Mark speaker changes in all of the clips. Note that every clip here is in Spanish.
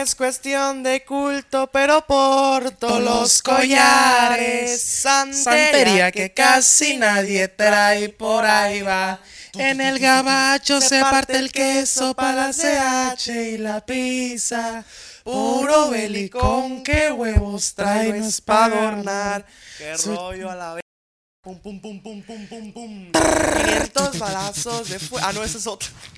Speaker 1: es cuestión de culto, pero porto los collares. Santería,
Speaker 2: Santería que casi nadie trae por ahí va. En el gabacho se parte el queso para la CH y la pizza. Puro belicón que huevos trae no es pa' adornar.
Speaker 1: Qué
Speaker 2: Su-
Speaker 1: rollo a la vez. Pum, pum, pum, pum, pum, pum, pum. 500 balazos de fuego. Ah, no, ese es otro.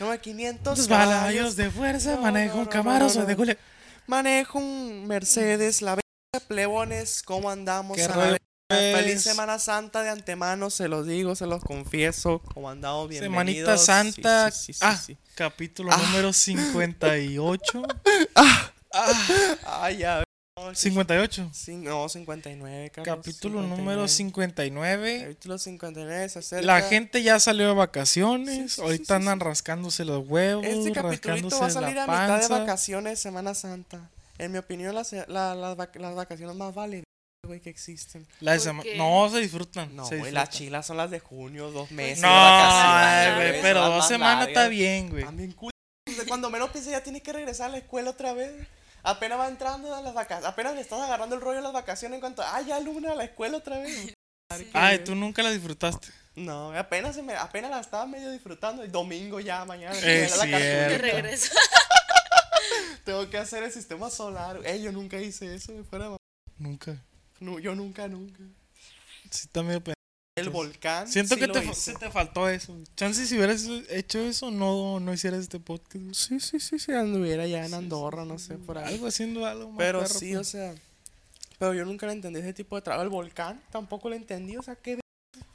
Speaker 1: No, 500
Speaker 2: Tus balayos
Speaker 1: balazos.
Speaker 2: de fuerza
Speaker 1: No,
Speaker 2: manejo
Speaker 1: no,
Speaker 2: un
Speaker 1: no,
Speaker 2: camaro
Speaker 1: no,
Speaker 2: soy de
Speaker 1: no.
Speaker 2: Julia.
Speaker 1: Manejo un Mercedes, la verga, plebones, ¿cómo andamos?
Speaker 2: Qué
Speaker 1: a la
Speaker 2: rollo,
Speaker 1: verga? Feliz
Speaker 2: pues.
Speaker 1: Semana Santa de antemano, se los digo, se los confieso. ¿Cómo andamos?
Speaker 2: Semanita
Speaker 1: Bienvenidos. Sí,
Speaker 2: Santa.
Speaker 1: sí, sí, sí,
Speaker 2: ah,
Speaker 1: sí.
Speaker 2: capítulo número 58.
Speaker 1: Ay, ya. no, sí,
Speaker 2: 58.
Speaker 1: sí, no, 59, Carlos,
Speaker 2: Capítulo número
Speaker 1: 59.
Speaker 2: 59.
Speaker 1: Capítulo 59, se acerca.
Speaker 2: La gente ya salió de vacaciones,
Speaker 1: Sí, sí,
Speaker 2: ahorita
Speaker 1: sí, sí,
Speaker 2: andan rascándose los huevos,
Speaker 1: Este capitulito
Speaker 2: rascándose
Speaker 1: va a salir
Speaker 2: la
Speaker 1: a mitad de
Speaker 2: panza.
Speaker 1: vacaciones, Semana Santa. En mi opinión, las, la- las vac- las vacaciones más validas güey, que existen.
Speaker 2: La de
Speaker 3: ¿Por
Speaker 2: sema-
Speaker 3: qué?
Speaker 2: No, se disfrutan.
Speaker 1: No,
Speaker 2: se
Speaker 1: güey,
Speaker 2: disfrutan.
Speaker 1: las chilas son las de junio, dos meses.
Speaker 2: No,
Speaker 1: de vacaciones,
Speaker 2: ay,
Speaker 3: güey,
Speaker 2: güey,
Speaker 1: son
Speaker 2: pero
Speaker 1: las
Speaker 2: dos
Speaker 1: más
Speaker 2: semanas está
Speaker 1: largas.
Speaker 2: bien, güey.
Speaker 1: También culo. Cuando menos pienses ya tienes que regresar a la escuela otra vez. Apenas va entrando a las vacaciones. Apenas le estás agarrando el rollo a las vacaciones en cuanto, ah, ya alumna a la escuela otra vez.
Speaker 2: Ay, tú nunca la disfrutaste.
Speaker 1: No, apenas, se me- apenas la estaba medio disfrutando. El domingo ya, mañana.
Speaker 2: Es
Speaker 1: ya la cartulina.
Speaker 2: cierto.
Speaker 3: Regresa.
Speaker 1: Tengo que hacer el sistema solar. Eh, yo nunca hice eso, güey, fuera de mam-
Speaker 2: Nunca.
Speaker 1: no, Yo nunca, nunca.
Speaker 2: Sí, está medio pe-
Speaker 1: El volcán.
Speaker 2: Siento
Speaker 1: sí
Speaker 2: que
Speaker 1: lo
Speaker 2: te, fa-
Speaker 1: hice.
Speaker 2: se te faltó eso. Chance, si hubieras hecho eso, no, no hicieras este podcast. güey.
Speaker 1: Sí, sí, sí, sí, anduviera ya en Andorra, no sé, por ahí.
Speaker 2: Algo haciendo algo más
Speaker 1: Pero
Speaker 2: perro,
Speaker 1: sí,
Speaker 2: pues.
Speaker 1: o sea. Pero yo nunca le entendí ese tipo de trabajo. El volcán tampoco lo entendí. O sea, ¿qué. ver-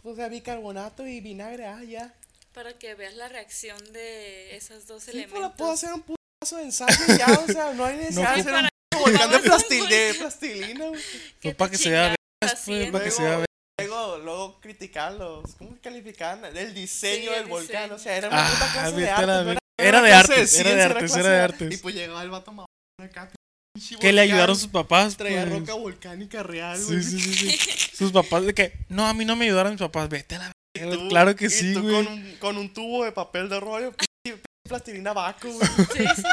Speaker 1: O sea, bicarbonato y vinagre. Ah, ya.
Speaker 3: Para que veas la reacción de esos
Speaker 2: pues,
Speaker 3: dos
Speaker 1: Sí,
Speaker 3: elementos.
Speaker 1: pero puedo hacer un putazo de ensayo y ya. O sea, no hay necesidad de
Speaker 2: fue-
Speaker 1: hacer un
Speaker 3: para-
Speaker 1: volcán de,
Speaker 3: vamos a un
Speaker 1: plastil- de plastilina. güey.
Speaker 2: Pues para que se vea vergas, pues,
Speaker 3: haciendo.
Speaker 2: para que se vea
Speaker 1: Luego-
Speaker 2: vergas.
Speaker 1: Luego, luego criticaban los. ¿Cómo calificaban? El diseño
Speaker 3: Sí, el
Speaker 1: del volcán.
Speaker 3: diseño.
Speaker 1: O sea, era una puta
Speaker 2: Ah,
Speaker 1: clase de
Speaker 2: vete
Speaker 1: arte.
Speaker 2: a la
Speaker 1: no
Speaker 2: verga.
Speaker 1: era
Speaker 2: Era
Speaker 1: una
Speaker 2: de
Speaker 1: clase
Speaker 2: artes,
Speaker 1: ciencia,
Speaker 2: era de artes,
Speaker 1: clase
Speaker 2: era de
Speaker 1: arte. Y
Speaker 2: artes.
Speaker 1: pues llegaba el vato mamón acá. pinche
Speaker 2: Que le
Speaker 1: volcán,
Speaker 2: ayudaron sus papás.
Speaker 1: Traía
Speaker 2: pues.
Speaker 1: roca volcánica real,
Speaker 2: Sí,
Speaker 1: güey.
Speaker 2: sí, sí, sí. Sus papás de que, no, a mí no me ayudaron mis papás, vete a la verga".
Speaker 1: Tú-
Speaker 2: Claro que
Speaker 1: y
Speaker 2: sí,
Speaker 1: tú
Speaker 2: güey.
Speaker 1: Con un, con un tubo de papel de rollo, p- p- plastilina vaco, güey.
Speaker 3: Sí, sí.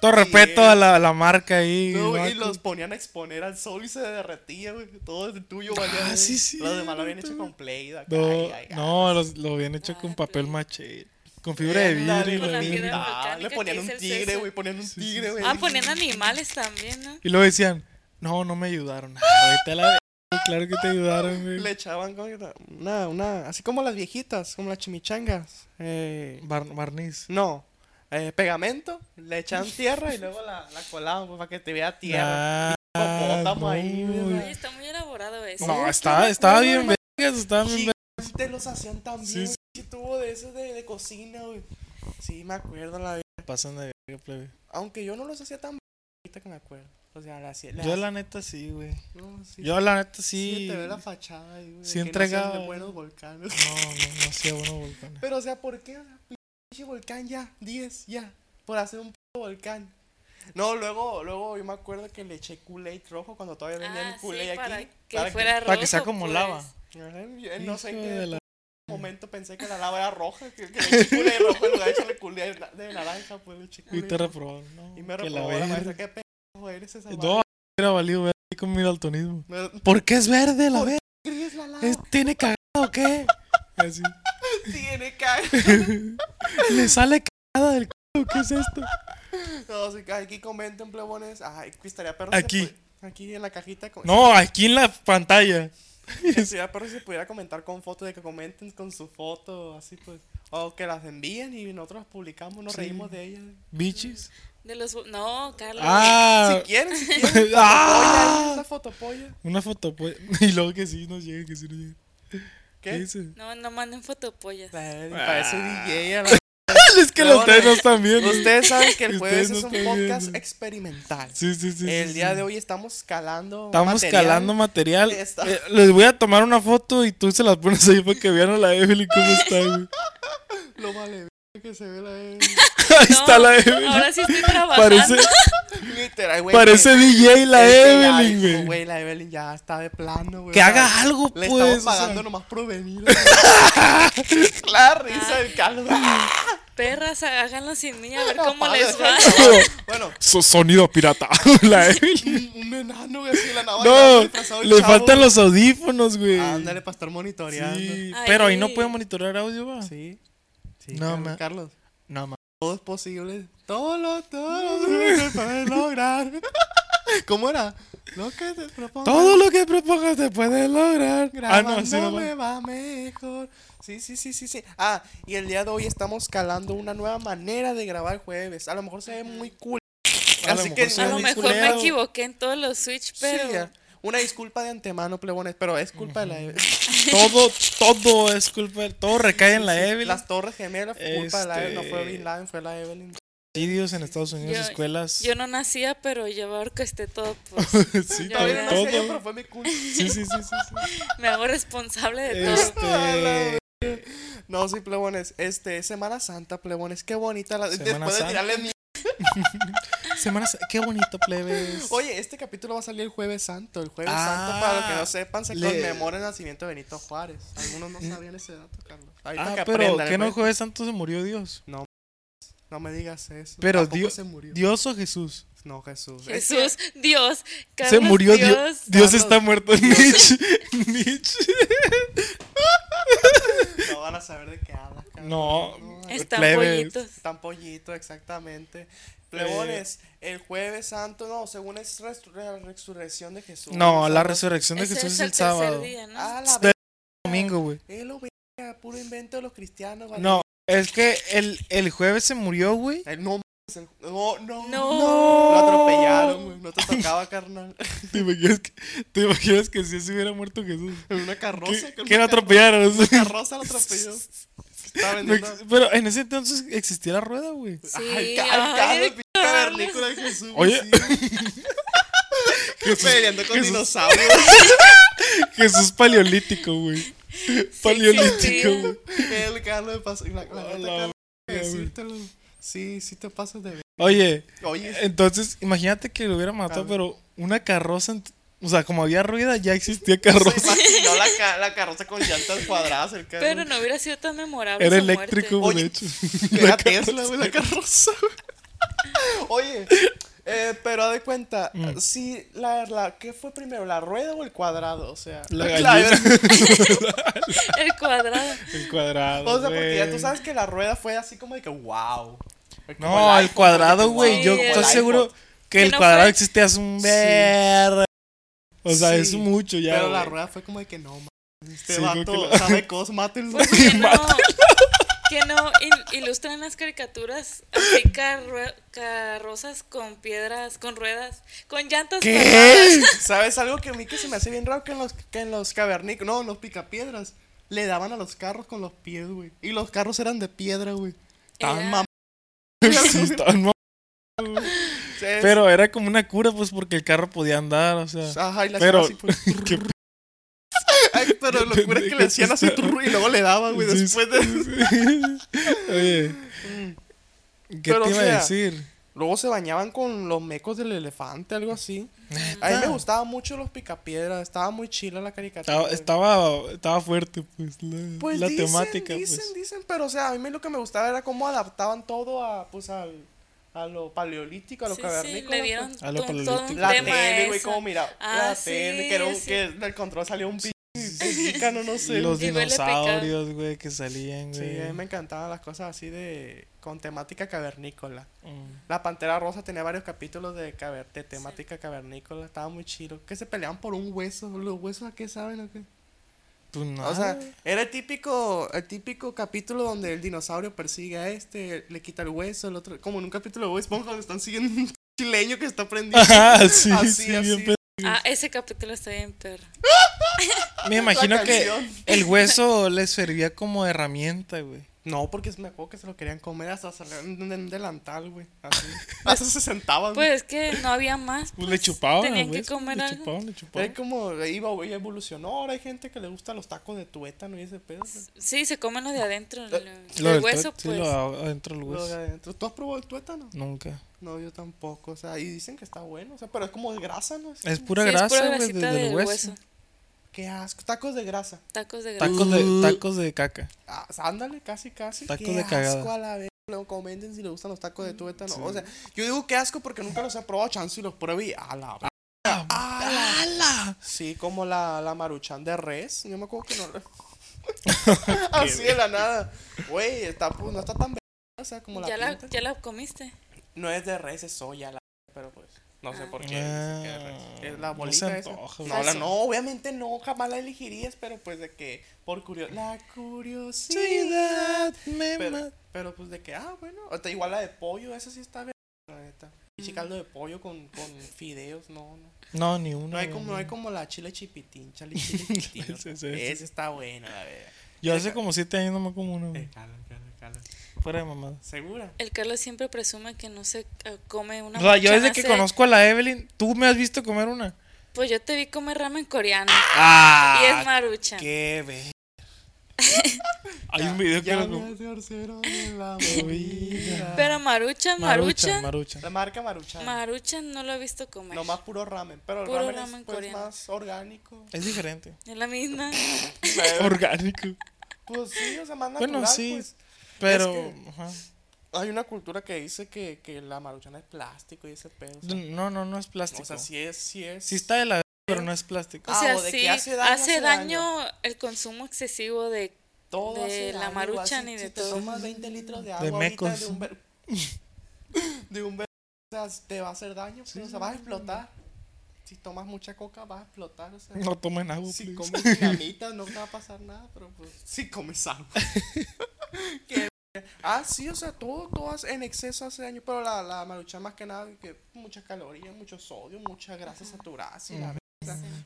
Speaker 2: Todo respeto
Speaker 1: Sí.
Speaker 2: a la, a la marca ahí.
Speaker 1: No, güey, y
Speaker 2: vato.
Speaker 1: los ponían a exponer al sol y se derretía, güey. Todo el tuyo, güey.
Speaker 2: Ah, sí, sí.
Speaker 1: Los demás lo habían hecho con play. acá, ay,
Speaker 2: No,
Speaker 1: ay, ay.
Speaker 2: no, los- lo habían hecho con
Speaker 3: Ah,
Speaker 2: papel
Speaker 3: sí.
Speaker 2: maché. Con fibra de vidrio.
Speaker 1: Ándale,
Speaker 2: y
Speaker 3: Con
Speaker 2: la
Speaker 3: la
Speaker 2: mierda.
Speaker 3: fibra
Speaker 1: Ah,
Speaker 3: volcánica
Speaker 1: Le
Speaker 3: que
Speaker 1: ponían
Speaker 3: es
Speaker 1: un
Speaker 3: el
Speaker 1: tigre,
Speaker 3: César.
Speaker 1: güey. Ponían un
Speaker 2: Sí, sí,
Speaker 1: tigre,
Speaker 2: sí.
Speaker 1: güey.
Speaker 3: Ah, ponían animales también, ¿no?
Speaker 2: Y luego decían, no, no me ayudaron. Ah, vete a la verga, Claro que te ayudaron,
Speaker 1: Le
Speaker 2: güey.
Speaker 1: echaban como que una, una, así como las viejitas, como las chimichangas. Eh,
Speaker 2: Bar- barniz.
Speaker 1: no, eh, pegamento, le echaban tierra y luego la, la colaban pues, para que te vea tierra.
Speaker 2: Ah,
Speaker 1: hipopótamo ahí, güey.
Speaker 2: no.
Speaker 3: Oye, está muy elaborado eso.
Speaker 2: No,
Speaker 1: qué
Speaker 2: estaba, estaba
Speaker 1: locura,
Speaker 2: bien vergas, estaba bien vergas.
Speaker 1: Te los hacían también,
Speaker 2: Sí, sí.
Speaker 1: sí, tubo de esos de, de cocina, güey. Sí, me acuerdo la
Speaker 2: Pasan de verga, plebe.
Speaker 1: Aunque yo no los hacía tan bien, ahorita que me acuerdo. O sea, la hacía.
Speaker 2: Yo la neta sí, güey.
Speaker 1: no, sí,
Speaker 2: Yo la neta
Speaker 1: sí,
Speaker 2: sí.
Speaker 1: te ve la fachada ahí, güey.
Speaker 2: sí
Speaker 1: que no
Speaker 2: entregaba,
Speaker 1: seas de
Speaker 2: güey.
Speaker 1: buenos volcanes.
Speaker 2: No, no, no hacía buenos volcanes.
Speaker 1: Pero, o sea, ¿por qué? Pinche volcán ya, 10, ya. Por hacer un p volcán. No, luego, luego yo me acuerdo que le eché Kool-Aid rojo cuando todavía vendían
Speaker 3: Ah,
Speaker 1: el
Speaker 3: sí,
Speaker 1: Kool-Aid aquí.
Speaker 3: para que
Speaker 1: para que-
Speaker 3: fuera rojo.
Speaker 2: para que sea como
Speaker 3: pues.
Speaker 2: lava.
Speaker 1: Ajá, yo No sé en
Speaker 2: Hijo
Speaker 1: qué
Speaker 2: de la-
Speaker 1: momento pensé que la lava era roja, que, que le eché Kool-Aid rojo en lugar de echarle Kool-Aid na- de naranja, pues le eché
Speaker 2: Y
Speaker 1: Kool-Aid
Speaker 2: te
Speaker 1: rojo.
Speaker 2: reprobaron, ¿no?
Speaker 1: Y me
Speaker 2: que la
Speaker 1: reprobó la
Speaker 2: verga.
Speaker 1: maestra, qué pendejo eres esa
Speaker 2: No, hubiera valido ver ahí con mi daltonismo.
Speaker 1: No,
Speaker 2: ¿Por qué es verde la
Speaker 1: ¿Por
Speaker 2: verga?
Speaker 1: ¿qué es la lava?
Speaker 2: ¿Es- ¿Tiene cagado o qué? Así.
Speaker 1: Tiene cae.
Speaker 2: Le sale cagada del culo, ¿qué es esto?
Speaker 1: No, sí, aquí comenten, plebones. Ay, estaría perro.
Speaker 2: Aquí.
Speaker 1: Se pu- aquí en la cajita. con-
Speaker 2: No, aquí en la pantalla.
Speaker 1: Estaría perro si pudiera comentar con fotos, de que comenten con su foto, así pues. O que las envíen y nosotros las publicamos, nos
Speaker 2: Sí.
Speaker 1: reímos de ellas.
Speaker 2: Bichis.
Speaker 3: De los... bu- No, Carlos.
Speaker 2: Ah,
Speaker 1: Si quieren, si quieren.
Speaker 2: Ah.
Speaker 1: fotopolla, ahí está fotopolla.
Speaker 2: una foto, pues. Y luego que sí nos llega, que sí nos llega. ¿Qué,
Speaker 1: ¿Qué?
Speaker 2: dice?
Speaker 3: No, no manden fotopollas.
Speaker 1: Ay, Parece
Speaker 2: Ah.
Speaker 1: DJ. a la-
Speaker 2: Es que los
Speaker 1: Luego,
Speaker 2: ustedes no están viendo.
Speaker 1: Ustedes saben que el jueves
Speaker 2: Ustedes
Speaker 1: es
Speaker 2: no
Speaker 1: un
Speaker 2: están
Speaker 1: podcast
Speaker 2: viendo.
Speaker 1: experimental.
Speaker 2: Sí, sí, sí.
Speaker 1: El
Speaker 2: sí,
Speaker 1: día
Speaker 2: sí.
Speaker 1: de hoy estamos calando.
Speaker 2: Estamos
Speaker 1: material.
Speaker 2: calando material.
Speaker 1: Está-
Speaker 2: Eh, les voy a tomar una foto y tú se las pones ahí para que vean a la Evelyn cómo está, güey.
Speaker 1: Lo vale que se ve la
Speaker 2: Ahí
Speaker 3: No,
Speaker 2: está la Evelyn.
Speaker 3: Ahora sí estoy trabajando.
Speaker 2: Parece,
Speaker 1: Literal, güey.
Speaker 2: parece DJ la
Speaker 1: Este, ya
Speaker 2: Evelyn,
Speaker 1: dijo,
Speaker 2: güey.
Speaker 1: La Evelyn ya está de plano, güey.
Speaker 2: Que
Speaker 1: O sea,
Speaker 2: haga algo,
Speaker 1: Le
Speaker 2: pues.
Speaker 1: estamos
Speaker 2: o sea.
Speaker 1: pagando nomás por venir. la risa del Carlos.
Speaker 3: Perras, háganlo sin mí, a ver
Speaker 1: No,
Speaker 3: cómo
Speaker 1: padre,
Speaker 3: les va.
Speaker 1: déjalo. Bueno,
Speaker 2: so- sonido pirata. La Evelyn.
Speaker 1: Un, un enano, güey, así de la navaja.
Speaker 2: No,
Speaker 1: disfrazado de
Speaker 2: le
Speaker 1: chavo.
Speaker 2: faltan los audífonos, güey.
Speaker 1: Ándale pues, para estar monitoreando. Sí.
Speaker 2: Sí,
Speaker 3: Ay.
Speaker 2: pero ahí no puede monitorear audio, va.
Speaker 1: Sí.
Speaker 2: No,
Speaker 1: Carlos,
Speaker 2: ma-
Speaker 1: Carlos,
Speaker 2: No, ma-
Speaker 1: todo es posible. Todo lo, todo lo se puede lograr. ¿Cómo era? Lo que te propongo.
Speaker 2: Todo lo que propongas se puede lograr. Ah, no, así no
Speaker 1: Grabando
Speaker 2: va.
Speaker 1: me va mejor. Sí, sí, sí, sí, sí. Ah, y el día de hoy estamos calando una nueva manera de grabar jueves. A lo mejor se ve muy cool.
Speaker 2: A lo
Speaker 1: Así
Speaker 2: mejor
Speaker 1: que
Speaker 2: se
Speaker 3: A
Speaker 2: ve
Speaker 3: lo
Speaker 2: muy
Speaker 3: mejor me
Speaker 2: culero.
Speaker 3: equivoqué en todos los Switch, pero.
Speaker 1: Sí, ya. Una disculpa de antemano, plebones, pero es culpa de la Evelyn.
Speaker 2: Todo, todo es culpa, de- todo recae en la Evelyn.
Speaker 1: Las Torres Gemelas fue culpa de la Evelyn, no fue
Speaker 2: Este-
Speaker 1: Bin Laden, fue la Evelyn.
Speaker 2: Suicidios en Estados Unidos,
Speaker 3: Yo-
Speaker 2: escuelas.
Speaker 3: Yo no nacía, pero yo orquesté todo, pues.
Speaker 2: sí,
Speaker 3: yo-
Speaker 2: todo,
Speaker 1: Todavía no
Speaker 2: todo.
Speaker 1: nacía yo, pero fue mi culpa.
Speaker 2: Sí, sí, sí, sí, sí.
Speaker 3: Me hago responsable de todo.
Speaker 2: Este.
Speaker 1: No, sí, plebones. Este, Semana Santa, plebones. Qué bonita la.
Speaker 2: Semana
Speaker 1: Después de
Speaker 2: Santa.
Speaker 1: tirarle mi-
Speaker 2: Semanas. Qué bonito, plebes.
Speaker 1: Oye, este capítulo va a salir el Jueves Santo. El Jueves
Speaker 2: Ah,
Speaker 1: Santo, para los que no sepan, se
Speaker 2: le- Eh.
Speaker 1: conmemora el nacimiento de Benito Juárez. Algunos no sabían ese dato, Carlos. Ahorita
Speaker 2: ah,
Speaker 1: que
Speaker 2: pero
Speaker 1: aprendan,
Speaker 2: que
Speaker 1: ¿eh,
Speaker 2: no
Speaker 1: güey?
Speaker 2: jueves santo se murió Dios.
Speaker 1: No me digas eso.
Speaker 2: Pero
Speaker 1: Tampoco
Speaker 2: Dios-
Speaker 1: se murió.
Speaker 2: Dios o Jesús.
Speaker 1: No, Jesús. Es que-
Speaker 3: Jesús, Dios,
Speaker 2: se
Speaker 3: Carlos,
Speaker 2: murió Dios. Dios,
Speaker 1: Carlos,
Speaker 2: está muerto. Nietzsche. Nietzsche.
Speaker 1: No van a saber de qué hablas, Carlos.
Speaker 2: No.
Speaker 3: Están
Speaker 2: plebes.
Speaker 3: pollitos.
Speaker 1: Tan pollito, exactamente. Plebones, el Jueves Santo, no, según es resur- la resurrección de Jesús.
Speaker 2: No, la
Speaker 1: Sábado.
Speaker 2: resurrección de
Speaker 3: Ese
Speaker 2: Jesús es el
Speaker 3: tercer
Speaker 2: sábado.
Speaker 3: día, ¿no?
Speaker 1: Ah, la
Speaker 2: Es del domingo, güey.
Speaker 1: Es lo verga, puro invento de los cristianos. vale.
Speaker 2: No, es que el, el jueves se murió, güey.
Speaker 1: Eh, no, mames, el- no, no.
Speaker 3: No.
Speaker 1: Lo atropellaron, güey. No te tocaba, carnal.
Speaker 2: ¿Te imaginas que, te imaginas que si se hubiera muerto Jesús?
Speaker 1: En una carroza.
Speaker 2: ¿Qué-
Speaker 1: con
Speaker 2: ¿Quién
Speaker 1: una
Speaker 2: atropellaron?
Speaker 1: car- Carroza lo atropelló. Estaba
Speaker 2: No
Speaker 1: vendiendo.
Speaker 2: ex- pero en ese entonces existía la rueda, güey.
Speaker 1: Ay,
Speaker 3: Sí,
Speaker 1: ca- ay,
Speaker 3: ay,
Speaker 1: Carlos, pinche
Speaker 3: Carlos.
Speaker 1: vernícula de Jesús.
Speaker 2: Oye.
Speaker 1: Jesús. Peleando con
Speaker 2: Jesús.
Speaker 1: dinosaurios.
Speaker 2: Jesús paleolítico, güey. Paleolítico,
Speaker 3: existía.
Speaker 2: güey.
Speaker 1: El Carlos de paso. La, la,
Speaker 2: A
Speaker 1: neta,
Speaker 2: la
Speaker 1: Carlos,
Speaker 2: verga, güey.
Speaker 1: decírtelo. Sí, sí te pasas de ver.
Speaker 2: Oye,
Speaker 1: Oye,
Speaker 2: entonces, imagínate que lo hubiera matado,
Speaker 1: ver.
Speaker 2: pero una carroza. ent- O sea, como había rueda, ya existía carroza.
Speaker 1: se imaginó la, ca- la carroza con llantas cuadradas. El Carlos.
Speaker 3: Pero no hubiera sido tan memorable.
Speaker 2: Era
Speaker 3: su muerte.
Speaker 2: eléctrico, güey,
Speaker 1: muerte.
Speaker 2: de
Speaker 1: Oye,
Speaker 2: hecho.
Speaker 1: Era Tesla, güey, la carroza. Oye, eh, pero haz de cuenta,
Speaker 2: Mm.
Speaker 1: si la, la- ¿qué fue primero, la rueda o el cuadrado? O sea,
Speaker 2: La
Speaker 1: verdad,
Speaker 3: El cuadrado.
Speaker 2: El cuadrado.
Speaker 1: o sea, porque ya tú
Speaker 2: güey.
Speaker 1: sabes que la rueda fue así como de que wow.
Speaker 2: No, el cuadrado, güey. Yo
Speaker 3: Sí, el
Speaker 2: estoy seguro que
Speaker 3: Que
Speaker 2: el
Speaker 3: no
Speaker 2: cuadrado
Speaker 3: fue-
Speaker 2: existe hace un
Speaker 1: Sí.
Speaker 2: ver. O sea,
Speaker 1: Sí,
Speaker 2: es mucho ya.
Speaker 1: Pero la
Speaker 2: güey.
Speaker 1: rueda fue como de que no, man, este
Speaker 2: Sí, creo que
Speaker 1: vato
Speaker 2: la-
Speaker 1: sabe cosas, mátenlo.
Speaker 3: ¿Por qué no? Que no il- ilustran las caricaturas así carro- carrozas con piedras, con ruedas, con llantas.
Speaker 2: ¿Qué?
Speaker 1: ¿Sabes algo que a mí que se me hace bien raro? Que en los, que en los cavernícolas, no, en los picapiedras, le daban a los carros con los pies, güey. Y los carros eran de piedra, güey. Tan
Speaker 3: Era-
Speaker 1: mam...
Speaker 2: Sí, estaban mam-
Speaker 1: Sí,
Speaker 2: Pero era como una cura, pues, porque el carro podía andar, o sea.
Speaker 1: Ajá, y la
Speaker 2: Pero-
Speaker 1: hacían así, pues.
Speaker 2: Qué p-
Speaker 1: Ay, pero lo locura es que le hacían así turro y luego le daban, güey,
Speaker 2: Sí,
Speaker 1: después de...
Speaker 2: Oye, ¿qué
Speaker 1: Mm. Pero,
Speaker 2: te
Speaker 1: o
Speaker 2: iba
Speaker 1: sea,
Speaker 2: a decir?
Speaker 1: Luego se bañaban con los mecos del elefante, algo así. A
Speaker 2: Ah.
Speaker 1: mí me gustaban mucho los picapiedras, estaba muy chila la caricatura.
Speaker 2: Estaba,
Speaker 1: güey.
Speaker 2: estaba, estaba fuerte, pues, la,
Speaker 1: Pues
Speaker 2: la
Speaker 1: dicen,
Speaker 2: temática,
Speaker 1: dicen,
Speaker 2: pues.
Speaker 1: dicen, pero o sea, a mí me- lo que me gustaba era cómo adaptaban todo a, pues, al, a lo paleolítico, a lo
Speaker 3: Sí, sí,
Speaker 1: cavernícola.
Speaker 3: le
Speaker 1: pues.
Speaker 3: dieron
Speaker 2: A lo
Speaker 3: to- todo,
Speaker 2: paleolítico.
Speaker 3: un
Speaker 1: La
Speaker 3: tema a
Speaker 1: tele, güey,
Speaker 3: eso.
Speaker 1: como mira,
Speaker 3: Ah,
Speaker 1: la tele, que, era un-
Speaker 3: sí,
Speaker 1: que del control salió un pelícano, no sé.
Speaker 2: Los
Speaker 3: Y huele pecado.
Speaker 2: dinosaurios, güey, que salían,
Speaker 1: Sí,
Speaker 2: güey.
Speaker 1: a mí me encantaban las cosas así de... con temática cavernícola.
Speaker 2: Mm.
Speaker 1: La Pantera Rosa tenía varios capítulos de, caver- de temática cavernícola, estaba muy chido. Que se peleaban por un hueso, los huesos a qué saben o qué?
Speaker 2: Pues
Speaker 1: O sea,
Speaker 2: nada.
Speaker 1: era el típico, el típico capítulo donde el dinosaurio persigue a este, le quita el hueso, el otro, como en un capítulo de Bob Esponja donde están siguiendo un chileño que está prendido.
Speaker 2: Ajá, Ah, sí,
Speaker 1: así,
Speaker 2: sí,
Speaker 1: así.
Speaker 2: bien pe-
Speaker 3: Ah, ese capítulo está bien perro.
Speaker 2: Me imagino
Speaker 1: La
Speaker 2: que
Speaker 1: canción.
Speaker 2: el hueso les servía como herramienta, güey.
Speaker 1: No, porque me acuerdo que se lo querían comer hasta salir en un- en un delantal, güey. Así. Hasta se sentaban.
Speaker 3: Pues es que no había más.
Speaker 2: Pues
Speaker 3: Pues,
Speaker 2: le chupaban,
Speaker 3: Tenían
Speaker 2: güey.
Speaker 3: que comer
Speaker 2: le
Speaker 3: algo.
Speaker 2: chupaban, le
Speaker 1: Es
Speaker 2: chupaban.
Speaker 1: como iba, güey, evolucionó. Ahora hay gente que le gusta los tacos de tuétano y ese pedo. güey.
Speaker 2: Pues.
Speaker 3: Sí, se comen lo de adentro,
Speaker 2: Lo
Speaker 3: lo-
Speaker 2: del
Speaker 3: el
Speaker 2: tuétano,
Speaker 3: hueso,
Speaker 2: sí,
Speaker 3: pues.
Speaker 2: lo a- adentro del
Speaker 1: Lo de
Speaker 2: hueso.
Speaker 1: adentro. ¿Tú has probado el tuétano?
Speaker 2: Nunca.
Speaker 1: No, yo tampoco, o sea, y dicen que está bueno, o sea, pero es como de grasa, ¿no? Es-
Speaker 2: Es pura
Speaker 3: Sí, es
Speaker 2: grasa,
Speaker 3: pura
Speaker 2: güey,
Speaker 3: grasita
Speaker 2: desde el
Speaker 3: del
Speaker 2: hueso.
Speaker 3: hueso.
Speaker 1: Qué asco, tacos de grasa.
Speaker 3: Tacos de grasa.
Speaker 1: Uh.
Speaker 2: Tacos de, tacos de caca.
Speaker 1: Ah, ándale, casi, casi.
Speaker 2: Tacos
Speaker 1: Qué
Speaker 2: de
Speaker 1: asco
Speaker 2: cagada.
Speaker 1: a la vez. luego comenten si les gustan los tacos de tubeta o no. O sea, yo digo que asco porque nunca los he probado, chance y los pruebe y a la ver-
Speaker 2: Ah, ¡Hala!
Speaker 1: Sí, como la, la maruchan de res. Yo me acuerdo que no. Así de la nada. Güey, está, pu- no está tan ver- o sea, como la,
Speaker 3: ¿Ya la,
Speaker 1: pintan.
Speaker 3: ya Ah. la comiste?
Speaker 1: No es de res, es soya, la pero pues. No sé por qué. dice que es res. Es la
Speaker 2: Ah, No se
Speaker 1: bolita esa.
Speaker 2: antoja,
Speaker 1: No,
Speaker 2: güey.
Speaker 1: la- no, obviamente no, jamás la elegirías, pero pues de que, por curiosidad. La curiosidad.
Speaker 2: me
Speaker 1: Pero,
Speaker 2: ma-
Speaker 1: pero, pues de que, ah, bueno. O sea, igual la de pollo, esa sí está bien. La neta.
Speaker 2: Mm.
Speaker 1: Y caldo de pollo con, con fideos, no, no.
Speaker 2: No, ni uno.
Speaker 1: No hay
Speaker 2: güey,
Speaker 1: como, no
Speaker 2: no.
Speaker 1: hay como la chile chipitín, chale chile chipitín.
Speaker 2: Ese, ese,
Speaker 1: Esa está buena, la verdad.
Speaker 2: Yo hace como siete años no me como uno,
Speaker 1: Eh,
Speaker 2: güey.
Speaker 1: cala, cala, cala.
Speaker 2: Fuera de mamada.
Speaker 1: ¿Segura?
Speaker 3: El Carlos siempre presume que no se eh, come una
Speaker 2: O sea, yo desde
Speaker 3: maruchan
Speaker 2: que
Speaker 3: hace-
Speaker 2: conozco a la Evelyn, tú me has visto comer una.
Speaker 3: Pues yo te vi comer ramen coreano.
Speaker 2: ¡Ah!
Speaker 3: y es maruchan.
Speaker 2: ¡Qué ve! Hay un video que
Speaker 1: Ya
Speaker 2: lo
Speaker 1: me
Speaker 2: com-
Speaker 1: hace arcero de la bebida.
Speaker 3: Pero maruchan,
Speaker 2: Maruchan,
Speaker 3: maruchan,
Speaker 2: maruchan.
Speaker 1: La marca Maruchan.
Speaker 3: maruchan no lo he visto comer.
Speaker 1: Nomás puro ramen. Pero el
Speaker 3: Puro
Speaker 1: ramen,
Speaker 3: ramen
Speaker 1: es pues,
Speaker 3: coreano.
Speaker 1: más orgánico.
Speaker 2: Es diferente.
Speaker 3: Es la misma.
Speaker 2: Orgánico.
Speaker 1: Pues sí, o sea, más natural.
Speaker 2: Bueno, sí.
Speaker 1: pues.
Speaker 2: Pero.
Speaker 1: Es que-
Speaker 2: ajá.
Speaker 1: Hay una cultura que dice que, que la maruchan es plástico y ese pedo. o sea,
Speaker 2: No, no, no es plástico.
Speaker 1: o sea, sí es, sí es.
Speaker 2: Sí está de la. Pero no es plástico.
Speaker 3: O
Speaker 1: Ah,
Speaker 3: sea,
Speaker 1: o de que
Speaker 3: sí,
Speaker 1: hace daño, hace
Speaker 3: daño el consumo excesivo de...
Speaker 1: todo
Speaker 3: de
Speaker 1: hace
Speaker 3: la
Speaker 1: daño, igual
Speaker 3: Maruchan
Speaker 1: si-
Speaker 3: y
Speaker 1: si
Speaker 3: de
Speaker 1: te
Speaker 3: todo.
Speaker 1: tomas 20 litros de agua ahorita
Speaker 2: mecos.
Speaker 1: de un ver... de un ver... O sea, te va a hacer daño, pues, o sea, vas a explotar. Si tomas mucha coca, vas a explotar, o sea...
Speaker 2: No tomen agua,
Speaker 1: Si
Speaker 2: please.
Speaker 1: comes dinamita no te va a pasar nada, pero pues si comes agua. Qué verga. ah, sí, o sea, todo, todo hace- en exceso hace daño, pero la, la maruchan más que nada, que muchas calorías, mucho sodio, mucha grasa saturada, sí, la verga.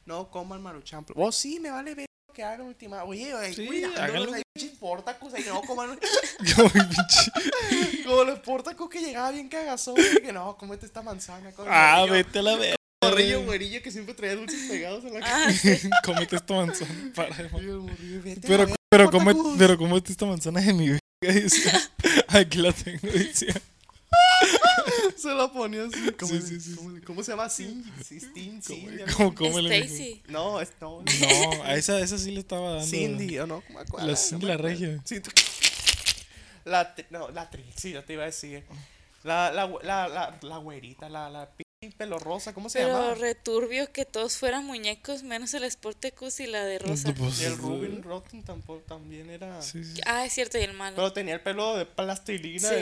Speaker 1: No coman maruchan. Oh, sí, me vale ver lo que hagan última. Oye, oye,
Speaker 2: Sí,
Speaker 1: cuidado,
Speaker 2: háganlo.
Speaker 1: los hay pinches pórtacos, ahí no coman
Speaker 2: Ay, pinche.
Speaker 1: como los pórtacos que llegaba bien cagazón, de que no, comete esta manzana. con el
Speaker 2: ah,
Speaker 1: morrillo-
Speaker 2: vete a la verga.
Speaker 1: Morrillo, güerillo, que siempre traía dulces pegados en la cara.
Speaker 3: Ah, sí.
Speaker 2: Cómete esta manzana. Para de mamar.
Speaker 1: Y el morrillo, vete a la
Speaker 2: Pero,
Speaker 1: verga,
Speaker 2: pero,
Speaker 1: pórtacos.
Speaker 2: come, pero cómete esta manzana de mi verga. decía. Aquí la tengo, decía.
Speaker 1: Se la ponía así. ¿Cómo,
Speaker 2: Sí,
Speaker 1: le-
Speaker 2: sí, sí,
Speaker 1: cómo le- cómo se llama? Sin, sí, Stin,
Speaker 2: Como,
Speaker 1: Sin,
Speaker 2: como, cómele, mijo.
Speaker 3: ah, Stacy.
Speaker 1: No, es no.
Speaker 2: No, a esa, a esa sí le estaba dando.
Speaker 1: Cindy, ¿o no? ¿Cómo me acuerdo?
Speaker 2: La
Speaker 1: No
Speaker 2: Cindy
Speaker 1: me
Speaker 2: la
Speaker 1: acuerdo.
Speaker 2: regia.
Speaker 1: Sí, tú- La, tri- no, la tri, sí, yo te iba a decir. La, la, gü- la, la, la güerita, la, la pi- pelo rosa, ¿cómo se
Speaker 3: Pero
Speaker 1: llama?
Speaker 3: returbio que todos fueran muñecos, menos el Sportecus y la de Rosa.
Speaker 2: Pues,
Speaker 1: Y el Rubin Rotten tampoco, también era...
Speaker 2: Sí, sí.
Speaker 3: Ah, es cierto, y el malo.
Speaker 1: Pero tenía el pelo de plastilina. eh.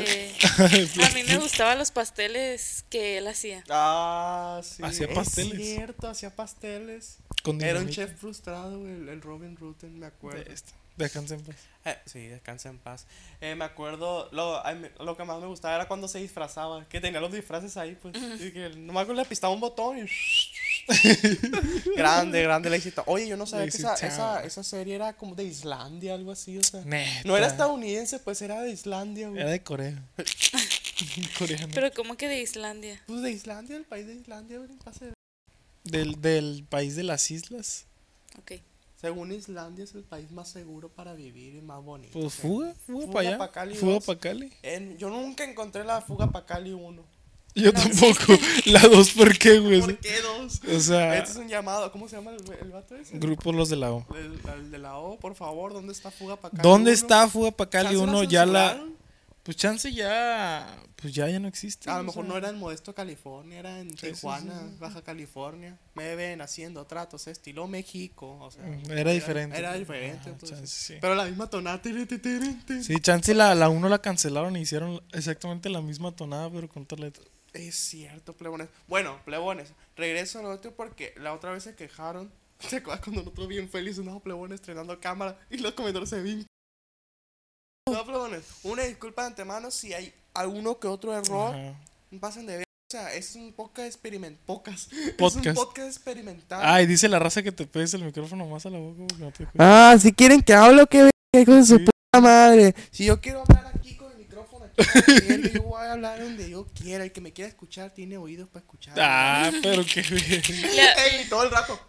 Speaker 1: de-
Speaker 3: Sí. A mí me gustaban los pasteles que él hacía.
Speaker 1: Ah, sí.
Speaker 2: Hacía
Speaker 1: es
Speaker 2: pasteles.
Speaker 1: cierto, hacía pasteles.
Speaker 2: Con
Speaker 1: Era un
Speaker 2: dinamita.
Speaker 1: chef frustrado, el, el Robin Rotten, me acuerdo.
Speaker 2: De esta. Descansa en paz.
Speaker 1: Eh, sí, descansa en paz. Eh, me acuerdo, lo, ay, me- lo que más me gustaba era cuando se disfrazaba, que tenía los disfraces ahí, pues. Y que nomás le pistaba un botón y. grande, grande el éxito. Oye, yo no sabía que esa,
Speaker 2: Éxito.
Speaker 1: esa, esa serie era como de Islandia, algo así, o sea.
Speaker 2: Neta.
Speaker 1: No era estadounidense, pues era de Islandia, güey.
Speaker 2: Era de Corea. Coreano.
Speaker 3: Pero como que de Islandia.
Speaker 1: Pues de Islandia, el país de Islandia, güey, pase de-
Speaker 2: Del, del país de las islas.
Speaker 3: Ok.
Speaker 1: Según Islandia es el país más seguro para vivir y más bonito.
Speaker 2: Pues fuga, fuga,
Speaker 1: Fuga
Speaker 2: para allá.
Speaker 1: pa' Cali
Speaker 2: fuga
Speaker 1: dos.
Speaker 2: para Cali.
Speaker 1: En- yo nunca encontré la fuga para Cali 1.
Speaker 2: Yo tampoco. La dos, ¿por qué, güey?
Speaker 1: ¿Por qué dos?
Speaker 2: O sea,
Speaker 1: Este es un llamado. ¿Cómo se llama el, el vato ese?
Speaker 2: grupo Los de la O.
Speaker 1: El, el de la O, por favor, ¿dónde está Fuga para Cali?
Speaker 2: ¿Dónde
Speaker 1: uno?
Speaker 2: está Fuga para Cali
Speaker 1: ¿Chance la
Speaker 2: 1? Ya la.
Speaker 1: censuraron?
Speaker 2: Pues chance ya. Pues ya, ya no existe.
Speaker 1: A lo
Speaker 2: o
Speaker 1: mejor
Speaker 2: sea.
Speaker 1: no era en Modesto, California, era en
Speaker 2: sí,
Speaker 1: Tijuana, Baja California. Me ven haciendo tratos estilo México. O sea,
Speaker 2: Mm, era diferente.
Speaker 1: Era diferente.
Speaker 2: Ah,
Speaker 1: pues.
Speaker 2: chance, sí.
Speaker 1: Pero la misma tonada. tiri, ti, tiri, ti.
Speaker 2: Sí, chance la, la 1 la cancelaron y hicieron exactamente la misma tonada, pero con otra letra.
Speaker 1: Es cierto, plebones. Bueno, plebones, regreso al otro porque la otra vez se quejaron. ¿Te acuerdas cuando nosotros bien felices, no, plebones, estrenando cámara y los comentarios se vin. No, plebones, una disculpa de antemano si hay alguno que otro error.
Speaker 2: Ajá.
Speaker 1: No Pasen de ver. O sea, es un podcast experimental. Pocas. Es un
Speaker 2: Podcast.
Speaker 1: podcast experimental.
Speaker 2: Ay, dice la raza que te pegues el micrófono más a la boca porque no te escucho.
Speaker 1: Ah, si quieren que hablo, que con
Speaker 2: su Sí.
Speaker 1: puta madre. Si yo quiero hablar aquí con el micrófono, aquí, abierto, yo voy a hablar donde yo quiera. El que me quiera escuchar tiene oídos para escuchar.
Speaker 2: Ah, pero qué bien.
Speaker 3: Le,
Speaker 1: Ey, todo el rato.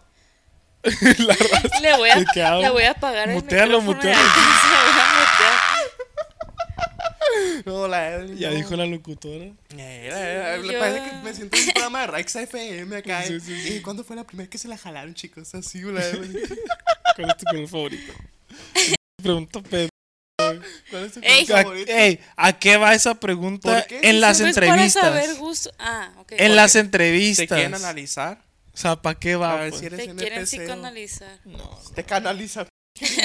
Speaker 2: la raza.
Speaker 3: le voy, a,
Speaker 2: ¿De qué hablo?
Speaker 3: le voy a apagar el
Speaker 2: Mutealo,
Speaker 3: micrófono de
Speaker 2: mutealo.
Speaker 3: aquí, se lo voy a mutear.
Speaker 1: No, la Evelyn.
Speaker 2: Ya
Speaker 1: no.
Speaker 2: dijo la locutora.
Speaker 1: Eh, la- la-
Speaker 3: Sí, yo-
Speaker 1: Parece que me siento en un programa de Rex FM acá.
Speaker 2: Sí,
Speaker 1: eh.
Speaker 2: sí,
Speaker 1: Eh, ¿Cuándo fue la primera que se la jalaron, chicos? Así, la Evelyn.
Speaker 2: ¿Cuál es tu color favorito? Pregunta pedo.
Speaker 1: ¿Cuál es tu
Speaker 3: Ey.
Speaker 1: comida
Speaker 2: ¿A,
Speaker 1: favorita?
Speaker 2: ey, ¿a qué va esa pregunta
Speaker 1: ¿Por qué?
Speaker 2: en las
Speaker 3: Siempre es
Speaker 2: entrevistas?
Speaker 3: Pues, Para saber gusto. Ah, ok.
Speaker 2: en las
Speaker 1: ¿Te
Speaker 2: entrevistas.
Speaker 1: quieren analizar?
Speaker 2: O sea, ¿para qué va?
Speaker 1: A ver
Speaker 2: pues?
Speaker 1: si eres
Speaker 3: Te quieren
Speaker 1: NPC o-
Speaker 3: psicoanalizar.
Speaker 1: Te canalizan.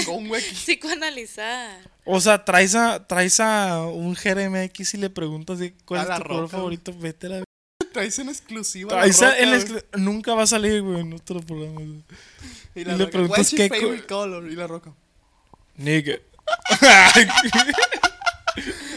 Speaker 1: Con un X.
Speaker 3: Psicoanalizar.
Speaker 2: O sea, traes a, traes a un GRMX y le preguntas de cuál
Speaker 1: A
Speaker 2: es
Speaker 1: la
Speaker 2: tu color
Speaker 1: Roca,
Speaker 2: favorito. Vete a la...
Speaker 1: Traes en exclusiva. la
Speaker 2: Traes a-
Speaker 1: roca,
Speaker 2: en la
Speaker 1: güey.
Speaker 2: exclu- Nunca va a salir, güey, en otro programa. güey.
Speaker 1: Y
Speaker 2: y
Speaker 1: la
Speaker 2: le
Speaker 1: roca,
Speaker 2: preguntas
Speaker 1: "What's your
Speaker 2: qué co-
Speaker 1: favorite color?" Y la roca.
Speaker 2: Nigga.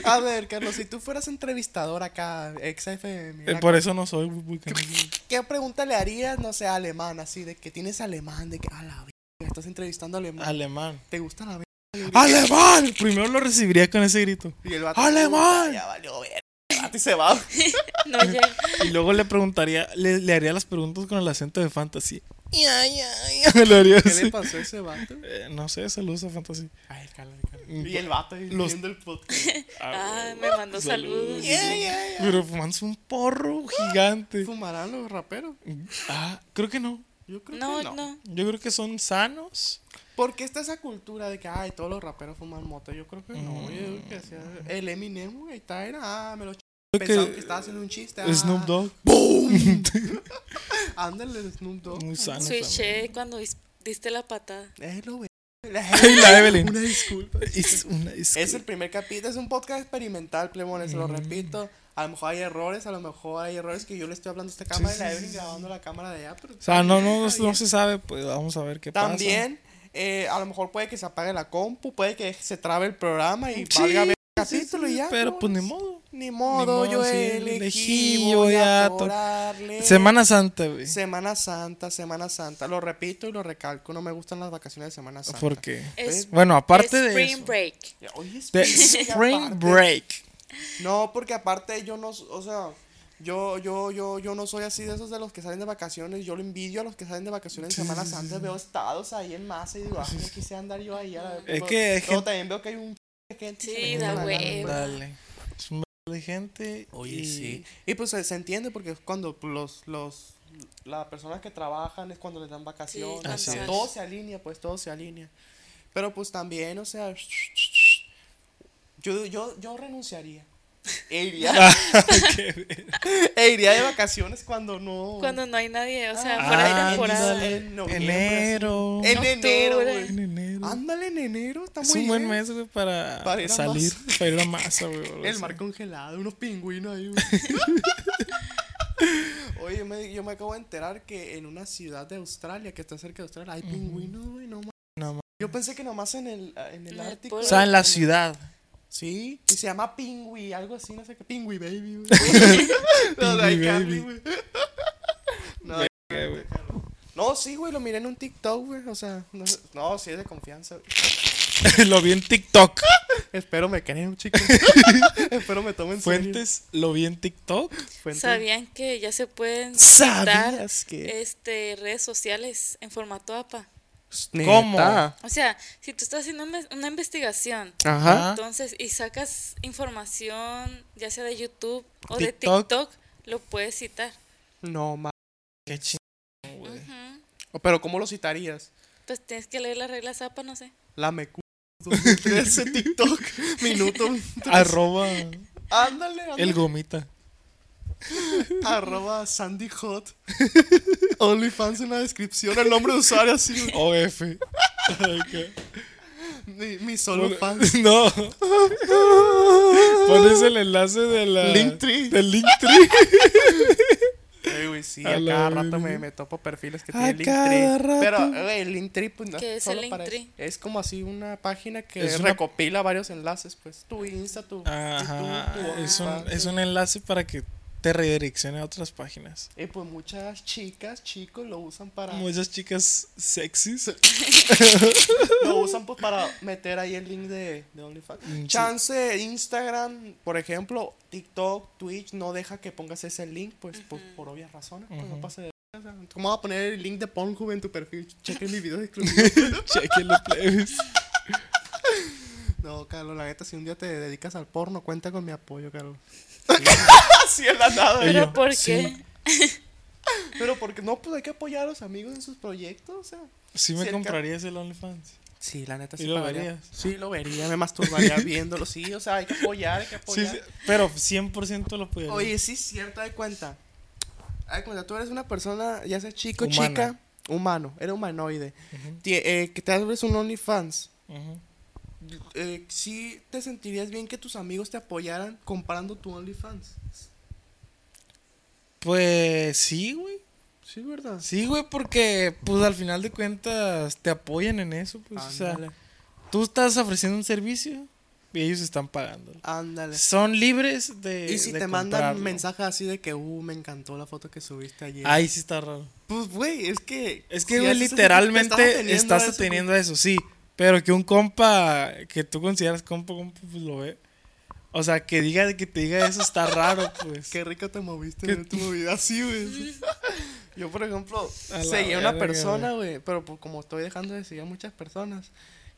Speaker 1: A ver, Carlos, si tú fueras entrevistador acá, ex FM,
Speaker 2: Eh, Por eso no soy, güey, porque no soy.
Speaker 1: ¿qué pregunta le harías, no sé, a alemán, así, de que tienes alemán, de que, a la verga, estás entrevistando a alemán,
Speaker 2: Alemán.
Speaker 1: ¿te gusta la verga?
Speaker 2: ¡Alemán! Primero lo recibiría con ese grito.
Speaker 1: Y el vato,
Speaker 2: ¡Alemán!
Speaker 1: "Puta, Ya valió verga. El vato Y se va.
Speaker 3: No llega.
Speaker 2: Y luego le preguntaría, le, le haría las preguntas con el acento de fantasy. Ya, ya, ya. Le haría
Speaker 1: ¿Qué
Speaker 2: así.
Speaker 1: le pasó a ese vato?
Speaker 2: Eh, no sé, saludos a fantasy.
Speaker 1: Ay, Carlos, Carlos. Y el vato ahí
Speaker 2: Los-
Speaker 1: viendo el podcast.
Speaker 3: Ah, me mandó saludos.
Speaker 1: Yeah, yeah, yeah.
Speaker 2: Pero fumándose un porro gigante.
Speaker 1: ¿Fumarán los raperos?
Speaker 2: Ah, creo que no.
Speaker 1: Yo creo
Speaker 3: No,
Speaker 1: que no.
Speaker 3: no.
Speaker 2: Yo creo que son sanos.
Speaker 1: Porque está esa cultura de que, ay, todos los raperos fuman mota. Yo creo que no. Yo creo que hacía- el Eminem, güey, está era, ah, me lo ch...
Speaker 2: Creo
Speaker 1: Pensaban que
Speaker 2: que
Speaker 1: estaba haciendo un chiste. Ah,
Speaker 2: Snoop Dogg.
Speaker 1: Ándale, Snoop Dogg.
Speaker 2: Muy sano. también.
Speaker 3: Switché cuando dis- diste la patada.
Speaker 1: Es lo ve-
Speaker 2: Y la Evelyn.
Speaker 1: Una disculpa.
Speaker 2: Es una-
Speaker 1: Es
Speaker 2: es que- Mm.
Speaker 1: el primer capítulo, es un podcast experimental, plebones, se lo repito. A lo mejor hay errores, a lo mejor hay errores que yo le estoy hablando a esta cámara y la Evelyn grabando la cámara de allá. Pero
Speaker 2: O sea, no, no, no, no se sabe, pues vamos a ver qué pasa.
Speaker 1: Ah, También, eh, a lo mejor puede que se apague la compu, puede que se trabe el programa y valga ver el
Speaker 2: Sí, sí,
Speaker 1: capítulo
Speaker 2: sí,
Speaker 1: y ya.
Speaker 2: Pero pues ni
Speaker 1: plebones.
Speaker 2: modo.
Speaker 1: Ni
Speaker 2: modo,
Speaker 1: modo, yo
Speaker 2: sí,
Speaker 1: elegí,
Speaker 2: elegí,
Speaker 1: voy
Speaker 2: voy
Speaker 1: a
Speaker 2: a to-
Speaker 1: adorarle.
Speaker 2: Semana Santa, güey.
Speaker 1: Eh, Semana Santa, Semana Santa. Lo repito y lo recalco, no me gustan las vacaciones de Semana Santa.
Speaker 2: ¿Por qué?
Speaker 3: Es,
Speaker 2: Bueno, aparte de
Speaker 3: Spring
Speaker 2: eso,
Speaker 3: Break.
Speaker 1: Ya, oye, es
Speaker 2: de
Speaker 1: frío, y
Speaker 2: Spring
Speaker 1: aparte-
Speaker 2: Break.
Speaker 1: No, porque aparte yo no, s- o sea, yo, yo, yo, yo no soy así de esos de los que salen de vacaciones. Yo lo envidio a los que salen de vacaciones en Semana Santa. Veo estados ahí en masa y digo, ah, no quise andar yo ahí. A la,
Speaker 2: Es que hay
Speaker 1: Luego
Speaker 2: gente-
Speaker 1: también veo que hay un ch- de gente.
Speaker 3: Sí,
Speaker 1: saliendo
Speaker 3: da
Speaker 1: de la lana,
Speaker 3: hueva.
Speaker 1: pues.
Speaker 2: Dale. Es un b- de gente.
Speaker 1: Oye,
Speaker 2: y-
Speaker 1: sí. Y pues se, se entiende porque es cuando pues, los, los, las personas que trabajan es cuando les dan vacaciones.
Speaker 3: Sí,
Speaker 1: o
Speaker 2: Así
Speaker 1: sea,
Speaker 2: es.
Speaker 1: Todo se alinea, pues todo se alinea. Pero pues también, o sea, yo, yo, yo renunciaría. E iría,
Speaker 2: Qué ver-
Speaker 1: e iría de vacaciones cuando no.
Speaker 3: Cuando no hay nadie, o sea,
Speaker 1: Ah,
Speaker 3: fuera
Speaker 1: ándale.
Speaker 3: de temporada.
Speaker 1: Ándale. En noviembre,
Speaker 2: enero.
Speaker 1: en
Speaker 3: octubre.
Speaker 1: enero, güey.
Speaker 2: En enero.
Speaker 1: Ándale en enero, está
Speaker 2: es
Speaker 1: muy
Speaker 2: un buen
Speaker 1: bien.
Speaker 2: mes, güey, para,
Speaker 1: Para ir a
Speaker 2: salir, para ir a masa, güey. o
Speaker 1: El
Speaker 2: sea.
Speaker 1: mar congelado, unos pingüinos ahí. güey. Oye, me- yo me acabo de enterar que en una ciudad de Australia, que está cerca de Australia, hay pingüinos, güey, no más.
Speaker 2: No ma-
Speaker 1: Yo pensé que nomás en el, ah, en el
Speaker 3: En el
Speaker 1: Ártico.
Speaker 2: O
Speaker 3: polo.
Speaker 2: sea, en la ciudad.
Speaker 1: Sí, y se llama pingüi, algo así, no sé qué. Pingüi baby, güey. no, de ahí
Speaker 2: Pingüi
Speaker 1: Carly,
Speaker 2: baby.
Speaker 1: güey. No, no, sí, güey, lo miré en un TikTok, güey. O sea, no, no, sí es de confianza, güey.
Speaker 2: lo vi en TikTok.
Speaker 1: Espero me crean, chicos. Espero me tomen
Speaker 2: Fuentes, lo vi en TikTok.
Speaker 1: Fuentes.
Speaker 3: ¿Sabían que ya se pueden dar
Speaker 2: ¿Sabías que?
Speaker 3: este, redes sociales en formato APA?
Speaker 2: ¿Cómo?
Speaker 1: Neta.
Speaker 3: O sea, si tú estás haciendo una una investigación,
Speaker 2: Ah.
Speaker 1: Ajá.
Speaker 3: entonces, y sacas información, ya sea de YouTube o de
Speaker 2: TikTok.
Speaker 3: TikTok, lo puedes citar.
Speaker 1: No, ma.
Speaker 2: Qué chingón, güey.
Speaker 3: Ujú.
Speaker 1: Pero ¿cómo lo citarías?
Speaker 3: Pues tienes que leer las reglas APA, no sé.
Speaker 1: La mecu. 2013 TikTok. Minuto.
Speaker 2: Arroba
Speaker 1: Ándale, ándale.
Speaker 2: el gomita.
Speaker 1: Arroba Sandy Hot. OnlyFans en la descripción. El nombre de usuario así.
Speaker 2: OF. Ay, qué-
Speaker 1: Mi, mi solo fans.
Speaker 2: No. Pones el enlace de la.
Speaker 1: Linktree.
Speaker 2: ah, Del Linktree.
Speaker 1: Ey, güey, sí,
Speaker 2: A
Speaker 1: a
Speaker 2: la
Speaker 1: cada rato me,
Speaker 2: verga.
Speaker 1: me topo perfiles que
Speaker 2: A
Speaker 1: tienen
Speaker 2: cada
Speaker 1: Linktree.
Speaker 2: rato.
Speaker 1: Pero, güey, el Linktree, pues no.
Speaker 3: ¿Qué es el
Speaker 1: solo para
Speaker 3: Linktree?
Speaker 1: eso. Es como así una página que
Speaker 2: Es una-
Speaker 1: recopila varios enlaces, pues. Tu Insta, tu. YouTube,
Speaker 2: Ajá.
Speaker 1: tu
Speaker 2: Es un,
Speaker 1: OnlyFans.
Speaker 2: es un enlace para que te redireccione a otras páginas.
Speaker 1: Y pues muchas chicas, chicos, lo usan para.
Speaker 2: Muchas chicas sexys.
Speaker 1: Lo usan pues para meter ahí el link de, de OnlyFans.
Speaker 2: Mm,
Speaker 1: Chance, Instagram, por ejemplo, TikTok, Twitch, no deja que pongas ese link, pues por, por obvias razones. pues, no pasa de- o sea, ¿Cómo vas a poner el link de Pornhub en tu perfil? Chequen mi video exclusivo.
Speaker 2: Chequen los plebes.
Speaker 1: no, Carlos, la neta, si un día te dedicas al porno, cuenta con mi apoyo, Carlos. Así es la nada.
Speaker 2: Ey,
Speaker 3: ¿Pero
Speaker 2: yo,
Speaker 3: por qué?
Speaker 2: sí.
Speaker 1: Pero porque no, pues hay que apoyar a los amigos en sus proyectos, o sea.
Speaker 2: Sí me
Speaker 1: Si el ca-
Speaker 2: comprarías el OnlyFans.
Speaker 1: Sí, la neta
Speaker 2: ¿Y
Speaker 1: sí
Speaker 2: lo
Speaker 1: pagaría.
Speaker 2: verías?
Speaker 1: Sí, lo vería, me masturbaría viéndolo. Sí, o sea, hay que apoyar, hay que
Speaker 2: Sí,
Speaker 1: apoyar.
Speaker 2: sí, pero 100% lo pudieron.
Speaker 1: Oye, sí, es cierto, hay cuenta. Hay cuenta, tú eres una persona, ya sea chico,
Speaker 2: Humana.
Speaker 1: chica, humano, eres humanoide.
Speaker 2: Ujú,
Speaker 1: Tie- eh, que te abres un OnlyFans.
Speaker 2: ujú.
Speaker 1: Eh, sí, te sentirías bien que tus amigos te apoyaran comprando tu OnlyFans.
Speaker 2: Pues sí, güey.
Speaker 1: Sí, ¿verdad?
Speaker 2: Sí, güey, porque pues al final de cuentas te apoyan en eso, pues. O
Speaker 1: Ándale.
Speaker 2: sea, tú estás ofreciendo un servicio y ellos están pagándolo.
Speaker 1: Ándale.
Speaker 2: Son libres de.
Speaker 1: Y si
Speaker 2: de
Speaker 1: te mandan
Speaker 2: comprarlo.
Speaker 1: mensajes así de que, uh, me encantó la foto que subiste ayer.
Speaker 2: Ahí sí está raro.
Speaker 1: Pues, güey, es que.
Speaker 2: Es que
Speaker 1: si
Speaker 2: güey,
Speaker 1: haces eso, pues, te
Speaker 2: literalmente
Speaker 1: ateniendo a
Speaker 2: estás
Speaker 1: eso, güey.
Speaker 2: ateniendo a eso, sí. Pero que un compa que tú consideras compa, compa, pues lo ve. O sea, que diga que te diga eso está raro, pues.
Speaker 1: Qué rico te moviste
Speaker 2: Qué-
Speaker 1: en tu vida así, güey. Yo, por ejemplo,
Speaker 2: A la
Speaker 1: seguí a una
Speaker 2: verga,
Speaker 1: persona, güey, pero pues, como estoy dejando de seguir a muchas personas,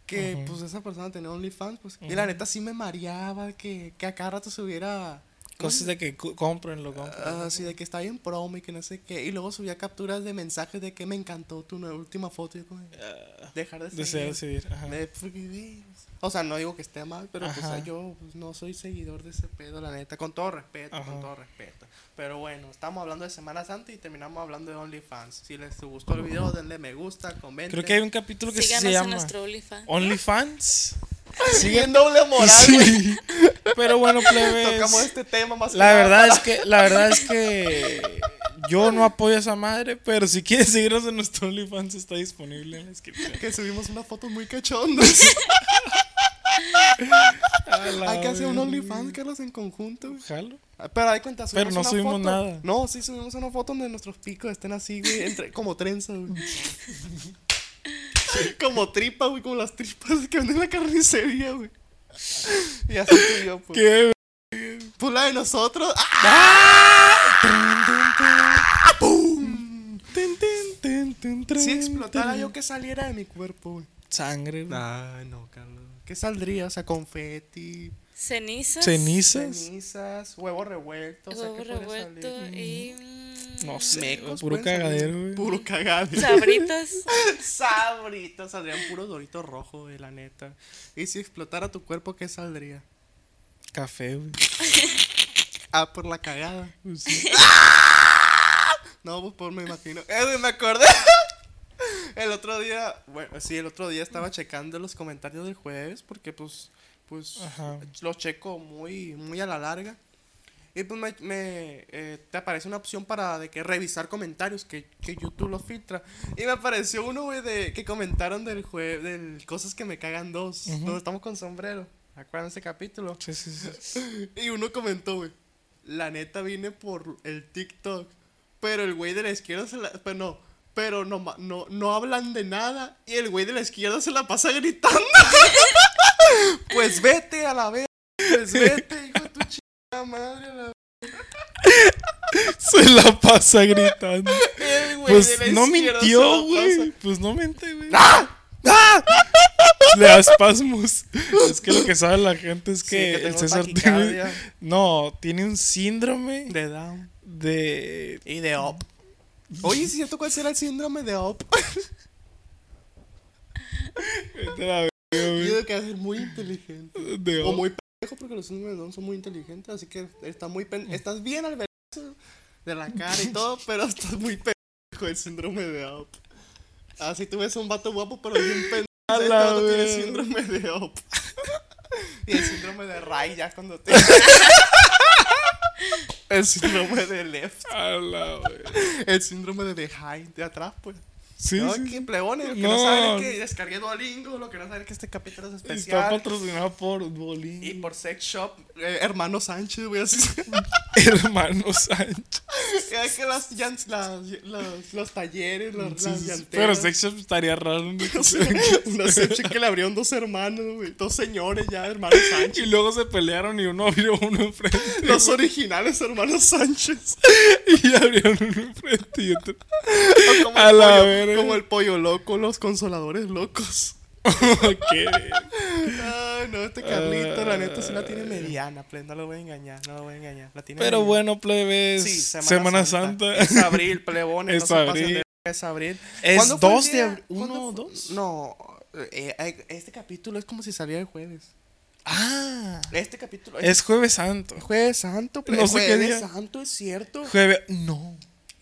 Speaker 1: que
Speaker 2: Ujú.
Speaker 1: pues esa persona tenía OnlyFans, pues, y
Speaker 2: Ujú.
Speaker 1: la neta sí me mareaba que, que a cada rato subiera ah,
Speaker 2: Cosas de que cu- comprenlo, comprenlo.
Speaker 1: así de que está bien promo y que no sé qué, y luego subía capturas de mensajes de que me encantó tu nueva última foto, y yo como,
Speaker 2: Ah,
Speaker 1: dejar de
Speaker 2: deseo
Speaker 1: seguir.
Speaker 2: decidir. ajá.
Speaker 1: Me- porque, güey, O sea, no digo que esté mal, pero pues, o sea,
Speaker 2: Ajá.
Speaker 1: yo pues, no soy seguidor de ese pedo, la neta. Con todo respeto,
Speaker 2: Ajá.
Speaker 1: con todo respeto. Pero bueno, estamos hablando de Semana Santa y terminamos hablando de OnlyFans. Si les gustó el video, denle me gusta, comenten.
Speaker 2: Creo que hay un capítulo que
Speaker 3: Síganos
Speaker 2: se
Speaker 3: en
Speaker 2: llama
Speaker 3: nuestro
Speaker 2: Oh.
Speaker 3: OnlyFans.
Speaker 2: OnlyFans.
Speaker 1: Siguen doble moral,
Speaker 2: Sí.
Speaker 1: güey.
Speaker 2: Pero bueno, plebes.
Speaker 1: Tocamos este tema más que
Speaker 2: La
Speaker 1: nada
Speaker 2: verdad
Speaker 1: para-
Speaker 2: es que, la verdad es que yo no apoyo a esa madre, pero si quieres seguirnos en nuestro OnlyFans está disponible en la descripción.
Speaker 1: Que subimos unas fotos muy cachondas. hay que hacer un OnlyFans, Carlos, en conjunto. güey.
Speaker 2: Jalo.
Speaker 1: Ah, Pero hay cuenta,
Speaker 2: Pero no
Speaker 1: una
Speaker 2: subimos
Speaker 1: foto.
Speaker 2: nada.
Speaker 1: No, sí subimos una foto donde nuestros picos estén así, güey, entre, como trenza, güey. como tripa, güey, como las tripas que venden en la carnicería, güey. Y así tú y yo, pues.
Speaker 2: ¿Qué?
Speaker 1: Pues la de nosotros. ¡Ah!
Speaker 2: ¡Pum!
Speaker 1: Si explotara yo que saliera de mi cuerpo, güey.
Speaker 2: Sangre, güey.
Speaker 1: Ay, no, Carlos. ¿Qué saldría? O sea, confeti,
Speaker 3: Cenizas.
Speaker 2: cenizas.
Speaker 1: cenizas, huevo revuelto. o sea,
Speaker 3: Huevo
Speaker 1: ¿qué podría salir?
Speaker 3: revuelto y. mm,
Speaker 2: No sé, güey,
Speaker 1: Mecos
Speaker 2: puro
Speaker 1: pueden salir.
Speaker 2: cagadero, güey.
Speaker 1: Puro cagadero.
Speaker 3: Sabritas.
Speaker 1: Sabritos, saldrían puros doritos rojos, güey, la neta. Y si explotara tu cuerpo, ¿qué saldría?
Speaker 2: Café, güey.
Speaker 1: Ah, por la cagada.
Speaker 2: Pues sí.
Speaker 1: No, pues por me imagino. Eh, güey, me acordé. El otro día, bueno, sí, el otro día estaba checando los comentarios del jueves porque pues, pues
Speaker 2: Ajá.
Speaker 1: los checo muy, muy a la larga. Y pues me, me, eh, te aparece una opción para de que revisar comentarios que, que YouTube los filtra. Y me apareció uno, güey, de que comentaron del jueves, del cosas que me cagan dos,
Speaker 2: Ujú.
Speaker 1: donde estamos con sombrero. Acuérdense capítulo.
Speaker 2: Sí, sí, sí.
Speaker 1: Y uno comentó, güey. La neta vine por el TikTok. Pero el güey de la izquierda se la. Pero no. Pero no, ma- no, no hablan de nada. Y el güey de la izquierda se la pasa gritando. pues vete a la vez. Pues vete, hijo de tu chingada madre. a la-
Speaker 2: Se la pasa gritando.
Speaker 1: El güey
Speaker 2: Pues
Speaker 1: de la
Speaker 2: no
Speaker 1: izquierda se la
Speaker 2: mintió,
Speaker 1: pasa- ¡Ah!
Speaker 2: güey. Pues no mente, güey. Le da espasmos. Es que lo que sabe la gente es
Speaker 1: Sí,
Speaker 2: que,
Speaker 1: que
Speaker 2: el
Speaker 1: tengo
Speaker 2: César tiene.
Speaker 1: taquicardia.
Speaker 2: No, tiene un síndrome
Speaker 1: De Down.
Speaker 2: de.
Speaker 1: Y de OP. Oye, si cierto cuál será el síndrome de OP?
Speaker 2: de la-
Speaker 1: Yo digo que va a ser muy inteligente.
Speaker 2: de-
Speaker 1: O muy pendejo porque los síndromes de Down son muy inteligentes, así que estás muy
Speaker 2: Mm.
Speaker 1: pen- estás bien al verso de la cara y todo, pero estás muy pendejo el síndrome de Down. Así tú ves un vato guapo pero bien
Speaker 2: A
Speaker 1: pendejo,
Speaker 2: la
Speaker 1: pero no
Speaker 2: verga.
Speaker 1: tienes síndrome de Down. y el síndrome de Ray ya cuando te El síndrome de left,
Speaker 2: A la güey.
Speaker 1: el síndrome de behind, de atrás, pues.
Speaker 2: Sí,
Speaker 1: no,
Speaker 2: sí,
Speaker 1: que plebones, lo que
Speaker 2: No.
Speaker 1: no, saben es que descargué Duolingo, lo que no saben es que este capítulo es
Speaker 2: sí.
Speaker 1: especial.
Speaker 2: Está patrocinado por Bolín.
Speaker 1: Y por Sex Shop, eh, hermano Sánchez, güey, así.
Speaker 2: Hermano Sánchez.
Speaker 1: Ya que las, llan- las- los, los talleres, los,
Speaker 2: Sí,
Speaker 1: las
Speaker 2: sí, sí.
Speaker 1: llanteras.
Speaker 2: Pero Sex Shop estaría raro. ¿no?
Speaker 1: Una Sex Shop que le abrieron dos hermanos, güey. Dos señores ya, hermano
Speaker 2: Y
Speaker 1: Sánchez.
Speaker 2: luego se pelearon y uno abrió uno enfrente.
Speaker 1: Los originales hermanos Sánchez.
Speaker 2: Y abrieron uno enfrente y otro.
Speaker 1: O Como
Speaker 2: A
Speaker 1: el,
Speaker 2: la
Speaker 1: pollo,
Speaker 2: verga.
Speaker 1: como el pollo loco, los consoladores locos.
Speaker 2: Ok.
Speaker 1: Ay, no, este Carlito, la neta, sí la tiene
Speaker 2: Ay.
Speaker 1: mediana, pues, No lo voy a engañar, no lo voy a engañar. La tiene
Speaker 2: Pero
Speaker 1: mediana.
Speaker 2: bueno, plebes.
Speaker 1: Sí,
Speaker 2: Semana, Santa.
Speaker 1: Es abril, plebones.
Speaker 2: Es
Speaker 1: no se pasen de
Speaker 2: abril.
Speaker 1: verga, es abril.
Speaker 2: Es
Speaker 1: ¿Cuándo fue el
Speaker 2: 2 de
Speaker 1: día?
Speaker 2: abri-
Speaker 1: ¿Cuándo
Speaker 2: uno o
Speaker 1: fue?
Speaker 2: dos?
Speaker 1: No, eh, eh, este capítulo es como si saliera el jueves.
Speaker 2: Ah,
Speaker 1: Este capítulo
Speaker 2: es Jueves Santo.
Speaker 1: Jueves Santo, pero
Speaker 2: No sé qué
Speaker 1: Jueves
Speaker 2: día.
Speaker 1: Santo es cierto.
Speaker 2: Jueves. No.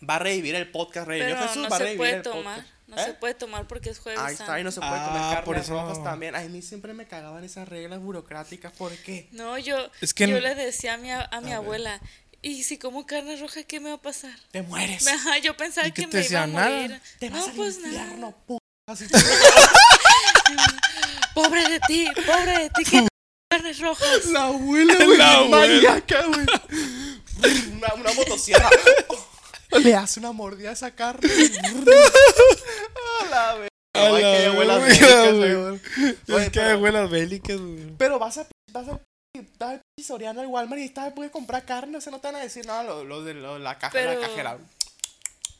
Speaker 1: Va a revivir el podcast, Rey.
Speaker 3: Pero
Speaker 1: Jesús
Speaker 3: no
Speaker 1: va a
Speaker 3: se
Speaker 1: revivir
Speaker 3: puede
Speaker 1: el
Speaker 3: tomar.
Speaker 1: podcast.
Speaker 3: No
Speaker 1: ¿Eh?
Speaker 3: se puede tomar porque es jueves.
Speaker 1: Ahí está, y no
Speaker 3: santo.
Speaker 1: se puede
Speaker 2: Ah,
Speaker 1: comer carnes
Speaker 2: por eso.
Speaker 1: rojas también. Ay, A mí siempre me cagaban esas reglas burocráticas. ¿Por qué?
Speaker 3: No, yo,
Speaker 2: Es que
Speaker 3: yo
Speaker 2: no-
Speaker 3: le decía a mi, a- a mi abuela, ¿y si como carne roja, qué me va a pasar?
Speaker 1: Te mueres.
Speaker 3: Ajá, yo pensaba
Speaker 2: ¿Y qué
Speaker 3: que
Speaker 2: te
Speaker 3: me iba a
Speaker 2: decían? Nada.
Speaker 3: morir.
Speaker 1: Te vas
Speaker 3: no,
Speaker 1: al
Speaker 3: pues
Speaker 1: infierno,
Speaker 3: nada.
Speaker 1: puta. Así-
Speaker 3: Pobre de ti, pobre de ti, que carnes rojas.
Speaker 1: La abuela, güey.
Speaker 2: La
Speaker 1: bien
Speaker 2: abuela.
Speaker 1: maníaca, güey. Una, una motosierra. Le hace una mordida a esa carne. a la verga.
Speaker 2: A
Speaker 1: Ay,
Speaker 2: la
Speaker 1: qué abuelas
Speaker 2: verga,
Speaker 1: bélicas,
Speaker 2: güey.
Speaker 1: güey. Oye,
Speaker 2: Es que
Speaker 1: pero-
Speaker 2: abuelas bélicas, güey.
Speaker 1: Pero vas a vas a vas al pinche Soriana al Walmart y esta vez puedes comprar carne, o sea, no te van a decir nada lo, lo de lo de la caja,
Speaker 3: Pero-
Speaker 1: la cajera.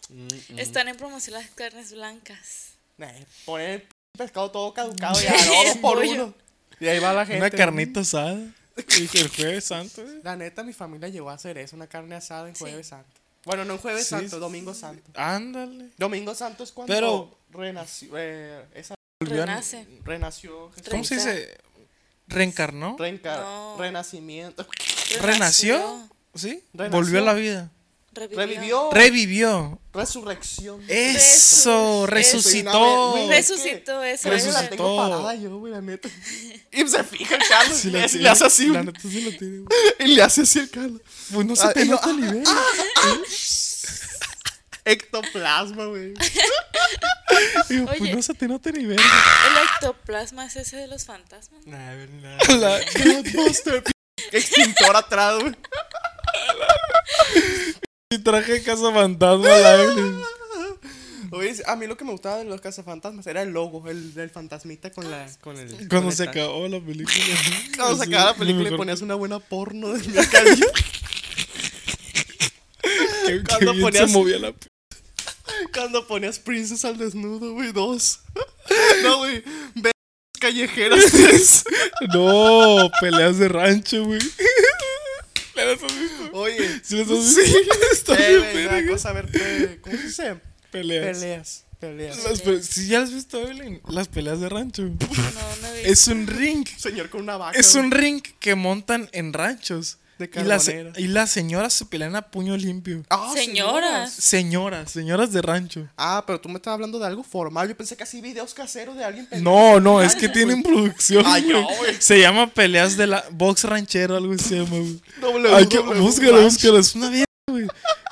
Speaker 1: Mm,
Speaker 3: Están en promoción las carnes blancas.
Speaker 1: Eh, poner el pinche pescado todo caducado ya, no, dos por
Speaker 3: Pollo.
Speaker 1: uno. Y ahí va la gente.
Speaker 2: Una carnita asada. Y que el Jueves Santo, güey.
Speaker 1: La neta, mi familia llegó a hacer eso, una carne asada en
Speaker 3: Sí.
Speaker 1: Jueves Santo. Bueno, no en Jueves
Speaker 2: Sí,
Speaker 1: Santo,
Speaker 2: sí,
Speaker 1: Domingo Santo.
Speaker 2: Ándale.
Speaker 1: Domingo Santo es cuando
Speaker 2: Pero-
Speaker 1: renació, eh, esa-
Speaker 2: Volvió a-
Speaker 3: Renace.
Speaker 1: renació Jesús.
Speaker 2: ¿Cómo se dice? ¿Reencarnó?
Speaker 1: Reenca-
Speaker 3: No.
Speaker 1: Renacimiento.
Speaker 2: ¿Renació? ¿Sí?
Speaker 1: Renació.
Speaker 2: Volvió a la vida.
Speaker 3: Revivió.
Speaker 1: Revivió.
Speaker 2: Revivió.
Speaker 1: Resurrección.
Speaker 2: eh, Eso.
Speaker 3: Resu-
Speaker 2: Resucitó.
Speaker 1: Güey, es que-
Speaker 3: Resucitó, eso
Speaker 1: Creo que
Speaker 2: Resucitó.
Speaker 1: la tengo parada yo, güey, la neta. Y se fija el Carlos
Speaker 2: Sí
Speaker 1: y
Speaker 2: la
Speaker 1: le, y
Speaker 2: tiene,
Speaker 1: le hace así,
Speaker 2: La
Speaker 1: güey.
Speaker 2: neta sí la tiene, güey.
Speaker 1: Y le hace así el Carlos.
Speaker 2: Pues no
Speaker 1: Ah,
Speaker 2: se te
Speaker 1: y lo-
Speaker 2: nota el nivel.
Speaker 1: Ectoplasma, güey.
Speaker 2: Digo, Pues
Speaker 3: Oye.
Speaker 2: no se te nota el nivel.
Speaker 3: El ectoplasma es ese de los fantasmas.
Speaker 2: La-
Speaker 1: Ghostbuster. Extintor atrás, güey.
Speaker 2: Y traje de casa fantasma la Evelyn.
Speaker 1: Oye, a mí lo que me gustaba de los cazafantasmas era el logo, el del fantasmita con la con el
Speaker 2: Cuando
Speaker 1: con
Speaker 2: se
Speaker 1: el-
Speaker 2: acabó la película.
Speaker 1: Cuando se acababa la película y
Speaker 2: y
Speaker 1: ponías una buena porno de Mercadillo.
Speaker 2: Que,
Speaker 1: cuando
Speaker 2: bien
Speaker 1: ponías-
Speaker 2: se movía la. p-
Speaker 1: Cuando ponías Princess al desnudo, güey, dos. No, güey. Ve callejeras. tres.
Speaker 2: No, peleas de rancho, güey. ¿Le das a
Speaker 1: Oye.
Speaker 2: Si les has visto, está
Speaker 1: Eh,
Speaker 2: bien
Speaker 1: güey, me da
Speaker 2: verga.
Speaker 1: cosa ver, eh, ¿cómo se dice?
Speaker 2: Peleas.
Speaker 1: Peleas, peleas.
Speaker 2: Las pe- Si ya las has visto, Evelyn, las peleas de rancho.
Speaker 3: No, no vi.
Speaker 2: Es un ring.
Speaker 1: Señor con una vaca.
Speaker 2: Es
Speaker 1: güey.
Speaker 2: un ring que montan en ranchos.
Speaker 1: De
Speaker 2: y, las,
Speaker 1: carbonera.
Speaker 2: y las señoras se pelean a puño limpio.
Speaker 1: Ah,
Speaker 3: Señoras.
Speaker 2: Señoras, señoras de rancho.
Speaker 1: Ah, pero tú me estabas hablando de algo formal. Yo pensé que así videos caseros de alguien. peleando.
Speaker 2: No, no, es que tienen producción.
Speaker 1: Ay, no,
Speaker 2: güey.
Speaker 1: güey.
Speaker 2: Se llama peleas de la box ranchero, algo así se llama, güey.
Speaker 1: Doble,
Speaker 2: Hay que-
Speaker 1: doble,
Speaker 2: búscalo,
Speaker 1: ranch.
Speaker 2: búscalo. Es una mierda, güey.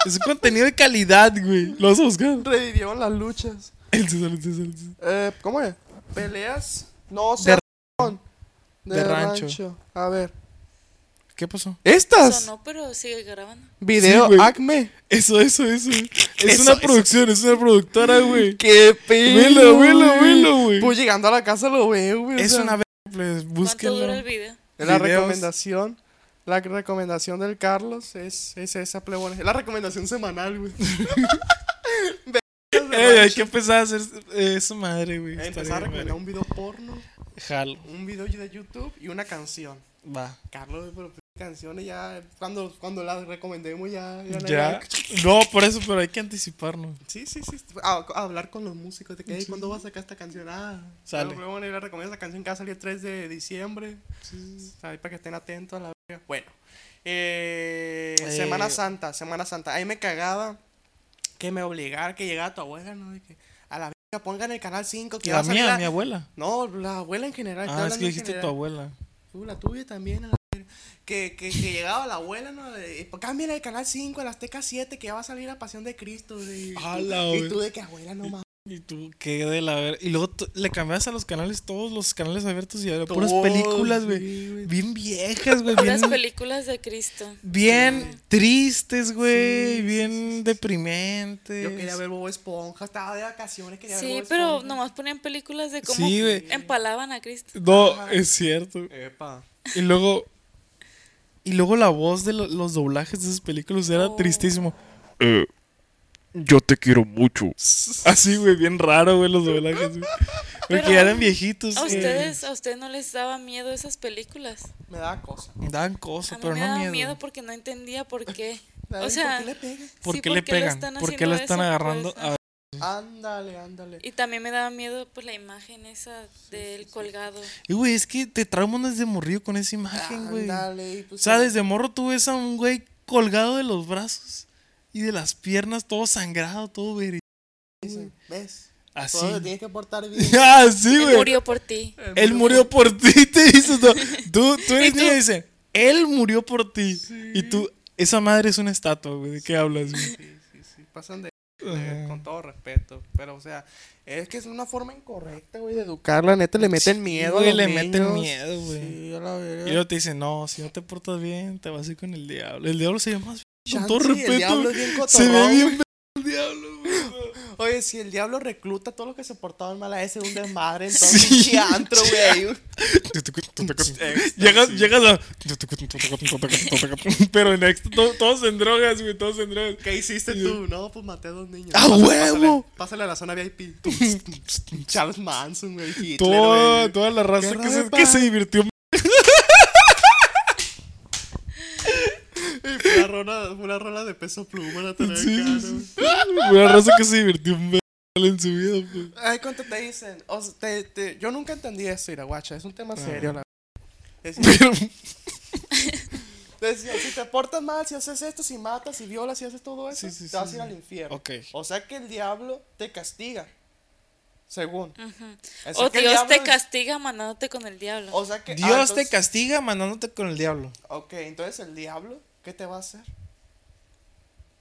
Speaker 2: Es un contenido de calidad, güey. Lo vas a buscar.
Speaker 1: Revivieron las luchas.
Speaker 2: El César, el César, el César.
Speaker 1: Eh, ¿Cómo es? Peleas. No, sé.
Speaker 2: De-
Speaker 1: De,
Speaker 2: de rancho.
Speaker 1: A ver.
Speaker 2: ¿Qué pasó?
Speaker 1: Estas.
Speaker 3: Sonó, pero sigue grabando.
Speaker 1: Video
Speaker 2: Sí, güey.
Speaker 1: Acme.
Speaker 2: Eso, eso, eso. Es
Speaker 1: Eso,
Speaker 2: una
Speaker 1: eso.
Speaker 2: producción, es una productora, güey.
Speaker 1: Qué pedo.
Speaker 2: Velo, velo,
Speaker 1: güey.
Speaker 2: velo, güey.
Speaker 1: Pues llegando a la casa lo veo, güey. o
Speaker 2: Es
Speaker 1: sea,
Speaker 2: una verga, pues,
Speaker 3: ¿Cuánto dura el
Speaker 2: búsquenlo.
Speaker 3: video?
Speaker 1: La
Speaker 2: videos.
Speaker 1: recomendación. La recomendación del Carlos es, es esa plebona. Es la recomendación semanal, güey. De-
Speaker 2: Ey, hay que empezar a hacer eh, esa madre, güey.
Speaker 1: Empezar a
Speaker 2: Estaría
Speaker 1: recomendar
Speaker 2: verga.
Speaker 1: un video porno,
Speaker 2: Jalo.
Speaker 1: un video de YouTube y una canción.
Speaker 2: Va.
Speaker 1: Carlos, pero p- canciones ya. Cuando, cuando las recomendemos ya. Ya. no hay
Speaker 2: Ya.
Speaker 1: nada que-
Speaker 2: No, por eso, pero hay que anticiparnos.
Speaker 1: Sí, sí, sí. A- a hablar con los músicos de que, "Ey, ¿cuándo vas a sacar esta canción? Ah,
Speaker 2: Sale.
Speaker 1: Pero bueno, yo les recomiendo esa canción que va a salir el 3 de diciembre. Ahí para que estén atentos a la verga. Bueno, eh,
Speaker 2: Eh.
Speaker 1: Semana Santa, Semana Santa. Ahí me cagaba que me obligara que llegara tu abuela, ¿no? De que a la verga pongan el canal 5 que va
Speaker 2: La
Speaker 1: a salir
Speaker 2: mía,
Speaker 1: la-
Speaker 2: mi abuela.
Speaker 1: No, la abuela en general. estoy
Speaker 2: Ah, es
Speaker 1: hablando
Speaker 2: que
Speaker 1: en
Speaker 2: dijiste tu
Speaker 1: general.
Speaker 2: abuela.
Speaker 1: Uh, la tuya también. a la verga. Que, que, que llegaba la abuela, ¿no? De, Cámbiale el canal 5, el Azteca 7, que ya va a salir la Pasión de Cristo. de- y,
Speaker 2: A
Speaker 1: tú,
Speaker 2: la
Speaker 1: y
Speaker 2: ver-
Speaker 1: tú de que abuela no mames.
Speaker 2: Y tú, qué de la ver. Y luego tú- le cambias a los canales, todos los canales abiertos y ahora puras
Speaker 1: Todos,
Speaker 2: películas,
Speaker 1: sí,
Speaker 2: güey.
Speaker 1: güey.
Speaker 2: Bien viejas, güey.
Speaker 3: Puras
Speaker 2: Bien,
Speaker 3: películas de Cristo.
Speaker 2: bien tristes, güey.
Speaker 1: Sí,
Speaker 2: bien deprimentes.
Speaker 1: Yo quería ver Bob Esponja, estaba de vacaciones, quería
Speaker 3: Sí,
Speaker 1: ver Bob
Speaker 3: pero
Speaker 1: Esponja.
Speaker 3: nomás ponían películas de cómo
Speaker 2: Sí, güey.
Speaker 3: empalaban a Cristo.
Speaker 2: No, es cierto.
Speaker 1: Epa.
Speaker 2: Y luego. Y luego la voz de lo- los doblajes de esas películas era
Speaker 3: Oh.
Speaker 2: tristísimo.
Speaker 4: Eh, yo te quiero mucho.
Speaker 2: Así, güey, bien raro, güey, los doblajes, güey. Porque
Speaker 3: Pero,
Speaker 2: ya eran viejitos.
Speaker 3: ¿A
Speaker 2: güey.
Speaker 3: ustedes, a ustedes no les daba miedo esas películas?
Speaker 1: Me daba cosa.
Speaker 2: Daban
Speaker 3: A
Speaker 2: cosas,
Speaker 3: mí
Speaker 2: pero
Speaker 3: me
Speaker 2: no
Speaker 3: daba
Speaker 2: miedo.
Speaker 3: miedo. porque no entendía por qué.
Speaker 1: Ay,
Speaker 3: O sea,
Speaker 1: ¿por qué le pega?
Speaker 2: ¿Por
Speaker 3: sí,
Speaker 2: qué le pegan?
Speaker 3: están
Speaker 2: ¿Por qué
Speaker 3: haciendo
Speaker 2: le están
Speaker 3: eso?
Speaker 2: agarrando
Speaker 3: Pues,
Speaker 2: a
Speaker 1: Ándale, ándale.
Speaker 3: Y también me daba miedo pues la imagen esa del colgado.
Speaker 2: Y, güey, es que te traumas desde morrillo con esa imagen, güey.
Speaker 1: Ándale. y
Speaker 2: O
Speaker 1: pues,
Speaker 2: sea,
Speaker 1: sí.
Speaker 2: desde morro tú ves a un güey colgado de los brazos y de las piernas, todo sangrado, todo ver.
Speaker 1: Dicen, ¿Ves?
Speaker 2: Así.
Speaker 1: Todo lo tienes que portar bien.
Speaker 2: Ah, sí,
Speaker 3: Él
Speaker 2: güey.
Speaker 3: murió por ti.
Speaker 1: Eh,
Speaker 2: Él murió por ti, te dices. no. Tú, tú eres
Speaker 3: ¿Y tú?
Speaker 2: niño y dicen, él murió por ti. Y tú, esa madre es una estatua, güey. ¿De qué hablas, güey?
Speaker 1: Sí, sí, sí. Pasan de. eh, Con todo respeto, pero o sea, es que es una forma incorrecta, güey, de educar. La neta le meten miedo.
Speaker 2: güey,
Speaker 1: a los
Speaker 2: le meten
Speaker 1: niños.
Speaker 2: miedo, güey.
Speaker 1: Sí, a la verga.
Speaker 2: Y luego te dicen, no, si no te portas bien, te vas a ir con el diablo. El diablo se llama más. Con
Speaker 1: Chance,
Speaker 2: todo
Speaker 1: y el
Speaker 2: respeto,
Speaker 1: diablo es
Speaker 2: güey,
Speaker 1: bien
Speaker 2: se ve
Speaker 1: cotorrón,
Speaker 2: bien el diablo, güey.
Speaker 1: Oye, si el diablo recluta a todos los que se portaban mal a ese un desmadre, entonces pinche antro, güey.
Speaker 2: Llegas, llegas a. Pero en extra, to- todos en drogas, güey, todos en drogas.
Speaker 1: ¿Qué hiciste tú? No, pues maté a dos niños.
Speaker 2: ¡A huevo!
Speaker 1: Pásale, pásale a la zona VIP. Charles Manson, güey. Hitler,
Speaker 2: Toda,
Speaker 1: güey.
Speaker 2: toda la raza
Speaker 1: Qué
Speaker 2: que se,
Speaker 1: repa.
Speaker 2: que se divirtió.
Speaker 1: Y fue una rola, fue una rola de peso pluma la
Speaker 2: Sí, sí,
Speaker 1: televisión.
Speaker 2: sí. Una raza que se divirtió un vergal en su vida, pues. güey.
Speaker 1: Ay, ¿cuánto te dicen? O sea, te- te- yo nunca entendí eso, Iraguacha. Es un tema serio, la Decía,
Speaker 2: Pero,
Speaker 1: decía, si te portas mal, si haces esto, si matas, si violas, si haces todo eso,
Speaker 2: Sí, sí,
Speaker 1: te
Speaker 2: sí,
Speaker 1: vas
Speaker 2: sí.
Speaker 1: a ir al infierno.
Speaker 2: ok.
Speaker 1: O sea que el diablo te castiga. Según. O sea
Speaker 3: O
Speaker 1: que el
Speaker 3: Oh, Dios te
Speaker 1: diablo es-
Speaker 3: castiga mandándote con el diablo.
Speaker 1: O sea que. ah,
Speaker 2: Dios
Speaker 1: entonces-
Speaker 2: te castiga mandándote con el diablo.
Speaker 1: Ok, entonces el diablo, ¿qué te va a hacer?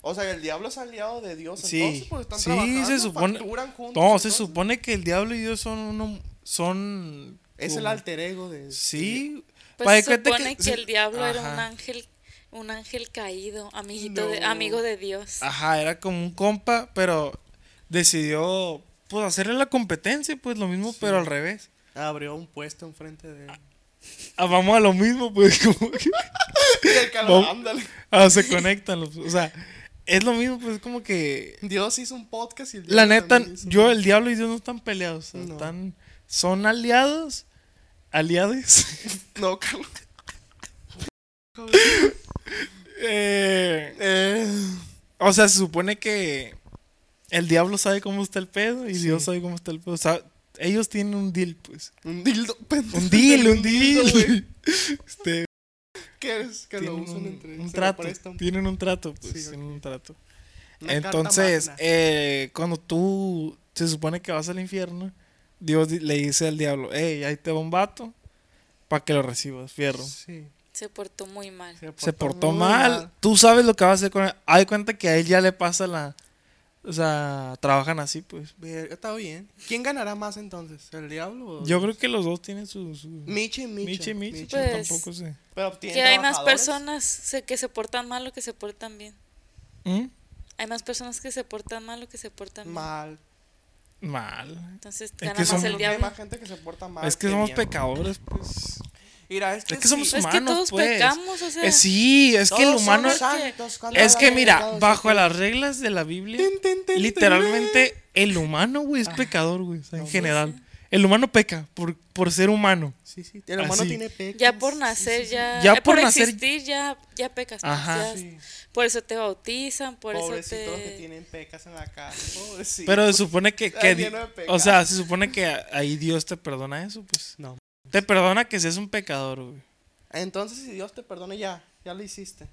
Speaker 1: O sea, el diablo es aliado de Dios, entonces,
Speaker 2: Sí,
Speaker 1: porque están
Speaker 2: sí,
Speaker 1: trabajando,
Speaker 2: se supone.
Speaker 1: facturan juntos,
Speaker 2: No, se
Speaker 1: entonces.
Speaker 2: supone que el diablo y Dios son uno. Son.
Speaker 1: Es el
Speaker 2: como-
Speaker 1: alter ego de...
Speaker 2: Sí. para
Speaker 3: Pues se supone que, el diablo era un
Speaker 2: Ajá.
Speaker 3: ángel, un ángel caído, amiguito de,
Speaker 1: No.
Speaker 3: amigo de Dios.
Speaker 2: Ajá, era como un compa, pero decidió pues hacerle la competencia, pues lo mismo, pero al revés.
Speaker 1: Abrió un puesto enfrente de... él.
Speaker 2: Ah, vamos a lo mismo, pues como que
Speaker 1: Y el calo-
Speaker 2: Vamos.
Speaker 1: ándale.
Speaker 2: ah, se conectan los, o sea, es lo mismo, pues como que
Speaker 1: Dios hizo un podcast y el diablo
Speaker 2: la neta
Speaker 1: también hizo-
Speaker 2: yo el diablo y Dios no están peleados, o sea,
Speaker 1: No.
Speaker 2: están son aliados, aliados.
Speaker 1: No, Carlos.
Speaker 2: Eh, o sea, se supone que el diablo sabe cómo está el pedo y Dios sabe cómo está el pedo, o sea, ellos tienen un deal, pues.
Speaker 1: Un dildo, pendejo.
Speaker 2: Un deal, un
Speaker 1: dildo, güey.
Speaker 2: deal. Este,
Speaker 1: ¿Qué es? Que lo
Speaker 2: tienen
Speaker 1: usan
Speaker 2: un,
Speaker 1: entre...
Speaker 2: un
Speaker 1: se lo
Speaker 2: trato.
Speaker 1: prestan.
Speaker 2: Tienen un trato, pues.
Speaker 1: Sí, ok.
Speaker 2: Tienen un trato.
Speaker 1: Una carta
Speaker 2: Entonces,
Speaker 1: magna.
Speaker 2: eh, cuando tú se supone que vas al infierno, Dios di- le dice al diablo: Hey, ahí te va un vato para que lo recibas, fierro.
Speaker 1: Sí.
Speaker 3: Se portó muy mal.
Speaker 2: Se portó
Speaker 1: muy
Speaker 2: mal. Tú sabes lo que va a hacer con él. Hay cuenta que a él ya le pasa la. O sea, trabajan así, pues.
Speaker 1: Verga, está bien. ¿Quién ganará más entonces? ¿El diablo o
Speaker 2: Yo creo que los dos tienen su. su...
Speaker 1: Michi y Micha.
Speaker 2: Michi, Michi,
Speaker 1: Micha.
Speaker 3: Pues-
Speaker 2: tampoco sé.
Speaker 1: Pero
Speaker 3: Que hay más personas se- que se portan mal o que se portan bien.
Speaker 2: ¿Mm?
Speaker 3: Hay más personas que se portan mal o que se portan bien.
Speaker 1: mal.
Speaker 2: Mal.
Speaker 3: Entonces
Speaker 2: que
Speaker 3: gana más
Speaker 2: somos-
Speaker 3: el
Speaker 1: Hay
Speaker 3: diablo.
Speaker 1: más gente que se porta mal.
Speaker 2: Es que
Speaker 1: que
Speaker 2: somos
Speaker 1: bien.
Speaker 2: pecadores, pues.
Speaker 1: Mira, es que,
Speaker 2: Es que somos
Speaker 1: sí.
Speaker 3: Pues que
Speaker 2: humanos,
Speaker 3: todos
Speaker 2: pues.
Speaker 3: pecamos, o sea.
Speaker 2: Eh, sí, es que el
Speaker 1: Todos
Speaker 2: humano.
Speaker 1: somos santos cuando
Speaker 2: Es que
Speaker 1: hablamos de
Speaker 2: mira,
Speaker 1: todos.
Speaker 2: bajo las reglas de la Biblia,
Speaker 1: Tin, tin, tin, Ah,
Speaker 2: literalmente el humano, güey, es pecador, güey, o sea, en general. El humano peca por, por ser humano.
Speaker 1: Sí, sí. El humano
Speaker 2: Así.
Speaker 1: tiene pecas.
Speaker 3: Ya por nacer, ya,
Speaker 2: Ya
Speaker 3: ya
Speaker 2: por
Speaker 3: por,
Speaker 2: nacer-
Speaker 3: existir, ya, ya pecas. pues,
Speaker 2: Ajá.
Speaker 3: ya-
Speaker 1: Sí.
Speaker 3: Por eso te bautizan, por
Speaker 1: Pobrecitos
Speaker 3: eso
Speaker 1: los
Speaker 3: te...
Speaker 1: que tienen pecas en la cara. Pobrecitos.
Speaker 2: Pero se supone que, que
Speaker 1: Está
Speaker 2: di-
Speaker 1: lleno de pecado.
Speaker 2: o sea, se supone que a- ahí Dios te perdona eso, pues.
Speaker 1: No.
Speaker 2: Te perdona que seas un pecador, güey.
Speaker 1: Entonces, si Dios te perdone, ya. Ya lo hiciste.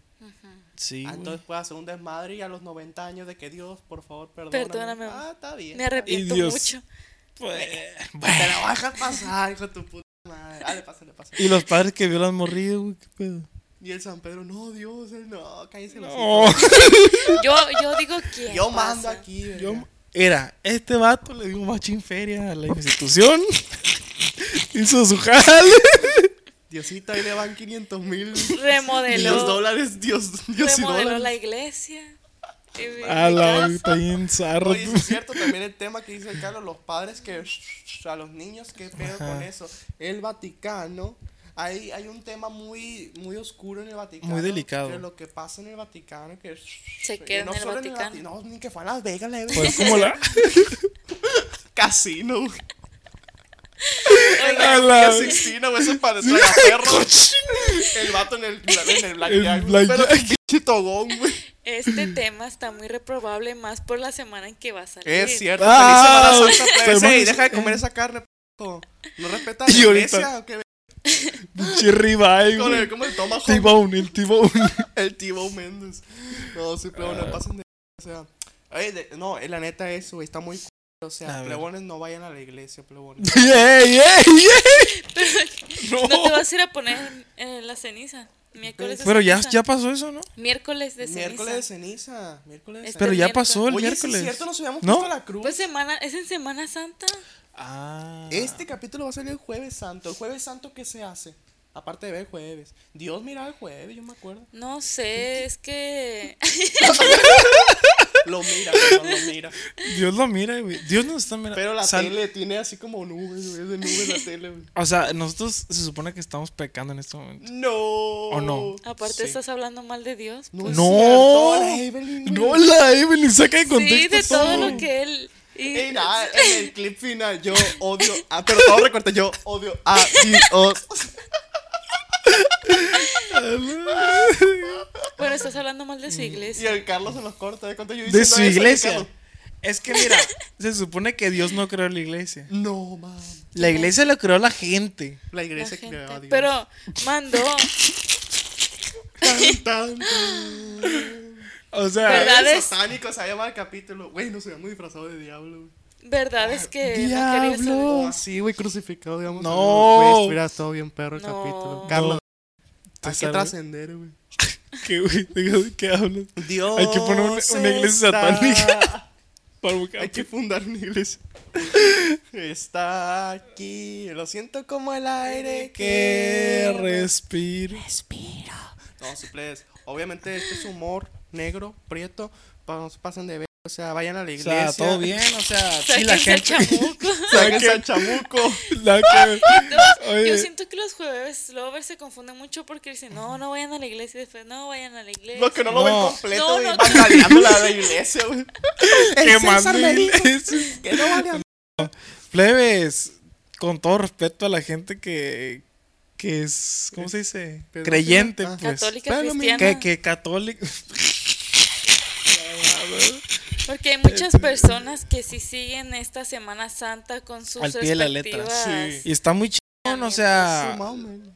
Speaker 2: Sí,
Speaker 1: Ah,
Speaker 2: güey.
Speaker 1: entonces puedes hacer un desmadre y a los 90 años de que Dios, por favor, perdóname.
Speaker 3: Perdóname.
Speaker 1: Ah, está bien.
Speaker 3: Me
Speaker 1: está bien.
Speaker 3: arrepiento
Speaker 2: Dios.
Speaker 3: mucho.
Speaker 2: Pues,
Speaker 1: Te
Speaker 2: bueno.
Speaker 1: la vas a pasar, hijo de tu puta madre. Dale, pásale, pásale.
Speaker 2: Y los padres que violan morrido, güey, qué pedo.
Speaker 1: Y el San Pedro, no, Dios, él no, cállense los
Speaker 2: No.
Speaker 3: Yo, yo digo quién.
Speaker 1: Yo mando
Speaker 3: pasa?
Speaker 1: aquí, verga.
Speaker 2: Yo, era, este vato le dio machín feria a la institución. hizo su jale.
Speaker 1: Diosito, ahí le van 500 mil. Dios
Speaker 3: Remodeló,
Speaker 1: dólares, Dios, Dios y
Speaker 3: remodeló
Speaker 1: dólares.
Speaker 3: la iglesia. Eh, Y mi-
Speaker 2: A
Speaker 3: mi
Speaker 2: Ah, la
Speaker 3: casa.
Speaker 2: está bien zarra.
Speaker 1: Oye, sí es cierto también el tema que dice el Carlos, los padres que a los niños, qué pedo con eso. El Vaticano, hay, hay un tema muy, muy oscuro en el Vaticano.
Speaker 2: Muy delicado.
Speaker 1: Que lo que pasa en el Vaticano, que
Speaker 3: Se
Speaker 1: y
Speaker 3: queda en el
Speaker 1: solo
Speaker 3: Vaticano.
Speaker 1: Vati- no, ni que fue a Las Vegas, la
Speaker 2: Pues como la.
Speaker 1: casino. güey.
Speaker 2: A
Speaker 1: El
Speaker 2: la-
Speaker 1: la Sixtina, güey, eso es para entrar a perro. El vato en el, en el
Speaker 2: El
Speaker 1: blackjack. güey.
Speaker 2: blackjack.
Speaker 1: Pero pinche togón, güey.
Speaker 3: Este tema está muy reprobable más por la semana en que va a salir.
Speaker 1: Es cierto.
Speaker 2: Ah,
Speaker 1: feliz Semana Santa, plebes.
Speaker 2: Semana
Speaker 1: Ey, deja de comer esa carne, p***o. No respeta la
Speaker 2: Y ahorita-
Speaker 1: iglesia. ¿o qué?
Speaker 2: Pinche ribeye,
Speaker 1: Con el,
Speaker 2: güey.
Speaker 1: como el tomahawk.
Speaker 2: T-Bone, el T-Bone.
Speaker 1: El Tibo Méndez. No, sí, pero no pasen de. O sea, ey, de- no, eh, la neta, eso güey, está muy. c- O
Speaker 2: A
Speaker 1: sea,
Speaker 2: ver.
Speaker 1: plebones no vayan a la iglesia, plebones.
Speaker 2: ¡Ey, ey, ey!
Speaker 3: No te
Speaker 2: No.
Speaker 3: vas a ir a poner en, en la ceniza. Miércoles de
Speaker 2: Pero ya,
Speaker 3: ceniza.
Speaker 2: ya pasó eso, ¿no?
Speaker 3: Miércoles de
Speaker 1: Miércoles de
Speaker 3: ceniza.
Speaker 1: ceniza. Miércoles de
Speaker 3: Este-
Speaker 2: Pero ya
Speaker 3: miércoles.
Speaker 2: pasó el
Speaker 1: Oye, sí
Speaker 2: miércoles.
Speaker 1: es cierto, nos habíamos
Speaker 2: ¿No?
Speaker 1: puesto la cruz.
Speaker 3: Pues semana, es en Semana Santa.
Speaker 2: Ah.
Speaker 1: Este capítulo va a salir el jueves santo. ¿El jueves santo qué se hace? Aparte de ver jueves. Dios miraba el jueves, yo me acuerdo.
Speaker 3: No sé, es que
Speaker 1: Lo mira, pero lo mira.
Speaker 2: Dios lo mira, güey. Dios nos está mirando.
Speaker 1: Pero la
Speaker 2: Sal-
Speaker 1: tele tiene así como nubes, güey. Es de nubes la tele, güey.
Speaker 2: O sea, nosotros se supone que estamos pecando en este momento.
Speaker 1: No. ¿O
Speaker 2: no?
Speaker 3: aparte
Speaker 2: Sí.
Speaker 3: estás hablando mal de Dios.
Speaker 1: No.
Speaker 2: No.
Speaker 1: es cierto, la Evelyn, güey.
Speaker 2: no, la Evelyn saca de contexto.
Speaker 3: Sí, de todo lo que él. y-
Speaker 1: Y nada, en el clip final yo odio a, pero todo recorte yo odio a Dios.
Speaker 3: Bueno, estás hablando mal
Speaker 2: Mm,
Speaker 3: de su
Speaker 1: Y
Speaker 3: iglesia.
Speaker 1: el Carlos se los corta, ¿de cuánto yo
Speaker 2: De
Speaker 1: diciendo
Speaker 2: su
Speaker 1: eso, y
Speaker 2: iglesia.
Speaker 1: Carlos,
Speaker 2: Es que mira, se supone que Dios no creó la iglesia.
Speaker 1: No, man.
Speaker 2: La iglesia la creó la gente.
Speaker 1: La
Speaker 3: la
Speaker 1: iglesia
Speaker 3: gente.
Speaker 1: creó a Dios.
Speaker 3: Pero mandó
Speaker 1: Tan, tan, tan.
Speaker 2: O sea,
Speaker 3: ¿Verdad? ¿Verdades?
Speaker 1: satánico se llama el capítulo. Güey, nos habíamos disfrazado de diablo. güey.
Speaker 3: verdades que no quería
Speaker 2: diablo.
Speaker 3: saber.
Speaker 1: O así, güey, crucificado, digamos.
Speaker 2: No.
Speaker 1: Güey, estuviera todo bien perro el
Speaker 3: No.
Speaker 1: capítulo.
Speaker 3: No.
Speaker 1: Carlos,
Speaker 2: ¿Te
Speaker 1: hay que
Speaker 2: sabes?
Speaker 1: trascender, güey.
Speaker 2: ¿qué, güey? ¿De qué hablas?
Speaker 1: Dios.
Speaker 2: Hay que poner una- una iglesia satánica. Para
Speaker 1: Hay que fundar una iglesia. Está aquí. Lo siento como el aire
Speaker 2: que
Speaker 1: que
Speaker 2: respiro.
Speaker 1: respiro. No, sí, please. Obviamente, este es humor negro, prieto. Pa- No se pasen de ver. O sea, vayan a la
Speaker 2: O
Speaker 1: iglesia.
Speaker 2: sea, todo bien, o sea, sí,
Speaker 3: Sáquense
Speaker 2: la
Speaker 3: el
Speaker 2: gente.
Speaker 3: chamuco.
Speaker 1: Sáquense al chamuco.
Speaker 2: La que-
Speaker 3: Yo
Speaker 2: Oye,
Speaker 3: siento que los jueves lovers se confunden mucho porque dicen, no, no vayan a la iglesia y después, no vayan a la iglesia.
Speaker 1: Los que no,
Speaker 2: No.
Speaker 1: lo ven completo,
Speaker 3: No,
Speaker 1: güey,
Speaker 3: no,
Speaker 1: van
Speaker 3: no.
Speaker 1: caleando la de iglesia, güey. El
Speaker 2: qué
Speaker 1: César me
Speaker 2: mamil.
Speaker 1: dijo
Speaker 2: Es-
Speaker 1: que no vale a-
Speaker 2: Plebes, con todo respeto a la gente que, que es, ¿cómo se dice?
Speaker 1: Pedófila.
Speaker 2: Creyente,
Speaker 1: Ah.
Speaker 2: pues.
Speaker 3: Católica,
Speaker 2: Pero, mi-
Speaker 3: cristiana.
Speaker 2: Que, que católica.
Speaker 3: Porque hay
Speaker 2: Este.
Speaker 3: muchas personas que sí siguen esta Semana Santa con sus
Speaker 2: Al pie de la letra.
Speaker 3: respectivas-
Speaker 2: Y está muy chingón, o sea,
Speaker 1: Sumado, man.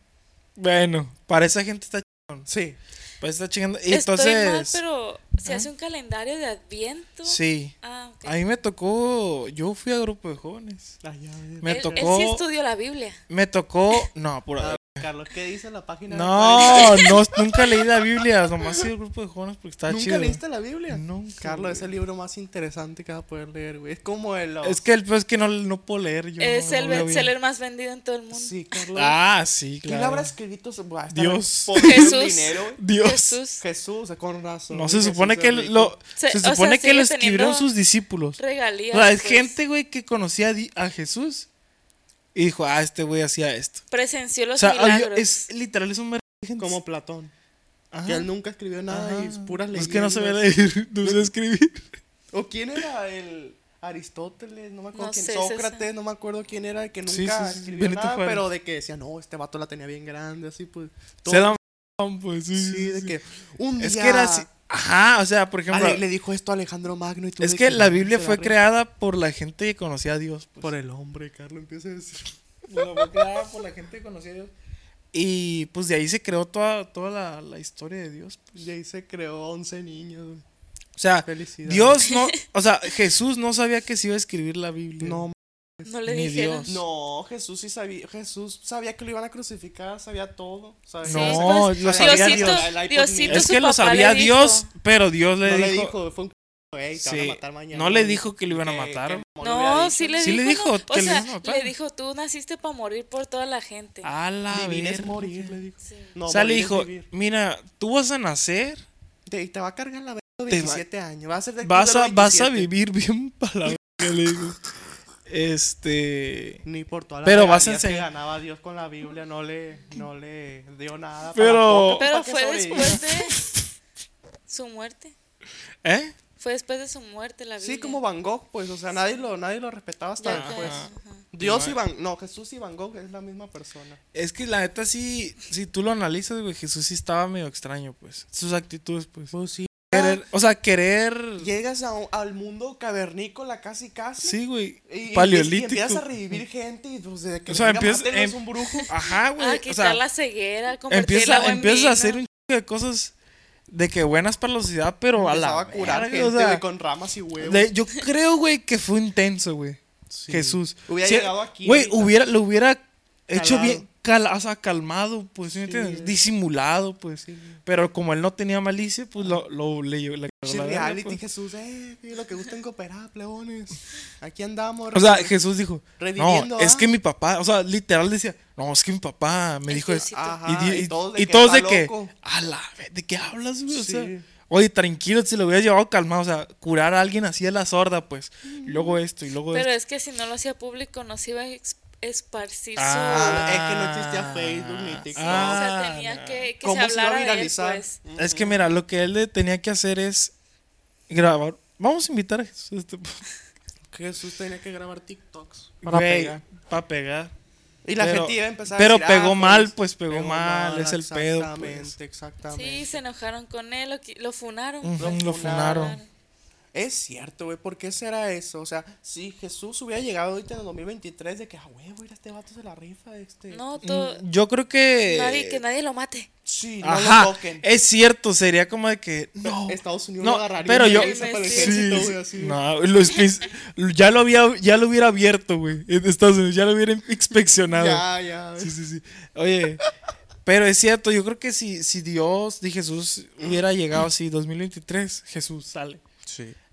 Speaker 2: bueno, para esa gente está chingón.
Speaker 1: Sí.
Speaker 2: Para esa chingón. Y
Speaker 3: Estoy mal,
Speaker 2: entonces, ¿eh?
Speaker 3: pero se hace un calendario de adviento.
Speaker 2: sí,
Speaker 3: Ah, ok.
Speaker 2: a mí me tocó, yo fui a grupo de jóvenes.
Speaker 1: La llave.
Speaker 2: Me
Speaker 3: él,
Speaker 2: tocó,
Speaker 3: él sí estudió la Biblia.
Speaker 2: me tocó, no, por
Speaker 1: Carlos, ¿qué dice la página?
Speaker 2: No, no, nunca leí la Biblia, nomás el grupo de jóvenes porque estaba
Speaker 1: ¿Nunca
Speaker 2: chido.
Speaker 1: leíste la Biblia?
Speaker 2: Nunca,
Speaker 1: Carlos,
Speaker 2: güey.
Speaker 1: es el libro más interesante que vas a poder leer, güey. Es como el.
Speaker 2: Es que el peor es que no, no puedo leer yo.
Speaker 3: es
Speaker 2: no-
Speaker 3: el
Speaker 2: no leo bien.
Speaker 3: bestseller más vendido en todo el mundo.
Speaker 1: Sí, Carlos.
Speaker 2: Ah, sí,
Speaker 1: ¿Quién habrá
Speaker 2: claro.
Speaker 1: escrito? su- Buah, está
Speaker 2: Dios.
Speaker 1: reposo de
Speaker 3: Jesús.
Speaker 1: dinero, güey.
Speaker 2: Dios.
Speaker 3: Jesús
Speaker 1: Jesús, con razón.
Speaker 2: No
Speaker 1: güey,
Speaker 2: se
Speaker 1: Jesús
Speaker 2: supone
Speaker 1: es
Speaker 2: que
Speaker 1: rico.
Speaker 2: lo
Speaker 3: Se-
Speaker 2: se,
Speaker 3: o sea,
Speaker 2: supone que lo
Speaker 3: sigue
Speaker 2: escribieron
Speaker 3: teniendo
Speaker 2: sus discípulos. O
Speaker 3: regalías.
Speaker 2: sea, es
Speaker 3: pues.
Speaker 2: gente, güey, que conocía a, Di- a Jesús y dijo, "Ah, este güey hacía esto."
Speaker 3: presenció
Speaker 2: O
Speaker 3: los
Speaker 2: sea, hay-
Speaker 3: milagros.
Speaker 2: es literal es un mer- de gente.
Speaker 1: Como Platón.
Speaker 2: Ajá.
Speaker 1: Que él nunca escribió nada y es puras
Speaker 2: Pues
Speaker 1: leyes.
Speaker 2: Ah. Es que no sabía leer, no sabía escribir.
Speaker 1: ¿O quién era el Aristóteles? No me acuerdo
Speaker 3: No
Speaker 1: quién.
Speaker 3: sé,
Speaker 1: Sócrates,
Speaker 3: César.
Speaker 1: no me acuerdo quién era el que nunca
Speaker 2: Sí, sí, sí,
Speaker 1: escribió
Speaker 2: Benito
Speaker 1: nada,
Speaker 2: Juárez.
Speaker 1: pero de que decía, no, este vato la tenía bien grande, así pues. todo-
Speaker 2: Se dan pues sí.
Speaker 1: Sí, de que un día
Speaker 2: Es que era así. Ajá, o sea, por ejemplo,
Speaker 1: Ale- le dijo esto a Alejandro Magno y tú
Speaker 2: Es
Speaker 1: de
Speaker 2: que la Biblia
Speaker 1: se
Speaker 2: fue
Speaker 1: agarra-
Speaker 2: creada por la gente que conocía a Dios. pues.
Speaker 1: por el hombre, Carlos, empieza a decir.
Speaker 2: Bueno, fue creada por la gente que conocía a Dios. Y pues de ahí se creó toda, toda la, la historia de Dios.
Speaker 1: Y ahí se creó 11 niños. güey.
Speaker 2: O sea,
Speaker 1: Felicidades.
Speaker 2: Dios no, o sea, Jesús no sabía que se iba a escribir la Biblia.
Speaker 1: No,
Speaker 3: no le
Speaker 2: ni
Speaker 3: dijeron.
Speaker 2: Dios.
Speaker 1: no, Jesús sí sabía, Jesús sabía que lo iban a crucificar, sabía todo. Sabía,
Speaker 2: No,
Speaker 3: Sí,
Speaker 2: lo sabía
Speaker 3: Diosito,
Speaker 2: Dios.
Speaker 1: El iPod
Speaker 3: Diosito,
Speaker 1: mini.
Speaker 2: es
Speaker 3: su
Speaker 2: que lo
Speaker 3: papá
Speaker 2: sabía
Speaker 3: le
Speaker 2: Dios,
Speaker 3: dijo.
Speaker 2: pero Dios le
Speaker 1: no
Speaker 2: dijo.
Speaker 1: le dijo, fue un c- "Ey, te van
Speaker 2: sí,
Speaker 1: a matar mañana.
Speaker 2: no le dijo que lo iban a matar.
Speaker 3: No, sí le
Speaker 2: Sí
Speaker 3: dijo.
Speaker 2: le dijo Ah.
Speaker 3: no,
Speaker 2: que
Speaker 3: o
Speaker 2: le
Speaker 3: sea,
Speaker 2: iban a
Speaker 3: le,
Speaker 2: matar.
Speaker 3: dijo, tú naciste para morir por toda la gente.
Speaker 2: A la
Speaker 1: Vivir es
Speaker 2: verga.
Speaker 1: morir, le dijo.
Speaker 3: Sí.
Speaker 1: No,
Speaker 2: o sea, le
Speaker 1: morir es
Speaker 2: dijo,
Speaker 1: vivir.
Speaker 2: mira, tú vas a nacer,
Speaker 1: Te, te va a cargar la verga a los
Speaker 2: Te va-
Speaker 1: 27 años. Va a ser de
Speaker 2: vas
Speaker 1: de los
Speaker 2: a, vas a
Speaker 1: 27.
Speaker 2: vivir bien para la verga, le dijo. Este...
Speaker 1: Ni por todas las
Speaker 2: Pero vas a
Speaker 1: regalías que
Speaker 2: enseñar-
Speaker 1: ganaba Dios con la Biblia, no le, no le dio nada. para
Speaker 2: Pero-
Speaker 1: la coca,
Speaker 3: Pero
Speaker 1: para que
Speaker 3: fue
Speaker 1: sobreviva.
Speaker 3: después de su muerte.
Speaker 2: ¿Eh?
Speaker 3: Fue después de su muerte la Biblia.
Speaker 1: Sí, como pues. Van Gogh, pues, o sea, nadie lo, nadie lo respetaba hasta
Speaker 3: Ya,
Speaker 1: después.
Speaker 3: ajá.
Speaker 1: Dios
Speaker 2: No,
Speaker 1: y Van, no, Jesús y Van Gogh es la misma persona.
Speaker 2: Es que la neta sí, si tú lo analizas, güey, Jesús sí estaba medio extraño, pues. Sus actitudes, pues.
Speaker 1: Pues sí.
Speaker 2: Querer, o sea, querer.
Speaker 1: Llegas a un- al mundo cavernícola casi casi.
Speaker 2: Pues- Sí, güey.
Speaker 1: Y- Y,
Speaker 2: Paleolítico.
Speaker 1: Y empiezas a revivir gente y pues de que
Speaker 2: o sea,
Speaker 1: venga,
Speaker 2: empiezas.
Speaker 1: Mátelo, es
Speaker 2: em-
Speaker 1: un brujo.
Speaker 2: Ajá,
Speaker 3: Ah,
Speaker 2: güey.
Speaker 3: quitar
Speaker 2: o sea,
Speaker 3: la ceguera, convertirla
Speaker 2: empieza,
Speaker 3: en
Speaker 2: empiezas
Speaker 3: vino.
Speaker 2: a hacer un chingo de cosas de que buenas para la sociedad, pero a la.
Speaker 1: Empezaba a curar
Speaker 2: verga,
Speaker 1: gente
Speaker 2: o sea,
Speaker 1: güey, con ramas y huevos.
Speaker 2: de- yo creo, güey, que fue intenso, güey.
Speaker 1: Sí.
Speaker 2: Jesús.
Speaker 1: Hubiera
Speaker 2: Si-
Speaker 1: llegado aquí
Speaker 2: Güey,
Speaker 1: ahorita.
Speaker 2: hubiera, lo hubiera hecho
Speaker 1: Calado.
Speaker 2: bien, cal- o sea, calmado, pues, ¿sí me entiendes? Disimulado, pues. Pero como él no tenía malicia, pues lo, lo le llevó le
Speaker 1: Pinche
Speaker 2: cargó la verga,
Speaker 1: reality,
Speaker 2: pues.
Speaker 1: Jesús, eh, lo que gustan cooperar, plebones. Aquí andamos.
Speaker 2: O sea, Jesús dijo,
Speaker 1: Reviviendo,
Speaker 2: no, es
Speaker 1: ¿ah?
Speaker 2: que mi papá, o sea, literal decía, no, es que mi papá me
Speaker 3: Es
Speaker 2: dijo
Speaker 3: que
Speaker 2: eso.
Speaker 3: sí.
Speaker 1: Ajá,
Speaker 2: y, di-
Speaker 1: y todos de
Speaker 2: y
Speaker 1: que
Speaker 2: todos de
Speaker 1: está
Speaker 2: que,
Speaker 1: loco.
Speaker 2: a la vez, ¿de qué hablas, güey? O
Speaker 1: Sí.
Speaker 2: sea, oye, tranquilo, si lo hubiera llevado calmado, o sea, curar a alguien así a la sorda, pues. y Luego esto y luego
Speaker 3: Pero
Speaker 2: esto.
Speaker 3: es que si no lo hacía público, no se iba a ex- esparcir
Speaker 1: Ah, es que no existía Facebook ni
Speaker 3: su.
Speaker 1: TikTok.
Speaker 3: Sí,
Speaker 2: ah.
Speaker 3: o sea, tenía
Speaker 2: no.
Speaker 3: que, que se
Speaker 1: ¿Cómo se iba a
Speaker 3: hablara de él,
Speaker 1: viralizar?
Speaker 3: pues.
Speaker 2: Es que mira, lo que él le tenía que hacer es grabar. Vamos a invitar a Jesús este,
Speaker 1: Jesús tenía que grabar TikToks.
Speaker 2: para pegar. Para pegar.
Speaker 1: Y la
Speaker 2: Pero-
Speaker 1: gente iba a empezar
Speaker 2: pero
Speaker 1: a decir,
Speaker 2: pegó
Speaker 1: ah,
Speaker 2: mal,
Speaker 1: pues,
Speaker 2: pues, pegó mal, es el pedo,
Speaker 1: Exactamente,
Speaker 2: pues.
Speaker 1: exactamente.
Speaker 3: Sí, se enojaron con él, lo, qui- lo funaron.
Speaker 2: Ujú,
Speaker 3: pues.
Speaker 2: lo funaron.
Speaker 1: Es cierto, güey, ¿por qué será eso? O sea, si Jesús hubiera llegado ahorita en el 2023 de que, ah, huevo, mira, este vato se la rifa, este...
Speaker 3: No, todo,
Speaker 2: Yo creo que.
Speaker 3: nadie, que nadie lo mate.
Speaker 1: Sí, no
Speaker 2: Ajá,
Speaker 1: lo toquen.
Speaker 2: es cierto, sería como de que no.
Speaker 1: Estados Unidos
Speaker 2: Oh. no,
Speaker 1: lo agarraría
Speaker 2: pero
Speaker 1: y
Speaker 2: yo
Speaker 1: regresa para el
Speaker 3: Sí,
Speaker 1: ejército,
Speaker 2: sí,
Speaker 1: güey, así.
Speaker 2: no, los pis- ya lo había ya lo hubiera abierto, güey, en Estados Unidos, ya lo hubiera inspeccionado.
Speaker 1: Ya, ya.
Speaker 2: Sí, sí, sí. Oye, pero es cierto, yo creo que si si Dios de Jesús hubiera llegado así 2023, Jesús sale.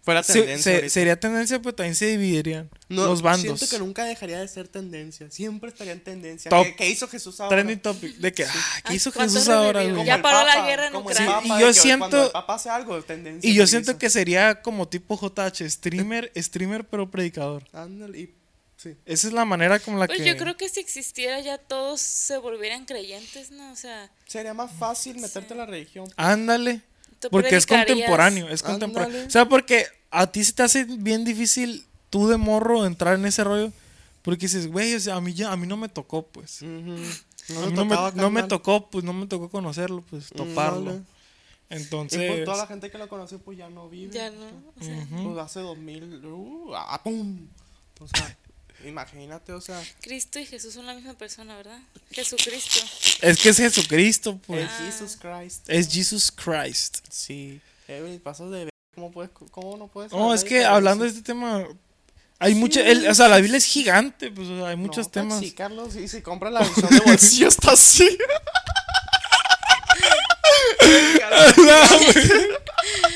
Speaker 1: Fuera
Speaker 2: Se-
Speaker 1: tendencia
Speaker 2: se-
Speaker 1: ahorita.
Speaker 2: sería tendencia, pero también se dividirían
Speaker 1: No,
Speaker 2: los bandos.
Speaker 1: Siento que nunca dejaría de ser tendencia. Siempre estaría en tendencia.
Speaker 2: Top.
Speaker 1: ¿Qué, qué hizo Jesús ahora?
Speaker 2: Trending topic de que ah, ¿qué
Speaker 3: Ay,
Speaker 2: hizo
Speaker 3: ¿cuánto
Speaker 2: Jesús ahora,
Speaker 3: revivió?
Speaker 2: güey?
Speaker 3: Ya
Speaker 1: el
Speaker 3: paró la
Speaker 1: Papa,
Speaker 3: guerra en
Speaker 1: como el
Speaker 3: Ucrania.
Speaker 1: Papa,
Speaker 2: Sí, y
Speaker 1: de
Speaker 2: yo
Speaker 1: que
Speaker 2: siento-
Speaker 1: cuando el Papa hace algo, es tendencia.
Speaker 2: Y yo
Speaker 1: que
Speaker 2: siento
Speaker 1: hizo.
Speaker 2: que sería como tipo JH, streamer, streamer pero predicador.
Speaker 1: Ándale, y- sí.
Speaker 2: Esa es la manera como la
Speaker 3: Pues
Speaker 2: que
Speaker 3: yo creo que si existiera ya todos se volvieran creyentes, ¿no? O sea,
Speaker 1: Sería más fácil meterte a la religión.
Speaker 2: Ándale.
Speaker 3: Tú
Speaker 2: Porque es
Speaker 3: predicarías.
Speaker 2: contemporáneo, es contemporáneo.
Speaker 1: Ándale.
Speaker 2: O sea, porque a ti se te hace bien difícil tú de morro entrar en ese rollo. Porque dices, güey, o sea, a mí, ya, a mí no me tocó, pues. A mí No, me, no me tocó, pues, no me tocó conocerlo, pues, toparlo.
Speaker 1: Ándale. Mm, Y
Speaker 2: Entonces,
Speaker 1: pues toda la gente que lo conoce, pues ya no vive.
Speaker 3: ya no. O sea,
Speaker 1: Pues hace 2000. Uh, ah, pum. O sea, imagínate, o sea.
Speaker 3: Cristo y Jesús son la misma persona, ¿verdad? Jesucristo.
Speaker 2: es que es Jesucristo, pues.
Speaker 1: el Jesus Christ.
Speaker 2: Es Jesus Christ.
Speaker 1: Sí. Evelyn, pasas de ver- ¿Cómo, puedes, ¿Cómo no puedes.?
Speaker 2: No, es que hablando de este tema, hay mucha, el- o sea, la Biblia es gigante, pues, o sea, hay muchos temas.
Speaker 1: Sí, Carlos, y si compras la versión de bolsillo, está así.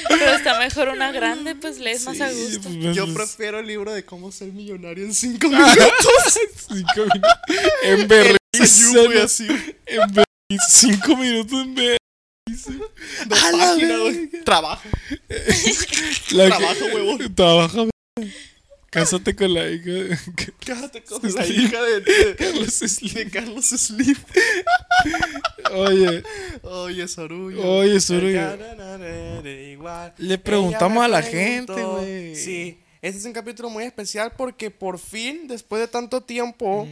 Speaker 3: Pero está mejor una grande, pues lees más a
Speaker 2: Sí,
Speaker 3: gusto.
Speaker 2: pues,
Speaker 1: Yo
Speaker 2: pues,
Speaker 1: prefiero el libro de cómo ser millonario en 5
Speaker 2: Ah,
Speaker 1: minutos.
Speaker 2: cinco minutos en berriza,
Speaker 1: Ayuno y
Speaker 2: ¿no?
Speaker 1: así.
Speaker 2: en berriza, cinco minutos en berriza.
Speaker 1: Dos
Speaker 2: A la
Speaker 1: páginas, güey. Trabajo.
Speaker 2: La
Speaker 1: Trabaja,
Speaker 2: que-
Speaker 1: huevón.
Speaker 2: Trabaja, huevón. Cásate con la hija de
Speaker 1: Cállate con la
Speaker 2: Slim.
Speaker 1: hija de, de,
Speaker 2: Carlos
Speaker 1: de
Speaker 2: Slim.
Speaker 1: Carlos Slim.
Speaker 2: Oye,
Speaker 1: Oye, Sorullo.
Speaker 2: Oye, Sorullo.
Speaker 1: Igual.
Speaker 2: Le preguntamos
Speaker 1: Ella me
Speaker 2: a la gente,
Speaker 1: preguntó.
Speaker 2: güey.
Speaker 1: Sí. Este es un capítulo muy especial porque por fin, después de tanto tiempo,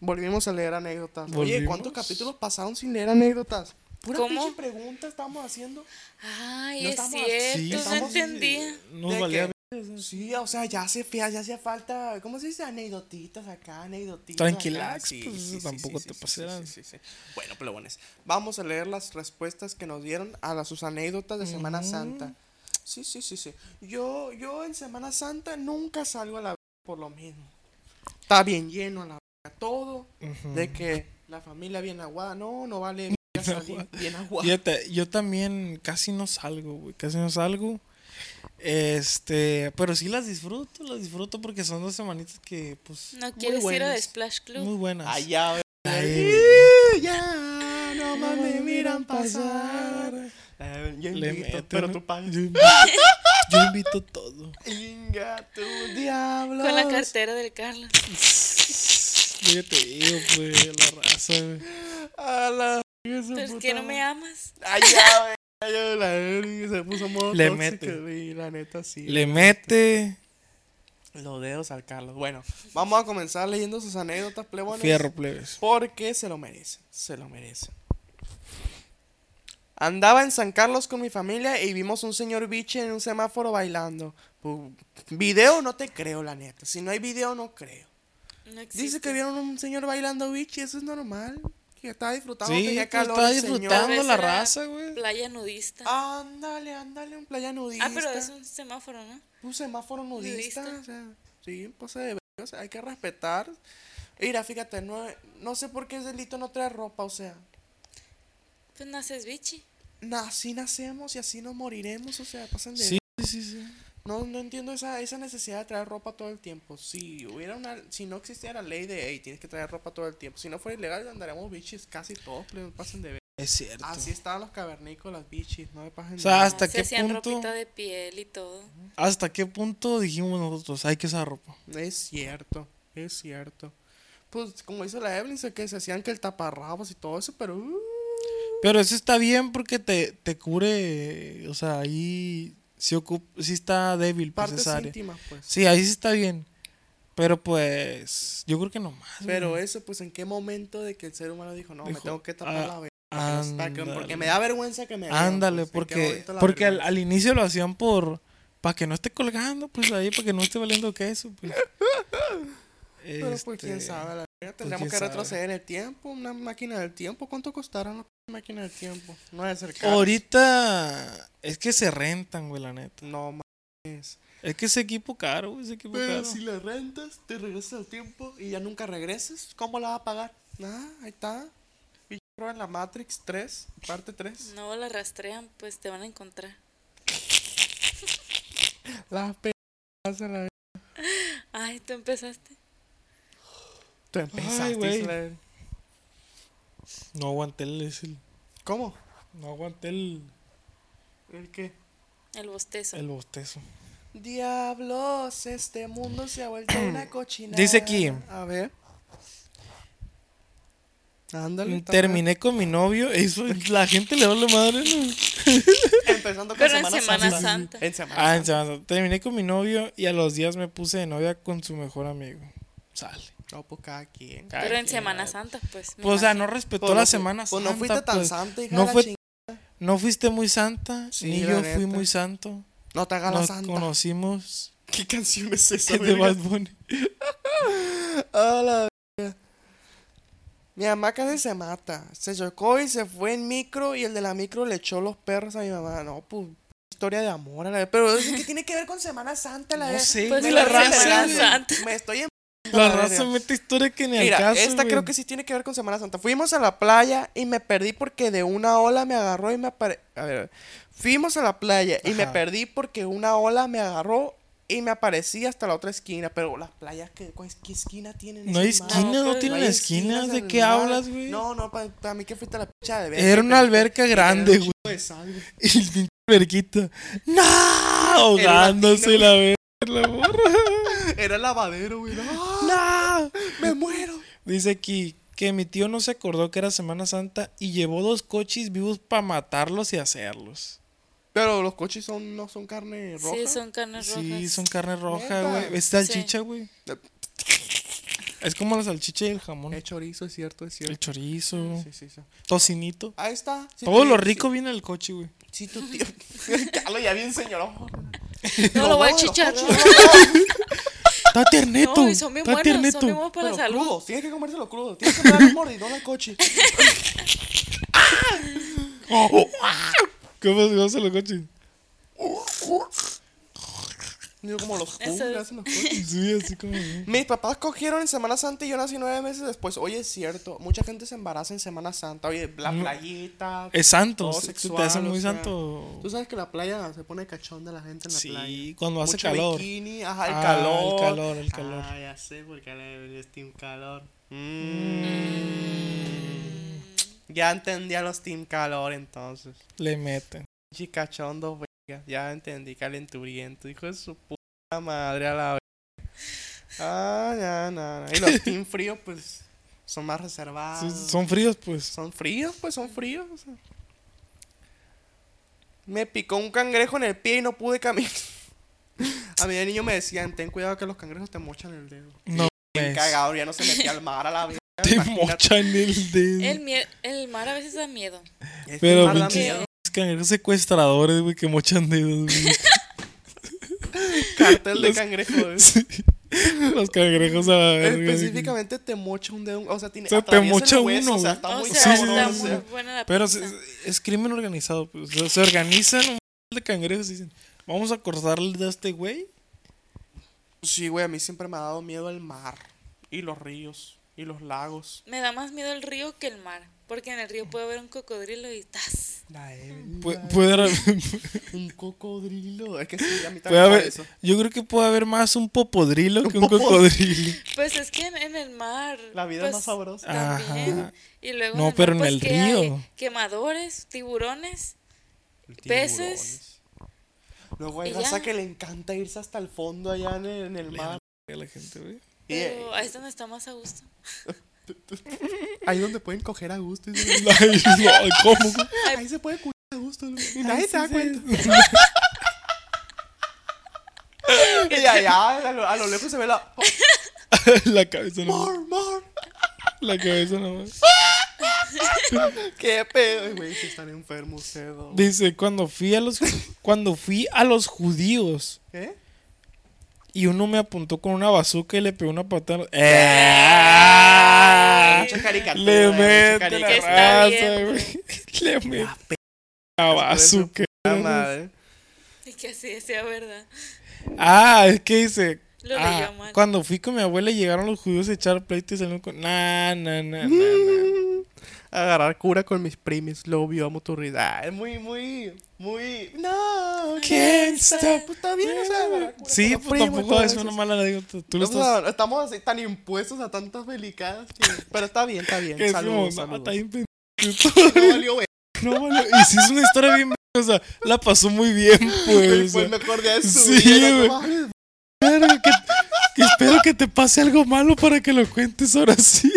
Speaker 1: volvimos a leer anécdotas. Oye,
Speaker 2: Volvimos.
Speaker 1: ¿cuántos capítulos pasaron sin leer anécdotas? Pura
Speaker 3: ¿Cómo?
Speaker 1: pinche pregunta estamos haciendo.
Speaker 3: Ay,
Speaker 1: No
Speaker 3: es
Speaker 1: estamos-
Speaker 2: sí,
Speaker 3: cierto, no
Speaker 1: estamos-
Speaker 3: entendía.
Speaker 2: nos
Speaker 1: ¿De
Speaker 2: valía.
Speaker 1: qué? Sí, o sea, ya hace fea, ya hacía falta, ¿cómo se dice? Anedotitas acá, anedotitas.
Speaker 2: Tranquilax,
Speaker 1: acá.
Speaker 2: pues, tampoco te pasaran.
Speaker 1: Bueno, plebones, vamos a leer las respuestas que nos dieron a las- sus anécdotas de Semana Santa. Sí, sí, sí, sí. Yo, yo en Semana Santa nunca salgo a la verga por lo mismo. Está bien lleno a la verga todo,
Speaker 2: Mm.
Speaker 1: de que la familia bien aguada, no, no vale verga salir bien aguada.
Speaker 2: Fíjate, yo también casi no salgo, güey, casi no salgo. Este, pero sí las disfruto, las disfruto porque son dos semanitas que, pues,
Speaker 3: No
Speaker 2: muy
Speaker 3: quieres ir a
Speaker 2: buenas,
Speaker 3: Splash Club.
Speaker 2: Muy buenas.
Speaker 1: Allá,
Speaker 2: Ay,
Speaker 1: Ya no más me miran pasar. Eh, Yo
Speaker 2: le
Speaker 1: invito,
Speaker 2: meto,
Speaker 1: pero
Speaker 2: ¿no?
Speaker 1: tú pagas.
Speaker 2: Yo invito, yo invito todo.
Speaker 1: Inga, tu diablo.
Speaker 3: Con la cartera del Carlos.
Speaker 2: Yo ya te digo, pues, la raza, güey.
Speaker 1: A la esa
Speaker 3: ¿Pero
Speaker 1: puta
Speaker 3: que no me
Speaker 1: madre.
Speaker 3: amas?
Speaker 1: Ay, ya, güey. Ay, ya, la verga, se puso modo
Speaker 2: Le
Speaker 1: tóxico,
Speaker 2: mete.
Speaker 1: Y la neta sí.
Speaker 2: Le mete
Speaker 1: Los dedos al Carlos. Bueno, vamos a comenzar leyendo sus anécdotas, plebones.
Speaker 2: fierro, plebes.
Speaker 1: Porque se lo merecen. Se lo merecen. Andaba en San Carlos con mi familia y vimos un señor biche en un semáforo bailando. Pu- Video no te creo, la neta. Si no hay video, no creo.
Speaker 3: No existe.
Speaker 1: Dice que vieron un señor bailando biche, eso es normal. Que estaba disfrutando,
Speaker 2: Sí,
Speaker 1: tenía
Speaker 2: pues,
Speaker 1: calor.
Speaker 2: estaba
Speaker 1: el señor.
Speaker 2: disfrutando.
Speaker 3: Tal vez
Speaker 2: la
Speaker 3: era
Speaker 2: raza, güey.
Speaker 3: Playa nudista. Ah,
Speaker 1: Ándale, ándale, un playa
Speaker 2: Ah,
Speaker 1: nudista.
Speaker 3: pero es un semáforo, ¿no?
Speaker 1: Un semáforo nudista.
Speaker 3: Nudista.
Speaker 1: o sea, sí, pues se debe, o sea, hay que respetar. Mira, fíjate, no, no sé por qué es delito no traer ropa, o sea,
Speaker 3: Pues naces bichi.
Speaker 1: na- así nacemos y así nos moriremos, o sea, pasan de...
Speaker 2: Sí, sí, sí.
Speaker 1: No, no entiendo esa, esa necesidad de traer ropa todo el tiempo. Si hubiera una, si no existiera la ley de, hey, tienes que traer ropa todo el tiempo. Si no fuera ilegal, andaríamos bichis casi todos, pero pasen de ver.
Speaker 2: Es cierto.
Speaker 1: Así estaban los cavernícolas, bichis, no me pasen
Speaker 2: O
Speaker 1: de
Speaker 2: sea,
Speaker 1: ver.
Speaker 2: ¿Hasta
Speaker 3: Se
Speaker 2: qué
Speaker 3: hacían
Speaker 2: punto?
Speaker 3: ropita de piel y todo.
Speaker 2: ¿Hasta qué punto dijimos nosotros, hay que usar ropa?
Speaker 1: Es cierto, es cierto. Pues como hizo la Evelyn, sé que se hacían que el taparrabos y todo eso, pero... uh,
Speaker 2: Pero eso está bien porque te, te cubre, o sea, ahí sí, ocup- sí está débil pues,
Speaker 1: partes
Speaker 2: esa área.
Speaker 1: íntimas, pues.
Speaker 2: Sí, ahí sí está bien. Pero pues, yo creo que no más. güey.
Speaker 1: Pero eso, pues, ¿en qué momento de que el ser humano dijo, no, me
Speaker 2: Dijo,
Speaker 1: tengo que tapar
Speaker 2: "Ah,
Speaker 1: la verga, que no está- que- Porque
Speaker 2: ándale.
Speaker 1: me da vergüenza que me vean,
Speaker 2: Ándale,
Speaker 1: pues, ¿en qué
Speaker 2: porque,
Speaker 1: momento la
Speaker 2: porque al,
Speaker 1: vergüenza?
Speaker 2: al inicio lo hacían por. Para que no esté colgando, pues ahí, para que no esté valiendo queso, pues.
Speaker 1: Pero pues,
Speaker 2: Este,
Speaker 1: quién sabe, la verga, tendríamos
Speaker 2: quién
Speaker 1: que
Speaker 2: sabe.
Speaker 1: retroceder en el tiempo, una máquina del tiempo. ¿Cuánto costará una máquina del tiempo? No debe ser caro.
Speaker 2: Ahorita es que se rentan, güey, la neta.
Speaker 1: No mames.
Speaker 2: Es que ese equipo caro, güey, ese equipo
Speaker 1: Pero
Speaker 2: caro.
Speaker 1: si la rentas, te regresas al tiempo y ya nunca regreses, ¿cómo la vas a pagar? Ah, ahí está. Pinche prueba en la Matrix 3, parte 3.
Speaker 3: No la rastrean, pues te van a encontrar.
Speaker 1: Las p***** a la
Speaker 3: Ay, tú empezaste.
Speaker 1: Tú empezaste,
Speaker 2: Ay, güey.
Speaker 1: Israel.
Speaker 2: No aguanté el, es el-
Speaker 1: ¿Cómo?
Speaker 2: No aguanté el,
Speaker 1: ¿El qué?
Speaker 3: El bostezo.
Speaker 2: el bostezo.
Speaker 1: Diablos, este mundo se ha vuelto una cochinada.
Speaker 2: Dice aquí.
Speaker 1: A ver. Ándale. está
Speaker 2: Terminé con mi novio. Eso, la gente le vale madre, ¿no?
Speaker 1: bien. Empezando con
Speaker 3: Pero en
Speaker 1: Semana,
Speaker 3: Semana
Speaker 1: Santa.
Speaker 3: Santa.
Speaker 1: En Semana
Speaker 2: Ah, en Semana Santa. Terminé con mi novio y a los días me puse de novia con su mejor amigo. Sale.
Speaker 1: Santa. No, pues cada quien.
Speaker 2: Cada
Speaker 3: Pero en
Speaker 2: quien,
Speaker 3: Semana
Speaker 2: la-
Speaker 3: Santa, pues. me
Speaker 2: Pues, o sea, no
Speaker 3: imagino.
Speaker 2: respetó
Speaker 1: Pues
Speaker 2: la
Speaker 1: no fui-
Speaker 2: Semana
Speaker 1: pues
Speaker 2: Santa.
Speaker 1: no fuiste tan
Speaker 2: pues.
Speaker 1: santa, hija
Speaker 2: no
Speaker 1: de la
Speaker 2: fue-
Speaker 1: ching-
Speaker 2: No fuiste muy santa,
Speaker 1: Sí,
Speaker 2: ni
Speaker 1: la
Speaker 2: yo
Speaker 1: neta.
Speaker 2: fui muy santo.
Speaker 1: No te hagas la
Speaker 2: Nos
Speaker 1: santa.
Speaker 2: conocimos
Speaker 1: ¿Qué canción es esa,
Speaker 2: de
Speaker 1: verga?
Speaker 2: Bad Bunny.
Speaker 1: A la verga. Mi mamá casi se mata. Se chocó y se fue en micro y el de la micro le echó los perros a mi mamá. No, pues historia de amor a la verga. Pero es que tiene que ver con Semana Santa la
Speaker 2: No
Speaker 1: verga?
Speaker 2: sé,
Speaker 3: Pues
Speaker 2: güey,
Speaker 3: la
Speaker 2: la raza.
Speaker 3: Semana
Speaker 2: güey.
Speaker 3: Santa.
Speaker 1: Me estoy en...
Speaker 2: La
Speaker 1: la
Speaker 2: raza
Speaker 1: verga.
Speaker 2: mete historia que ni al
Speaker 1: Mira,
Speaker 2: caso.
Speaker 1: esta
Speaker 2: güey.
Speaker 1: creo que sí tiene que ver con Semana Santa. Fuimos a la playa y me perdí porque de una ola me agarró y me apare... A ver, a ver. fuimos a la playa y me
Speaker 2: Ajá.
Speaker 1: perdí porque una ola me agarró y me aparecí hasta la otra esquina. Pero las playas, ¿qué, cuál es- qué esquina tienen?
Speaker 2: No hay
Speaker 1: esas madres?
Speaker 2: esquina, no,
Speaker 3: No, pues,
Speaker 2: tienen
Speaker 1: hay
Speaker 2: esquinas.
Speaker 1: esquinas
Speaker 2: ¿De
Speaker 1: en
Speaker 2: qué
Speaker 1: el mar.
Speaker 2: hablas, güey?
Speaker 1: No, no, para, mí que fuiste a la picha de verga.
Speaker 2: Era una alberca grande, güey. Y el pinche verquita. ¡No! Ahogándose
Speaker 1: El
Speaker 2: la verga, la morra.
Speaker 1: Era lavadero, güey. ¡Ah!
Speaker 2: ¡No!
Speaker 1: ¡Me muero!
Speaker 2: Dice aquí que mi tío no se acordó que era Semana Santa y llevó dos coches vivos para matarlos y hacerlos.
Speaker 1: Pero los coches son, no son carne roja.
Speaker 3: Sí, son carnes rojas.
Speaker 2: Sí, son carne roja,
Speaker 1: Neta.
Speaker 2: güey. Es salchicha, güey.
Speaker 1: Eh,
Speaker 2: Es como la salchicha y el jamón.
Speaker 3: Eh,
Speaker 1: Es chorizo, es cierto, es
Speaker 2: El
Speaker 1: cierto.
Speaker 2: chorizo,
Speaker 1: Sí, sí, sí.
Speaker 2: tocinito.
Speaker 3: Ah,
Speaker 1: Ahí está. Si
Speaker 2: Todo
Speaker 1: tu-
Speaker 2: lo rico viene al coche, güey.
Speaker 1: Si, si tu tío. Carlos ya bien señorón.
Speaker 3: No lo voy a
Speaker 1: Los
Speaker 3: chichar.
Speaker 1: coches,
Speaker 3: no.
Speaker 2: Está tierneto.
Speaker 3: No, y son bien
Speaker 2: está
Speaker 3: buenos,
Speaker 2: tierneto.
Speaker 3: son bien buenos para
Speaker 1: Pero
Speaker 3: la salud.
Speaker 1: crudo, tienes que comérselo crudo. Tienes que darle un mordidón al coche.
Speaker 2: Oh, oh, ah. ¿Cómo se hace los coches?
Speaker 1: Digo, como los
Speaker 3: Eso
Speaker 1: culos,
Speaker 3: es.
Speaker 1: hacen los coches.
Speaker 2: Sí, así como.
Speaker 1: Mis papás cogieron en Semana Santa y yo nací nueve meses después. Oye, es cierto, mucha gente se embaraza en Semana Santa. Oye, la
Speaker 2: Mm.
Speaker 1: playita.
Speaker 2: Es santo.
Speaker 1: todo
Speaker 2: se- se te
Speaker 1: sexual,
Speaker 2: hace
Speaker 1: o
Speaker 2: muy
Speaker 1: sea,
Speaker 2: santo.
Speaker 1: Tú sabes que la playa se pone cachón de la gente en la
Speaker 2: Sí,
Speaker 1: playa.
Speaker 2: cuando hace
Speaker 1: Mucho
Speaker 2: calor.
Speaker 1: bikini, ajá, el
Speaker 2: Ah, el
Speaker 1: calor.
Speaker 2: calor, el calor.
Speaker 1: Ah, ya sé, porque la de es Team Calor.
Speaker 2: Mm.
Speaker 1: Mm. Ya entendí a los Team Calor entonces.
Speaker 2: Le meten.
Speaker 1: Chicachondo, verga. Ya entendí, calenturiento. Hijo de su puta madre a la verga. Ah, ya, na, na. Y los Team Frío, pues, son más reservados.
Speaker 2: Sí, Son fríos, pues.
Speaker 1: Son fríos, pues son fríos. o sea. Me picó un cangrejo en el pie y no pude caminar. A mí de niño me decían, ten cuidado que los cangrejos te mochan el dedo.
Speaker 2: No.
Speaker 1: Bien
Speaker 2: pues,
Speaker 1: cagado, ya no se metía al mar a la vez.
Speaker 2: Te mochan el dedo.
Speaker 3: El, mie- el mar a veces da miedo.
Speaker 2: Pero
Speaker 1: mar da
Speaker 2: pinche-
Speaker 1: miedo.
Speaker 2: cangrejos secuestradores, güey, que mochan dedos, güey.
Speaker 1: Cartel de
Speaker 2: Los-
Speaker 1: cangrejo. güey.
Speaker 2: Sí. Los cangrejos a la verga, güey.
Speaker 1: Específicamente te mocha un dedo. O sea, tiene.
Speaker 2: O sea, te
Speaker 1: atraviesa el
Speaker 2: mocha
Speaker 1: hueso,
Speaker 2: uno,
Speaker 1: O sea,
Speaker 2: güey.
Speaker 1: está
Speaker 3: o
Speaker 1: muy
Speaker 3: sea,
Speaker 2: sí,
Speaker 1: cabrón,
Speaker 3: está
Speaker 1: o
Speaker 2: sí,
Speaker 3: muy
Speaker 1: sea.
Speaker 3: buena la
Speaker 2: Pero es,
Speaker 3: pizza.
Speaker 2: es- es crimen organizado. pues, o sea, se organizan un de cangrejos y dicen, vamos a cortarle el dedo a este güey.
Speaker 1: Sí, güey, a mí siempre me ha dado miedo el mar. Y los ríos. Y los lagos.
Speaker 3: Me da más miedo el río que el mar. Porque en el río puede haber un cocodrilo y ¡tas! Pues,
Speaker 2: Pu- puede haber-
Speaker 1: Un cocodrilo. Es que sí, a mí
Speaker 2: puede
Speaker 1: también
Speaker 2: haber-
Speaker 1: eso.
Speaker 2: yo creo que puede haber más un popodrilo que un cocodrilo.
Speaker 3: Pues es que en, en el mar.
Speaker 1: La vida es
Speaker 3: pues,
Speaker 1: más sabrosa.
Speaker 3: También.
Speaker 2: Ajá.
Speaker 3: Y luego.
Speaker 2: No, pero en
Speaker 3: pues,
Speaker 2: el
Speaker 3: ¿qué hay?
Speaker 2: río.
Speaker 3: Quemadores, tiburones. peces.
Speaker 1: Luego hay
Speaker 3: Y
Speaker 1: raza
Speaker 3: ya.
Speaker 1: que le encanta irse hasta el fondo allá en el, en el mar.
Speaker 2: A la gente, güey.
Speaker 1: Y, eh,
Speaker 3: Pero ahí es donde está más a gusto.
Speaker 1: ahí donde pueden coger a gusto. y-
Speaker 2: Ay, no, ¿Cómo? güey?
Speaker 1: Ahí se puede curar a gusto. ¿no? Y nadie se da cuenta. Y allá a lo, a lo lejos se ve la. "Oh,
Speaker 2: La cabeza no.
Speaker 1: More, more.
Speaker 2: La cabeza nomás.
Speaker 1: Qué pedo. Ay, güey, que están enfermos, cedo.
Speaker 2: Dice, cuando fui a los cuando fui a los judíos
Speaker 1: ¿Eh?
Speaker 2: y uno me apuntó con una bazuca y le pegó una patada. ¡Eh!
Speaker 1: Ah, Mucha caricatura.
Speaker 2: Le
Speaker 1: mucha
Speaker 2: mete la
Speaker 1: caricatura.
Speaker 3: Que está
Speaker 2: raza,
Speaker 3: bien,
Speaker 2: güey. Le
Speaker 1: pues,
Speaker 2: mete la bazuca.
Speaker 1: Ah, madre.
Speaker 3: Y que así sea verdad.
Speaker 2: Ah, es que dice.
Speaker 3: Lo
Speaker 2: ah,
Speaker 3: leyó mal.
Speaker 2: cuando fui con mi abuela llegaron los judíos a echar pleito y salieron con. Nah, nah, nah, nah,
Speaker 1: Mm,
Speaker 2: nah.
Speaker 1: Agarrar cura con mis primis, lo vio a Moturrida. Es muy, muy, muy. No,
Speaker 2: Can't
Speaker 1: está?
Speaker 2: stop.
Speaker 1: Pues está bien, o sea, agarrar cura
Speaker 2: Sí,
Speaker 1: con los
Speaker 2: pues
Speaker 1: primos y
Speaker 2: tampoco
Speaker 1: todo
Speaker 2: es
Speaker 1: eso.
Speaker 2: una mala anécdota. Tú lo
Speaker 1: No, pues,
Speaker 2: estás.
Speaker 1: ahora estamos así tan impuestos a tantas belicadas que... Pero está bien, está bien.
Speaker 2: Que
Speaker 1: Saludos,
Speaker 2: decimos, "No,
Speaker 1: saludos.
Speaker 2: está bien pendejo".
Speaker 1: No valió, güey.
Speaker 2: No, vale. Y sí es una historia bien. O sea, la pasó muy bien,
Speaker 1: Fue
Speaker 2: pues. o sea.
Speaker 1: el mejor día de su
Speaker 2: sí,
Speaker 1: vida. no
Speaker 2: güey.
Speaker 1: mames.
Speaker 2: Espero que, que espero que te pase algo malo para que lo cuentes ahora sí.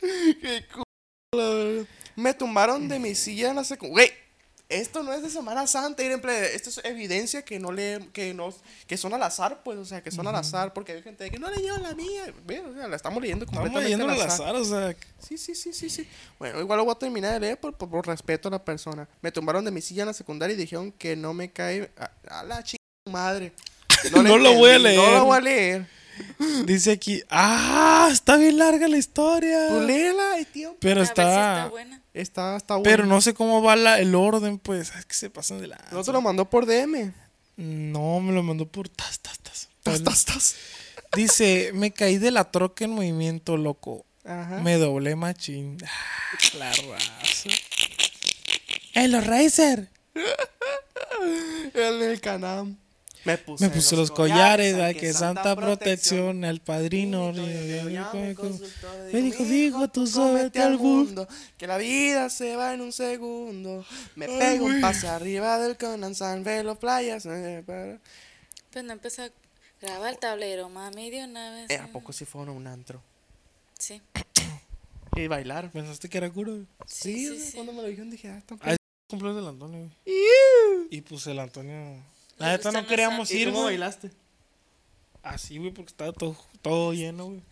Speaker 1: Qué culo, la verdad. Me tumbaron de mi silla en la secundaria. Güey, esto no es de Semana Santa, ir en play. Esto es evidencia que no le. que no. que son al azar, pues, o sea, que son al azar, porque hay gente que no leyó la mía. Ve, o sea, la estamos leyendo
Speaker 2: Estamos
Speaker 1: completamente
Speaker 2: yendo al
Speaker 1: al azar.
Speaker 2: azar, o sea.
Speaker 1: Sí, sí, sí, sí, sí. Bueno, igual lo voy a terminar de leer por, por- por respeto a la persona. Me tumbaron de mi silla en la secundaria y dijeron que no me cae. A, a la chingada madre. le
Speaker 2: No lo voy a
Speaker 1: entendí, No
Speaker 2: leer.
Speaker 1: lo voy a leer.
Speaker 2: Dice aquí, ah, está bien larga la historia.
Speaker 1: Tú léela, ay, tío.
Speaker 2: Pero
Speaker 3: a ver si está
Speaker 2: está,
Speaker 3: buena.
Speaker 1: Está, está bueno.
Speaker 2: pero no sé cómo va la- el orden, pues, es que se pasan de la.
Speaker 1: No te lo mandó por DM.
Speaker 2: No, me lo mandó por tas, tas, tas. Pues,
Speaker 1: Tas, tas, tas.
Speaker 2: Dice, me caí de la troca en movimiento, loco.
Speaker 1: Ajá.
Speaker 2: Me doblé machín. Ah, La raza. El Racer.
Speaker 1: En el canal. Me puse,
Speaker 2: Me puse Pues los collares, ay, que santa protección al padrino.
Speaker 1: Yo
Speaker 2: Me
Speaker 1: llamé
Speaker 2: dijo,
Speaker 1: consultor de
Speaker 2: me dijo,
Speaker 1: conmigo,
Speaker 2: dijo, tú
Speaker 1: cómete
Speaker 2: súbete al bus.
Speaker 1: Que la vida se va en un segundo. Me pego un pase arriba del Conan San Velo Playas. eh, para-
Speaker 3: Pues no empezó a grabar el tablero, mami, de una vez.
Speaker 1: Eh, ¿A poco si fueron a un antro?
Speaker 3: Sí.
Speaker 1: Y bailar.
Speaker 2: Pensaste que era cura. güey.
Speaker 1: Sí,
Speaker 3: sí, sí.
Speaker 1: cuando me lo dijeron dije, ah, está
Speaker 2: Ay, cumpleaños del Antonio. güey. Y pues el Antonio. La
Speaker 3: Le
Speaker 2: neta
Speaker 3: gustan
Speaker 2: no
Speaker 3: los
Speaker 2: queríamos
Speaker 3: santos.
Speaker 2: ir, güey.
Speaker 1: bailaste?
Speaker 2: Así, güey, porque estaba todo, todo lleno, güey.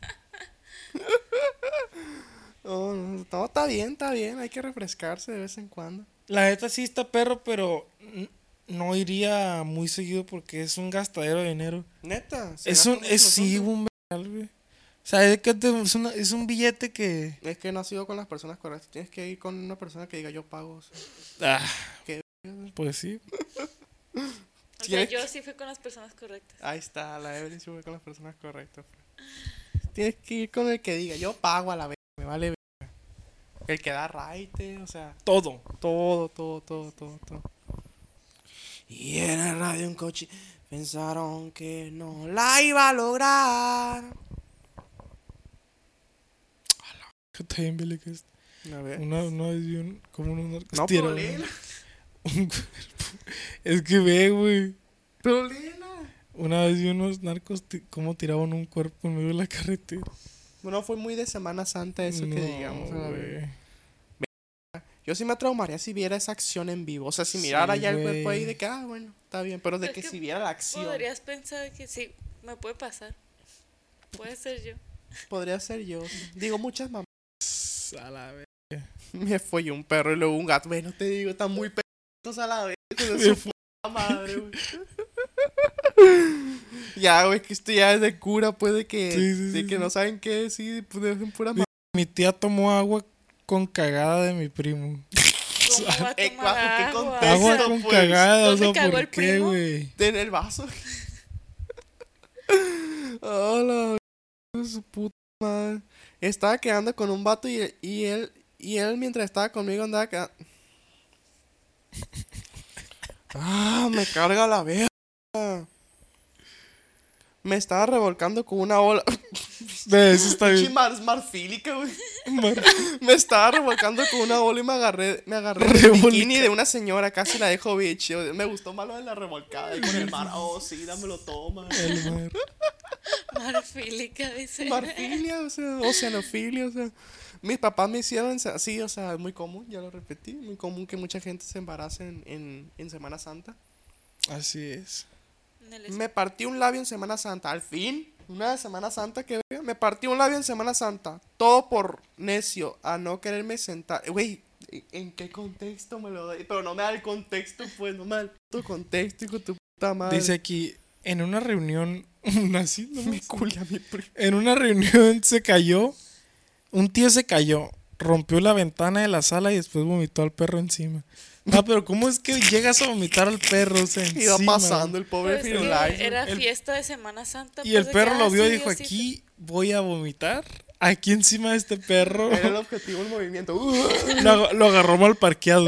Speaker 1: No, no, no, está bien, está bien. Hay que refrescarse de vez en cuando.
Speaker 2: La neta sí está perro, pero n- no iría muy seguido porque es un gastadero de dinero.
Speaker 1: Neta. se
Speaker 2: Es
Speaker 1: gasta
Speaker 2: un.
Speaker 1: mucho
Speaker 2: Es,
Speaker 1: los
Speaker 2: sí,
Speaker 1: hombres.
Speaker 2: un. vergal, güey. O sea, es, que te- es, una- es un billete que.
Speaker 1: Es que no has ido con las personas correctas. Tienes que ir con una persona que diga yo pago. o sea.
Speaker 2: Ah,
Speaker 1: Qué
Speaker 2: pues sí.
Speaker 3: O
Speaker 1: Sí,
Speaker 3: sea,
Speaker 1: es-
Speaker 3: yo sí fui con las personas correctas.
Speaker 1: Ahí está, la Evelyn se fue con las personas correctas. pues. Tienes que ir con el que diga yo pago a la vez. Me vale verga". El que da raite, o sea,
Speaker 2: Todo.
Speaker 1: todo, todo, todo, todo, todo. Y en el radio un coche pensaron que no la iba a lograr.
Speaker 2: Está bien, Billy, que es-
Speaker 1: A ver.
Speaker 2: Una, una vez vi un, como unos narcos
Speaker 1: No, pero
Speaker 2: tiraron
Speaker 1: léela.
Speaker 2: un cuerpo. Es que ve, güey.
Speaker 1: Pero léela.
Speaker 2: Una vez vi unos narcos ti- cómo tiraban un cuerpo en medio de la carretera.
Speaker 1: Bueno, fue muy de Semana Santa eso que
Speaker 2: No,
Speaker 1: digamos. a la verga.
Speaker 2: güey.
Speaker 1: Yo sí me traumaría si viera esa acción en vivo. O sea, si mirara
Speaker 2: Sí,
Speaker 1: ya el
Speaker 2: güey.
Speaker 1: cuerpo ahí de que, ah, bueno, está bien. Pero de
Speaker 3: Es
Speaker 1: que,
Speaker 3: que
Speaker 1: si viera la acción, podría,
Speaker 3: Podrías pensar que sí, me puede pasar. Puede ser yo.
Speaker 1: ser yo. Digo, muchas mamás.
Speaker 2: A la vez.
Speaker 1: Me folló un perro y luego un gato. Bueno, te digo, están muy perritos a la vez. hijo de su puta madre, güey. Ya, güey, que esto ya es de cura, pues, de que,
Speaker 2: Sí, sí,
Speaker 1: de
Speaker 2: sí,
Speaker 1: que
Speaker 2: sí.
Speaker 1: no saben qué decir, pues, dejen pura madre.
Speaker 2: Mi tía tomó agua con cagada de mi primo.
Speaker 3: ¿Cómo va a
Speaker 1: Eh,
Speaker 3: tomar
Speaker 1: guapo, qué
Speaker 3: agua?
Speaker 1: contexto.
Speaker 2: Agua
Speaker 1: Eso,
Speaker 2: con
Speaker 1: pues.
Speaker 2: cagada, o
Speaker 3: ¿Dónde
Speaker 2: sea,
Speaker 3: cagó
Speaker 2: ¿por
Speaker 3: el
Speaker 2: qué,
Speaker 3: primo?
Speaker 2: güey?
Speaker 1: En el vaso. Hola, su puta madre. Estaba quedando con un vato y, y él, y él mientras estaba conmigo andaba quedando. Ah, me carga la verga. Me estaba revolcando con una ola.
Speaker 2: Ve, Eso está
Speaker 1: Pinche
Speaker 2: bien.
Speaker 1: mar, marfílica, güey.
Speaker 2: Mar-
Speaker 1: Me estaba revolcando con una ola y me agarré, me agarré el
Speaker 2: Revolca.
Speaker 1: bikini de una señora, casi la dejo bicho. Me gustó más lo de la revolcada y con el mar. Oh, sí, dámelo todo, man.
Speaker 2: el mar.
Speaker 3: Marfílica, dice.
Speaker 1: Marfilia, o sea, oceanofilia, o sea. Mis papás me hicieron ensa- así, o sea, es muy común, ya lo repetí, muy común que mucha gente se embarace en, en, en Semana Santa.
Speaker 2: Así es.
Speaker 3: En el
Speaker 1: Me partí un labio en Semana Santa, al fin, una de Semana Santa que vea, me partí un labio en Semana Santa, todo por necio, a no quererme sentar. Eh, Güey, ¿en- ¿en qué contexto me lo doy? Pero no me da el contexto, pues, no me da el puto contexto, hijo de tu puta madre.
Speaker 2: Dice aquí, en una reunión, así no me
Speaker 1: me culia mi primo.
Speaker 2: En una reunión se cayó, un tío se cayó, rompió la ventana de la sala y después vomitó al perro encima. Ah, pero ¿cómo es que llegas a vomitar al perro? O sea,
Speaker 1: Iba
Speaker 2: encima?
Speaker 1: pasando el pobre
Speaker 3: Pues,
Speaker 1: Firulais,
Speaker 3: era- Era
Speaker 2: El-
Speaker 3: fiesta de Semana Santa.
Speaker 2: Y el
Speaker 3: pues, de que,
Speaker 2: perro
Speaker 3: ah,
Speaker 2: lo vio y
Speaker 3: sí,
Speaker 2: dijo,
Speaker 3: Diosito.
Speaker 2: aquí voy a vomitar, aquí encima de este perro.
Speaker 1: Era el objetivo del movimiento.
Speaker 2: Lo, ag- lo agarró mal parqueado.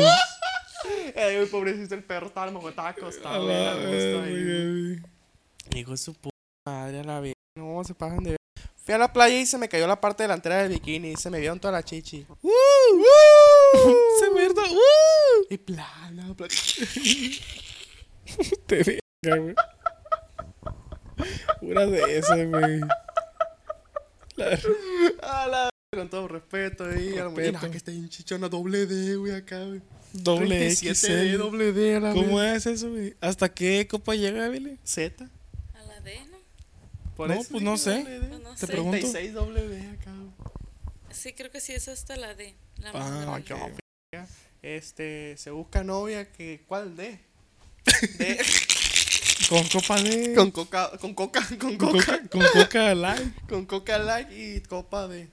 Speaker 1: Ay, güey, pobrecito, el perro estaba, a lo mejor estaba
Speaker 2: A
Speaker 1: acostado.
Speaker 2: la verga,
Speaker 1: Hijo
Speaker 2: güey.
Speaker 1: de su puta madre, a la vida. No, se pasan de ver. Fui a la playa y se me cayó la parte delantera del bikini y se me vieron toda la chichi.
Speaker 2: ¡Uh! ¡Uh! Se mierda. ¡Uh!
Speaker 1: Y plana, plana.
Speaker 2: Te verga, güey. Una de esas, güey. La verdad.
Speaker 1: A Ah, la verga, con todo respeto, ahí. A la mujer,
Speaker 2: Respeto.
Speaker 1: "Ah, que está bien chichona, doble D, güey, acá, güey.
Speaker 2: Doble
Speaker 1: 37 D,
Speaker 2: XL.
Speaker 1: doble D, a la
Speaker 2: ¿Cómo
Speaker 1: verga.
Speaker 2: es eso, güey? ¿Hasta qué copa llega, Billy?
Speaker 1: Z.
Speaker 3: A la D, ¿no?
Speaker 1: Por
Speaker 2: No,
Speaker 1: eso
Speaker 2: pues, no
Speaker 1: dije
Speaker 2: sé.
Speaker 1: doble D.
Speaker 3: Pues no
Speaker 2: Te
Speaker 3: sé.
Speaker 2: pregunto.
Speaker 1: 36 doble D, acá, güey.
Speaker 3: Sí, creo que sí es hasta la D. La
Speaker 2: Ah,
Speaker 3: más
Speaker 1: Ah,
Speaker 3: grande.
Speaker 1: yo, verga. Este, se busca novia que. ¿Cuál D? D.
Speaker 2: Con copa de.
Speaker 1: Con coca, con coca, con
Speaker 2: con
Speaker 1: coca,
Speaker 2: coca. Con coca light.
Speaker 1: con coca light y copa de.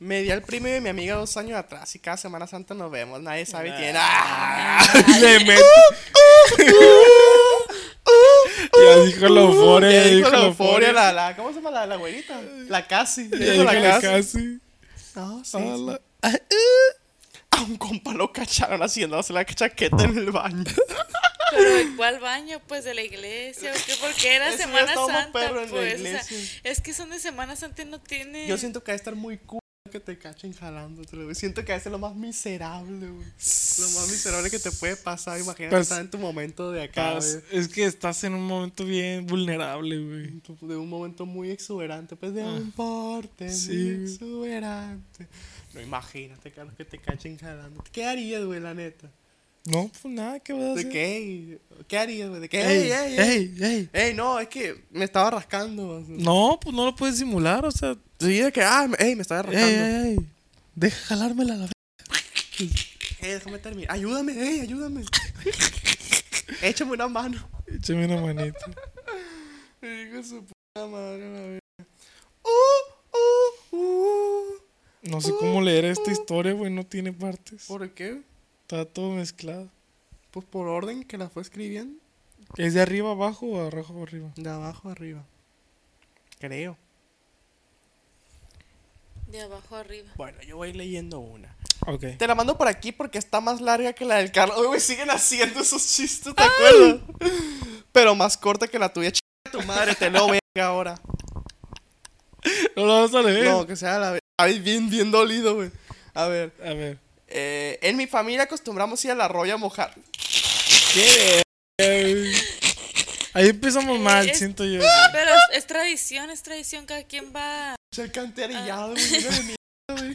Speaker 1: Me di al primo de mi amiga dos años atrás y cada Semana Santa nos vemos. Nadie sabe quién. ¡Ah!
Speaker 2: Le mete. ya dijo la euforia.
Speaker 1: Uh, Ya
Speaker 2: Ya dijo la
Speaker 1: euforia,
Speaker 2: euforia.
Speaker 1: la, la, ¿cómo se llama la, la güerita? La casi.
Speaker 2: Ya dijo la casi.
Speaker 1: No, sí, Ah,
Speaker 2: A
Speaker 1: sí.
Speaker 2: la-
Speaker 1: A un compa lo cacharon haciéndose la chaqueta en el baño.
Speaker 3: Pero ¿de ¿cuál baño? Pues de la iglesia. ¿O qué? Porque era
Speaker 1: Eso ya
Speaker 3: Semana
Speaker 1: estaba más
Speaker 3: Santa.
Speaker 1: perro en la
Speaker 3: pues, o sea,
Speaker 1: iglesia.
Speaker 3: es que son de Semana Santa y no tiene.
Speaker 1: Yo siento que va a estar muy cool que te cachen jalándotelo, güey. Siento que va a ser lo más miserable, güey. Lo más miserable que te puede pasar. Imagínate
Speaker 2: Pues-
Speaker 1: estar en tu momento de acá,
Speaker 2: Estás-
Speaker 1: güey.
Speaker 2: es que estás en un momento bien vulnerable, güey.
Speaker 1: De un momento muy exuberante, pues de
Speaker 2: Ah.
Speaker 1: un porte
Speaker 2: Sí,
Speaker 1: muy
Speaker 2: güey.
Speaker 1: exuberante. No imagínate, Carlos, que te cachen jalando. ¿Qué harías, güey, la neta?
Speaker 2: No, pues nada, ¿qué vas a
Speaker 1: ¿De
Speaker 2: hacer?
Speaker 1: qué? ¿Qué harías, güey? ¿De qué?
Speaker 2: Ey,
Speaker 1: ¡Ey, ey, ey! ey.
Speaker 2: ey, ey.
Speaker 1: no, es que me estaba rascando. o sea.
Speaker 2: No, pues no lo puedes simular, o sea.
Speaker 1: Sí, es que, ah, me- ey, me estaba
Speaker 2: Ey,
Speaker 1: rascando.
Speaker 2: ey, ey. Deja jalármela a la
Speaker 1: Ey, déjame terminar. Ayúdame, ey, ayúdame. Échame una mano.
Speaker 2: Échame una manita.
Speaker 1: Hijo de su puta madre, la verga. Uh, uh, uh.
Speaker 2: No sé cómo leer esta historia, güey. No tiene partes.
Speaker 1: ¿Por qué?
Speaker 2: Está todo mezclado.
Speaker 1: Pues por orden que la fue escribiendo.
Speaker 2: ¿Es de arriba abajo o de abajo arriba?
Speaker 1: De abajo arriba. Creo.
Speaker 3: De abajo arriba.
Speaker 1: Bueno, yo voy leyendo una.
Speaker 2: Ok.
Speaker 1: Te la mando por aquí porque está más larga que la del Carlos. Oye, güey, siguen haciendo esos chistes, ¿te acuerdas? Pero más corta que la tuya. Chinga tu madre, te lo verga ahora.
Speaker 2: No lo vas a leer.
Speaker 1: No, que sea la... Ay, bien, bien dolido, güey. A ver.
Speaker 2: A ver.
Speaker 1: eh, en mi familia acostumbramos ir al arroyo a mojar.
Speaker 2: ¿Qué? Ahí empezamos mal,
Speaker 3: Es-
Speaker 2: siento yo.
Speaker 3: Pero es, es tradición, es tradición. Cada quien va.
Speaker 1: El canterillado, güey. lleno de mierda, güey.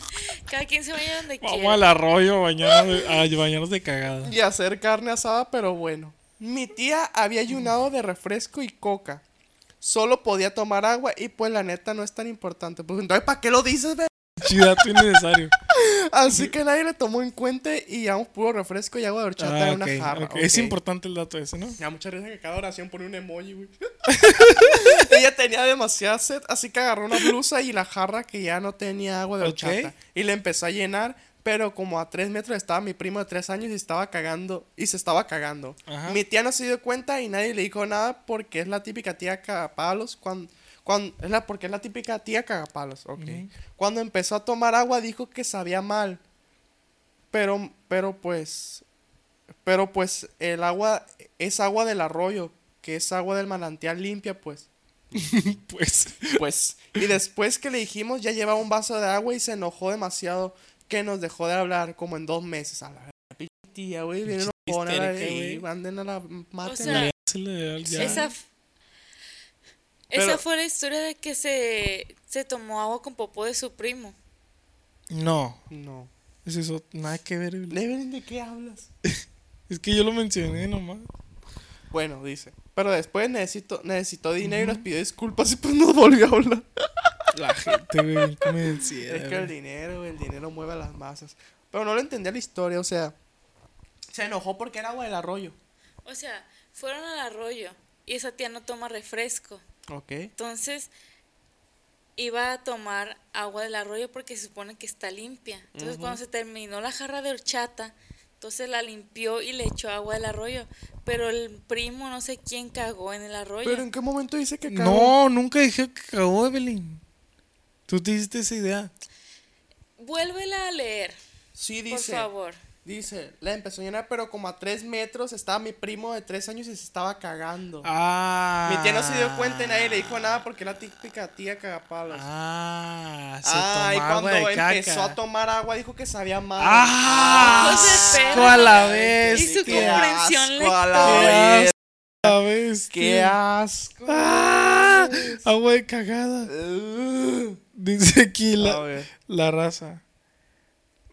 Speaker 3: Cada quien se vaya donde
Speaker 2: Vamos
Speaker 3: quiera.
Speaker 2: al arroyo a bañarnos de, a bañarnos de cagada.
Speaker 1: y hacer carne asada, pero bueno. Mi tía había ayunado de refresco y coca. Solo podía tomar agua y pues la neta no es tan importante. Pues entonces, ¿para qué lo dices, ve?
Speaker 2: Chidato innecesario.
Speaker 1: Así que nadie le tomó en cuenta y a un puro refresco y agua de horchata
Speaker 2: Ah,
Speaker 1: en una
Speaker 2: ok,
Speaker 1: jarra.
Speaker 2: ok. Es
Speaker 1: ok.
Speaker 2: importante el dato ese, ¿no?
Speaker 1: Me da mucha risa que cada oración pone un emoji, güey. Ella tenía demasiada sed, así que agarró una blusa y la jarra que ya no tenía agua de
Speaker 2: Ok.
Speaker 1: horchata. Y la empezó a llenar, pero como a tres metros estaba mi primo de tres años y estaba cagando. Y se estaba cagando.
Speaker 2: Ajá.
Speaker 1: Mi tía no se dio cuenta y nadie le dijo nada porque es la típica tía cagapalos. Cuando, cuando, es la, porque es la típica tía cagapalos, ok. Cuando empezó a tomar agua dijo que sabía mal. Pero, pero pues, pero pues el agua es agua del arroyo, que es agua del manantial limpia, pues.
Speaker 2: Pues.
Speaker 1: Pues. Y después que le dijimos, ya llevaba un vaso de agua y se enojó demasiado, que nos dejó de hablar como en dos meses. A la pinche tía, güey, viene
Speaker 2: Pinche
Speaker 1: enojona,
Speaker 2: histérica,
Speaker 1: güey,
Speaker 2: güey.
Speaker 1: anden a la maten.
Speaker 3: sea,
Speaker 1: a la-
Speaker 2: Se le- ya.
Speaker 3: Esa, f-
Speaker 1: Pero-
Speaker 3: esa fue la historia de que se, se tomó agua con popó de su primo.
Speaker 2: No.
Speaker 1: No.
Speaker 2: Es eso. Nada que ver. güey.
Speaker 1: Evelyn, ¿de qué hablas?
Speaker 2: Es que yo lo mencioné nomás.
Speaker 1: Bueno, dice. Pero después necesito, necesitó dinero y nos pidió disculpas y pues nos volvió a hablar.
Speaker 2: La gente, güey. ¿qué me decía,
Speaker 1: Es que el dinero, güey, el dinero mueve a las masas. Pero no lo entendía la historia, o sea. Se enojó porque era agua del arroyo.
Speaker 3: O sea, fueron al arroyo y esa tía no toma refresco.
Speaker 1: Ok.
Speaker 3: Entonces iba a tomar agua del arroyo porque se supone que está limpia. Entonces cuando se terminó la jarra de horchata, entonces la limpió y le echó agua del arroyo. Pero el primo no sé quién cagó en el arroyo.
Speaker 1: Pero en qué momento dice que cagó?
Speaker 2: No, nunca dije que cagó Evelyn. Tú te hiciste esa idea.
Speaker 3: Vuélvela a leer,
Speaker 1: Sí,
Speaker 3: por
Speaker 1: dice.
Speaker 3: favor.
Speaker 1: Dice, la empezó a llenar, pero como a tres metros estaba mi primo de tres años y se estaba cagando.
Speaker 2: Ah.
Speaker 1: Mi tía no se dio cuenta y nadie le dijo nada porque era típica tía cagapalos. Ah,
Speaker 2: Ah, se
Speaker 1: y
Speaker 2: tomó agua
Speaker 1: cuando
Speaker 2: de caca.
Speaker 1: empezó a tomar agua dijo que sabía mal.
Speaker 2: ¡Ah!
Speaker 3: Hijos de
Speaker 2: ¡Asco
Speaker 3: perra!
Speaker 2: a la
Speaker 1: Ay,
Speaker 2: vez!
Speaker 3: pues Y su
Speaker 1: qué
Speaker 3: comprensión
Speaker 1: asco a la
Speaker 2: ¡Qué
Speaker 1: vez.
Speaker 2: asco a la vez!
Speaker 1: ¡Qué asco!
Speaker 2: ¡Ah! Agua de cagada.
Speaker 1: Uh.
Speaker 2: Dice aquí
Speaker 1: A
Speaker 2: la,
Speaker 1: ver.
Speaker 2: la raza.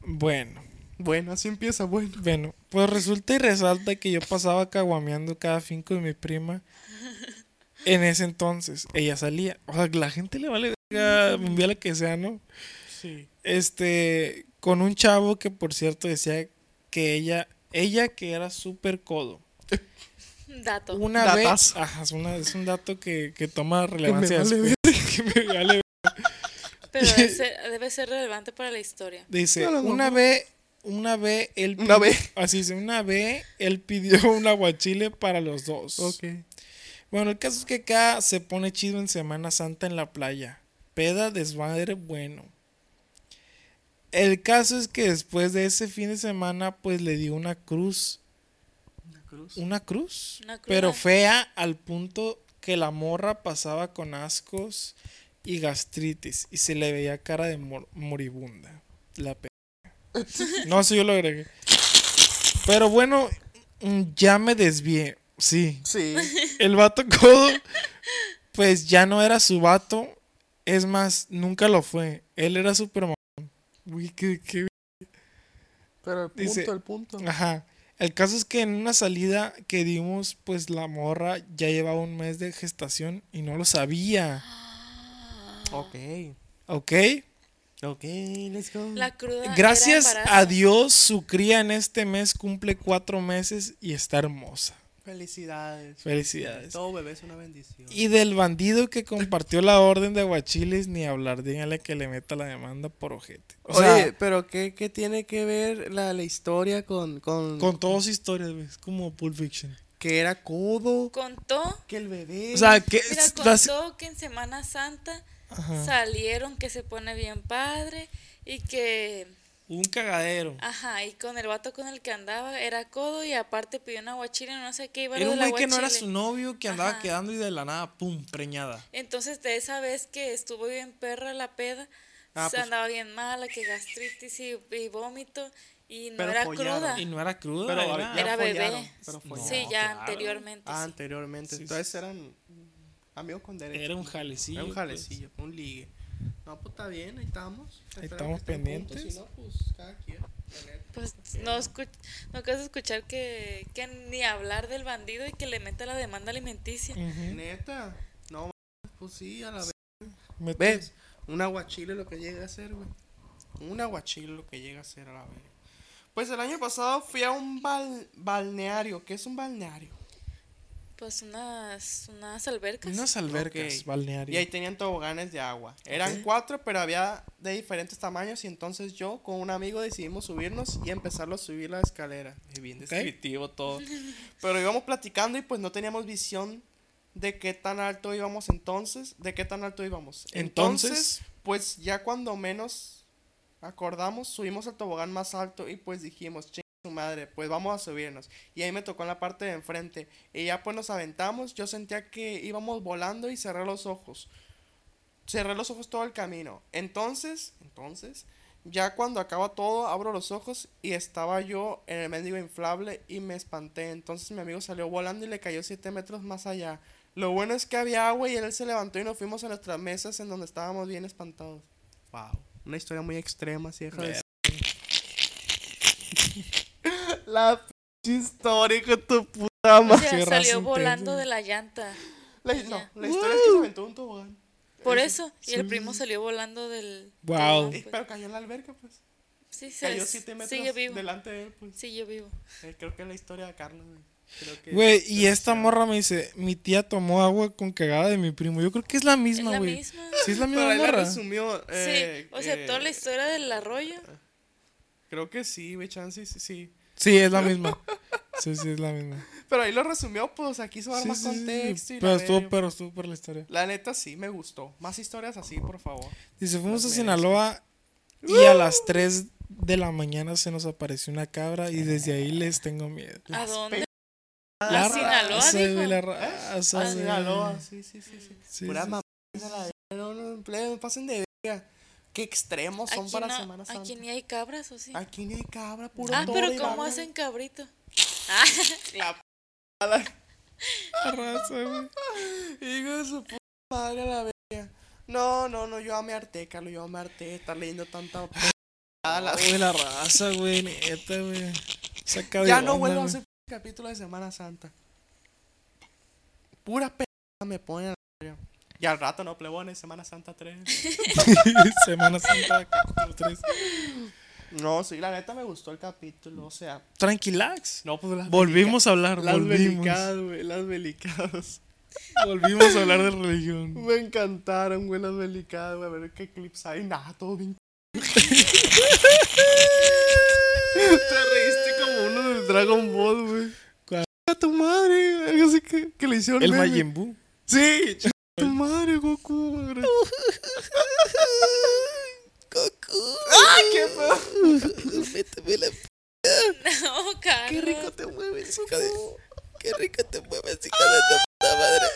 Speaker 2: Bueno,
Speaker 1: Bueno, así empieza, bueno.
Speaker 2: bueno. Pues resulta y resalta que yo pasaba caguameando cada finco de mi prima. En ese entonces, ella salía. O sea, la gente le vale verga, mundial la que sea, ¿no?
Speaker 1: Sí.
Speaker 2: Este, con un chavo que por cierto decía que ella, ella que era súper codo.
Speaker 3: Dato.
Speaker 2: Una
Speaker 1: Datazo.
Speaker 2: vez, ajá, es, una- es un dato que, que toma relevancia.
Speaker 1: vale
Speaker 2: después, que me vale verga.
Speaker 3: Pero debe ser, debe ser relevante para la historia.
Speaker 2: Dice,
Speaker 1: No, no, no.
Speaker 2: una vez, una vez él
Speaker 1: Una
Speaker 2: pidi-
Speaker 1: vez.
Speaker 2: Así dice, una vez él pidió un aguachile para los dos. Bueno, el caso es que acá se pone chido en Semana Santa en la playa. Peda, desmadre, bueno. El caso es que después de ese fin de semana, pues le dio una cruz. Una cruz.
Speaker 3: Una cruda.
Speaker 2: pero fea al punto que la morra pasaba con ascos y gastritis. Y se le veía cara de mor- moribunda. La pe- No, sí, yo lo agregué. Pero bueno, mm, ya me desvié. Sí,
Speaker 1: Sí.
Speaker 2: el vato codo, pues ya no era su vato. Es más, nunca lo fue. Él era super mamón. Uy, qué- qué-
Speaker 1: Pero el punto,
Speaker 2: Dice-
Speaker 1: el punto.
Speaker 2: Ajá. El caso es que en una salida que dimos, pues la morra ya llevaba un mes de gestación y no lo sabía.
Speaker 1: Ok.
Speaker 2: ¿Ok?
Speaker 1: Ok, let's go.
Speaker 3: La cruda. era
Speaker 2: Gracias
Speaker 3: embarazo.
Speaker 2: a Dios, su cría en este mes cumple cuatro meses y está hermosa.
Speaker 1: Felicidades.
Speaker 2: Felicidades.
Speaker 1: Todo bebé es una bendición.
Speaker 2: Y del bandido que compartió la orden de aguachiles, ni hablar, díganle que le meta la demanda por ojete. O
Speaker 1: Oye,
Speaker 2: sea,
Speaker 1: pero ¿qué, qué tiene que ver la, la historia con, con,
Speaker 2: con todas historias, güey, es como Pulp Fiction.
Speaker 1: que era codo?
Speaker 3: Contó
Speaker 1: Que el bebé.
Speaker 2: O sea, que
Speaker 3: Mira,
Speaker 2: es- las-
Speaker 3: contó que en Semana Santa
Speaker 2: Ajá.
Speaker 3: salieron, que se pone bien padre y que,
Speaker 2: un cagadero.
Speaker 3: ajá, y con el vato con el que andaba era codo y aparte pidió una guachile, no sé qué iba
Speaker 2: Era
Speaker 3: lo
Speaker 2: un
Speaker 3: del
Speaker 2: güey que no era
Speaker 3: aguachile.
Speaker 2: su novio, que andaba
Speaker 3: Ajá.
Speaker 2: quedando y de la nada, pum, preñada.
Speaker 3: Entonces, de esa vez que estuvo bien perra la peda,
Speaker 1: Ah,
Speaker 3: se
Speaker 1: pues.
Speaker 3: andaba bien mala, que gastritis y, y vómito y no
Speaker 1: Pero
Speaker 3: era
Speaker 1: follaron.
Speaker 3: cruda.
Speaker 2: Y no era cruda,
Speaker 1: Pero
Speaker 2: era...
Speaker 1: ya
Speaker 3: Era
Speaker 1: follaron,
Speaker 3: bebé.
Speaker 1: pero follaron.
Speaker 3: sí, ya
Speaker 2: No, claro.
Speaker 3: anteriormente.
Speaker 1: Ah,
Speaker 3: sí.
Speaker 1: anteriormente.
Speaker 2: Sí,
Speaker 1: Entonces eran amigos con derecho.
Speaker 2: era un jalecillo.
Speaker 1: Era un
Speaker 2: pues.
Speaker 1: jalecillo, un ligue. No, pues está bien, ahí estamos. Esperamos que
Speaker 2: estamos
Speaker 1: estén juntos,
Speaker 2: pendientes.
Speaker 1: Si no, pues cada quien.
Speaker 3: Pues no, escu- no quieres escuchar que, que ni hablar del bandido y que le meta la demanda alimenticia.
Speaker 2: Ujú.
Speaker 1: Neta. No, pues sí, a la vez.
Speaker 2: Me-
Speaker 1: ¿Ves? Un aguachile lo que llega a ser, güey. Un aguachil lo que llega a ser a la vez. Pues el año pasado fui a un bal- balneario. ¿Qué es un balneario?
Speaker 3: Pues unas, unas albercas.
Speaker 2: Unas albercas,
Speaker 1: Ok.
Speaker 2: balneario.
Speaker 1: Y ahí tenían toboganes de agua. Eran
Speaker 2: Ok.
Speaker 1: cuatro, pero había de diferentes tamaños. Y entonces yo con un amigo decidimos subirnos y empezarlo a subir la escalera. Es bien
Speaker 2: Ok.
Speaker 1: descriptivo todo. Pero íbamos platicando y pues no teníamos visión de qué tan alto íbamos entonces. De qué tan alto íbamos.
Speaker 2: Entonces-
Speaker 1: pues ya cuando menos acordamos, subimos al tobogán más alto y pues dijimos, "Chin su madre, pues vamos a subirnos. Y ahí me tocó en la parte de enfrente. Y ya pues nos aventamos. Yo sentía que íbamos volando y cerré los ojos. Cerré los ojos todo el camino. Entonces, entonces, ya cuando acaba todo, abro los ojos y estaba yo en el mendigo inflable y me espanté. Entonces mi amigo salió volando y le cayó 7 metros más allá. Lo bueno es que había agua y él se levantó y nos fuimos a nuestras mesas en donde estábamos bien espantados. Wow. Una historia muy extrema, si deja de
Speaker 2: Ver-
Speaker 1: ser. La pinche historia con tu puta
Speaker 3: O
Speaker 1: madre.
Speaker 3: sea,
Speaker 2: Qué raza
Speaker 3: salió
Speaker 2: intensa.
Speaker 3: volando de la llanta.
Speaker 1: La,
Speaker 3: Ya.
Speaker 1: no, la historia es que se aventó un tobogán.
Speaker 3: Por eso. Y el
Speaker 2: Sí.
Speaker 3: primo salió volando del.
Speaker 2: Wow.
Speaker 3: tobogán,
Speaker 1: Eh,
Speaker 3: pues.
Speaker 1: Pero cayó en la alberca, pues.
Speaker 3: Sí, se
Speaker 1: Cayó
Speaker 3: des-
Speaker 1: 7 metros
Speaker 3: Sigue vivo.
Speaker 1: delante de él, pues.
Speaker 3: Sigue vivo.
Speaker 1: Eh, creo que es la historia de Carlos, güey. Creo que-
Speaker 2: Güey, y esta morra me dice, mi tía tomó agua con cagada de mi primo. Yo creo que es la
Speaker 3: Es
Speaker 2: misma,
Speaker 3: la
Speaker 2: güey.
Speaker 3: misma.
Speaker 2: Sí, es la
Speaker 1: Pero
Speaker 2: misma
Speaker 1: él la
Speaker 2: morra.
Speaker 1: resumió. eh,
Speaker 3: sí. O sea,
Speaker 1: eh,
Speaker 3: toda la historia del arroyo.
Speaker 1: Creo que sí, güey, chance, sí, sí.
Speaker 2: Sí, es la misma. Sí, sí, es la misma.
Speaker 1: Pero ahí lo resumió, pues aquí se va a dar
Speaker 2: Sí,
Speaker 1: más
Speaker 2: sí, sí, sí.
Speaker 1: contexto. y la
Speaker 2: Pero estuvo,
Speaker 1: verga.
Speaker 2: pero estuvo por la historia.
Speaker 1: La neta sí, me gustó. Más historias así, por favor.
Speaker 2: Dice, fuimos a
Speaker 1: Las
Speaker 2: Sinaloa y a las 3 de la mañana se nos apareció una cabra y desde ahí les tengo miedo.
Speaker 1: Ah,
Speaker 3: ¿A dónde?
Speaker 2: La
Speaker 3: ¿A Sinaloa,
Speaker 2: raza, güey,
Speaker 3: dijo?
Speaker 2: la raza,
Speaker 1: Ah,
Speaker 2: güey.
Speaker 1: Sinaloa, sí, sí, sí. sí.
Speaker 2: Sí,
Speaker 1: Pura
Speaker 2: sí,
Speaker 1: mamá de la verga, No, no, no, plebe, no pasen de verga. Qué extremos son
Speaker 3: Aquí
Speaker 1: para
Speaker 3: no-
Speaker 1: Semana Santa.
Speaker 3: Aquí ni hay cabras, ¿o sí?
Speaker 1: Aquí ni hay cabra, puro
Speaker 3: Ah,
Speaker 1: toro
Speaker 3: pero
Speaker 1: y
Speaker 3: ¿cómo
Speaker 1: bala.
Speaker 3: hacen cabrito? Ah,
Speaker 1: La p- la-
Speaker 2: la raza, güey.
Speaker 1: Hijo de su puta madre la verga. No, no, no, yo amé arte, Carlos, yo amé arte, estar leyendo tanta p- a la-
Speaker 2: Güey, la raza, güey, neta, güey. Saca de
Speaker 1: Ya no
Speaker 2: onda,
Speaker 1: vuelvo a
Speaker 2: güey.
Speaker 1: hacer p- capítulo de Semana Santa. Pura p me ponen a la verga. Y al rato no plebones, Semana Santa 3.
Speaker 2: Semana Santa, capítulo tres.
Speaker 1: No, sí, la neta me gustó el capítulo, o sea.
Speaker 2: Tranquilax.
Speaker 1: No, pues las
Speaker 2: Volvimos a hablar,
Speaker 1: Las
Speaker 2: volvimos.
Speaker 1: belicadas, güey, las belicadas.
Speaker 2: Volvimos a hablar de religión.
Speaker 1: Me encantaron, güey, las belicadas, güey. A ver qué clips hay. Nada, todo bien. Te reíste como uno del Dragon Ball, güey.
Speaker 2: ¿Cuál?
Speaker 1: A tu madre, algo así que, que le hicieron.
Speaker 2: El
Speaker 1: meme.
Speaker 2: Majin Buu.
Speaker 1: Sí, ch- tu madre, Goku. güey. ¡Ah, qué pedo!
Speaker 2: Méteme la
Speaker 3: no, Oh, Carlos.
Speaker 1: ¡Qué rico te mueves, Goku!
Speaker 2: Qué rico te mueves, hija de tu puta madre.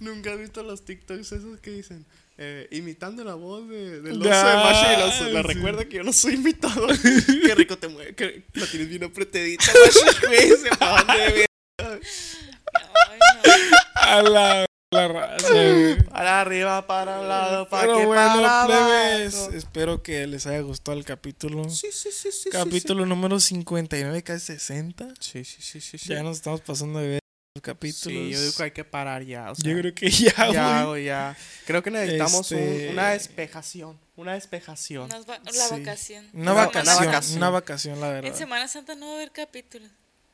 Speaker 1: Nunca he visto los TikToks esos que dicen eh, imitando la voz de, del oso
Speaker 2: Ya,
Speaker 1: de Masha y el oso. La
Speaker 2: sí.
Speaker 1: recuerda que yo no soy imitador. qué rico te mueve, que la tienes bien apretadita, Masha, güey. Se pasan de ver-
Speaker 3: Ay, no.
Speaker 2: A la, la raza, güey.
Speaker 1: Para arriba, para un lado, para
Speaker 2: Pero
Speaker 1: que
Speaker 2: bueno,
Speaker 1: para
Speaker 2: plebes,
Speaker 1: abajo.
Speaker 2: espero que les haya gustado el capítulo.
Speaker 1: Sí, sí, sí, sí.
Speaker 2: capítulo número 59, casi 60.
Speaker 1: Sí, sí, sí, sí. sí.
Speaker 2: Ya nos estamos pasando de ver los capítulos.
Speaker 1: Sí, yo digo que hay que parar ya. o sea,
Speaker 2: Yo creo que ya,
Speaker 1: ya,
Speaker 2: güey.
Speaker 1: güey, ya. Creo que necesitamos un-
Speaker 2: Este-
Speaker 1: una despejación. Una despejación.
Speaker 3: Nos va- la
Speaker 2: Sí.
Speaker 3: vacación.
Speaker 2: Una
Speaker 1: Una
Speaker 2: vacación, una
Speaker 1: vacación.
Speaker 2: vacación, la verdad.
Speaker 3: En Semana Santa no va a haber capítulo.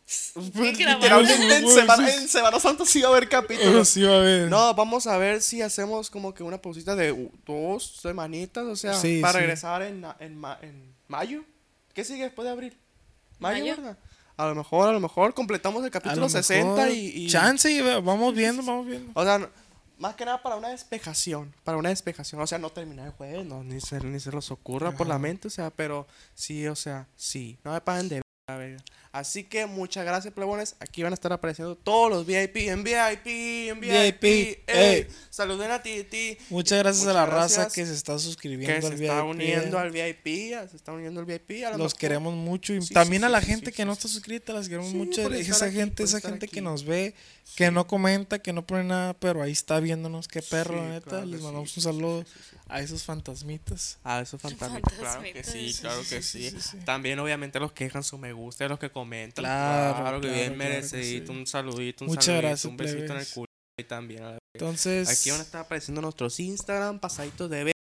Speaker 1: Literalmente Pues, en
Speaker 2: grabamos.
Speaker 1: Semana, en Semana Santa sí va a haber
Speaker 2: Pero
Speaker 1: capítulos.
Speaker 2: sí va a haber.
Speaker 1: No, vamos a ver si hacemos como que una pausita de u- dos semanitas, o sea,
Speaker 2: Sí,
Speaker 1: para
Speaker 2: sí.
Speaker 1: regresar en, na- en, ma- en mayo. ¿Qué sigue después de abril? Mayo,
Speaker 3: ¿Mayo?
Speaker 1: ¿verdad? A lo mejor, a lo mejor completamos el
Speaker 2: A
Speaker 1: capítulo
Speaker 2: lo
Speaker 1: 60
Speaker 2: mejor,
Speaker 1: y, y-
Speaker 2: Chance, y ve- vamos viendo, vamos viendo.
Speaker 1: O sea, no- más que nada para una despejación, para una despejación, o sea, no terminar el jueves, no, ni, se, ni se los ocurra por la mente, o sea, pero sí, o sea, sí, no me paguen de verga, verga. Así que muchas gracias, plebones. Aquí van a estar apareciendo todos los VIP, en VIP, en VIP.
Speaker 2: VIP,
Speaker 1: ey.
Speaker 2: ey.
Speaker 1: Saluden a Titi.
Speaker 2: Muchas gracias
Speaker 1: Muchas
Speaker 2: a la raza
Speaker 1: gracias.
Speaker 2: que se está suscribiendo
Speaker 1: Que se
Speaker 2: al
Speaker 1: está
Speaker 2: VIP.
Speaker 1: uniendo al VIP, ya, se está uniendo al VIP. a lo
Speaker 2: eh. Los
Speaker 1: mejor.
Speaker 2: queremos mucho y
Speaker 1: Sí,
Speaker 2: también
Speaker 1: sí,
Speaker 2: a la
Speaker 1: sí,
Speaker 2: gente
Speaker 1: sí,
Speaker 2: que
Speaker 1: sí,
Speaker 2: no
Speaker 1: sí.
Speaker 2: está suscrita, las queremos
Speaker 1: Sí,
Speaker 2: mucho.
Speaker 1: por estar
Speaker 2: Esa
Speaker 1: aquí,
Speaker 2: gente,
Speaker 1: por
Speaker 2: esa
Speaker 1: estar
Speaker 2: gente
Speaker 1: aquí.
Speaker 2: que nos ve, que no comenta, que no pone nada, pero ahí está viéndonos, qué perro,
Speaker 1: Sí,
Speaker 2: la neta.
Speaker 1: claro que
Speaker 2: Les
Speaker 1: sí,
Speaker 2: mandamos
Speaker 1: sí,
Speaker 2: un
Speaker 1: sí,
Speaker 2: saludo
Speaker 1: sí, sí, sí.
Speaker 2: a esos fantasmitas.
Speaker 1: Ah, eso es fantástico. Claro que
Speaker 3: Fantasmitas,
Speaker 1: sí,
Speaker 3: sí,
Speaker 1: claro que sí.
Speaker 2: sí, sí, sí, sí.
Speaker 1: También, obviamente, los que dejan su me gusta, y los que comentan. Claro,
Speaker 2: Claro,
Speaker 1: que bien
Speaker 2: claro, claro que
Speaker 1: merecidito.
Speaker 2: sí.
Speaker 1: Un saludito, un
Speaker 2: Muchas
Speaker 1: saludito,
Speaker 2: gracias,
Speaker 1: un besito en el
Speaker 2: plebes. Pues
Speaker 1: culo. Y también, a la-
Speaker 2: Entonces,
Speaker 1: aquí van a estar apareciendo nuestros Instagram, pasaditos de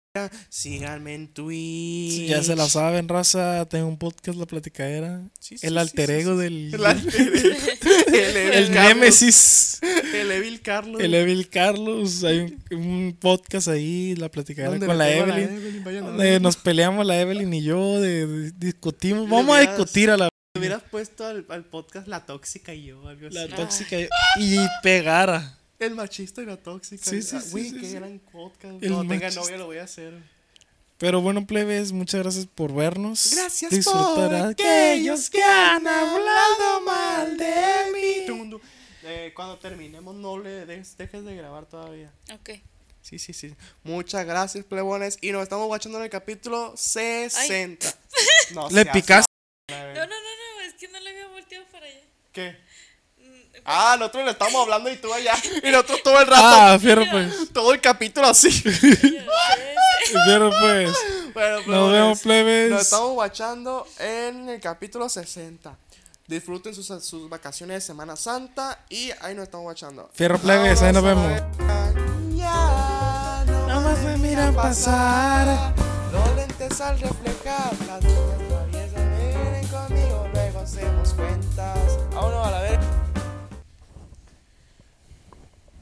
Speaker 1: Síganme en Twitch.
Speaker 2: Sí, Ya se la saben, raza. Tengo un podcast, La Platicadera.
Speaker 1: Sí, sí,
Speaker 2: el
Speaker 1: sí,
Speaker 2: alter
Speaker 1: sí,
Speaker 2: ego
Speaker 1: sí.
Speaker 2: del.
Speaker 1: El alter ego. El Evil
Speaker 2: el
Speaker 1: Carlos.
Speaker 2: Némesis.
Speaker 1: El Evil Carlos.
Speaker 2: El Evil Carlos. Hay un, un podcast ahí, La Platicadera
Speaker 1: Donde
Speaker 2: con la
Speaker 1: le pego a
Speaker 2: Evelyn.
Speaker 1: vayan a
Speaker 2: donde
Speaker 1: verlo.
Speaker 2: nos peleamos la Evelyn y yo. de- de- discutimos.
Speaker 1: Le
Speaker 2: Vamos a
Speaker 1: hubieras-
Speaker 2: discutir a la,
Speaker 1: Le hubieras puesto al, al podcast La Tóxica y yo, algo
Speaker 2: la
Speaker 1: así.
Speaker 2: tóxica. Y pegara.
Speaker 1: El machista y la tóxica.
Speaker 2: Sí, sí,
Speaker 1: Ah,
Speaker 2: sí,
Speaker 1: Güey,
Speaker 2: sí,
Speaker 1: qué
Speaker 2: sí.
Speaker 1: gran podcast.
Speaker 2: El
Speaker 1: Cuando tenga
Speaker 2: machista.
Speaker 1: novia lo voy a hacer.
Speaker 2: Pero bueno, plebes, muchas gracias por vernos.
Speaker 1: Gracias
Speaker 2: Disfrutará-
Speaker 1: por aquellos que han hablado mal de mí. Tundu. Eh, cuando terminemos, no le dejes, dejes de grabar todavía.
Speaker 3: Ok.
Speaker 1: Sí, sí, sí. Muchas gracias, plebones. Y nos estamos guachando en el capítulo 60. No
Speaker 2: Le
Speaker 1: seas
Speaker 2: picaste.
Speaker 1: la-
Speaker 3: No, no, no, no, es que no le había volteado para allá.
Speaker 1: ¿Qué?
Speaker 3: Mm,
Speaker 1: Ah, nosotros le estamos hablando y tú allá. Y nosotros todo el rato.
Speaker 2: Ah, fierro pues.
Speaker 1: Todo el capítulo así.
Speaker 3: ya sé.
Speaker 2: Fierro pues.
Speaker 1: Bueno,
Speaker 2: Nos
Speaker 1: plebones,
Speaker 2: vemos, plebes.
Speaker 1: Nos estamos guachando en el capítulo 60. Disfruten sus, sus vacaciones de Semana Santa y ahí nos estamos guachando.
Speaker 2: Fierro plebes, ahí nos vemos.
Speaker 1: Ya no
Speaker 2: Nomás me miran pasar.
Speaker 1: Los lentes al reflejar, las niñas traviesas vienen conmigo, luego hacemos cuentas. Vámonos a la verga.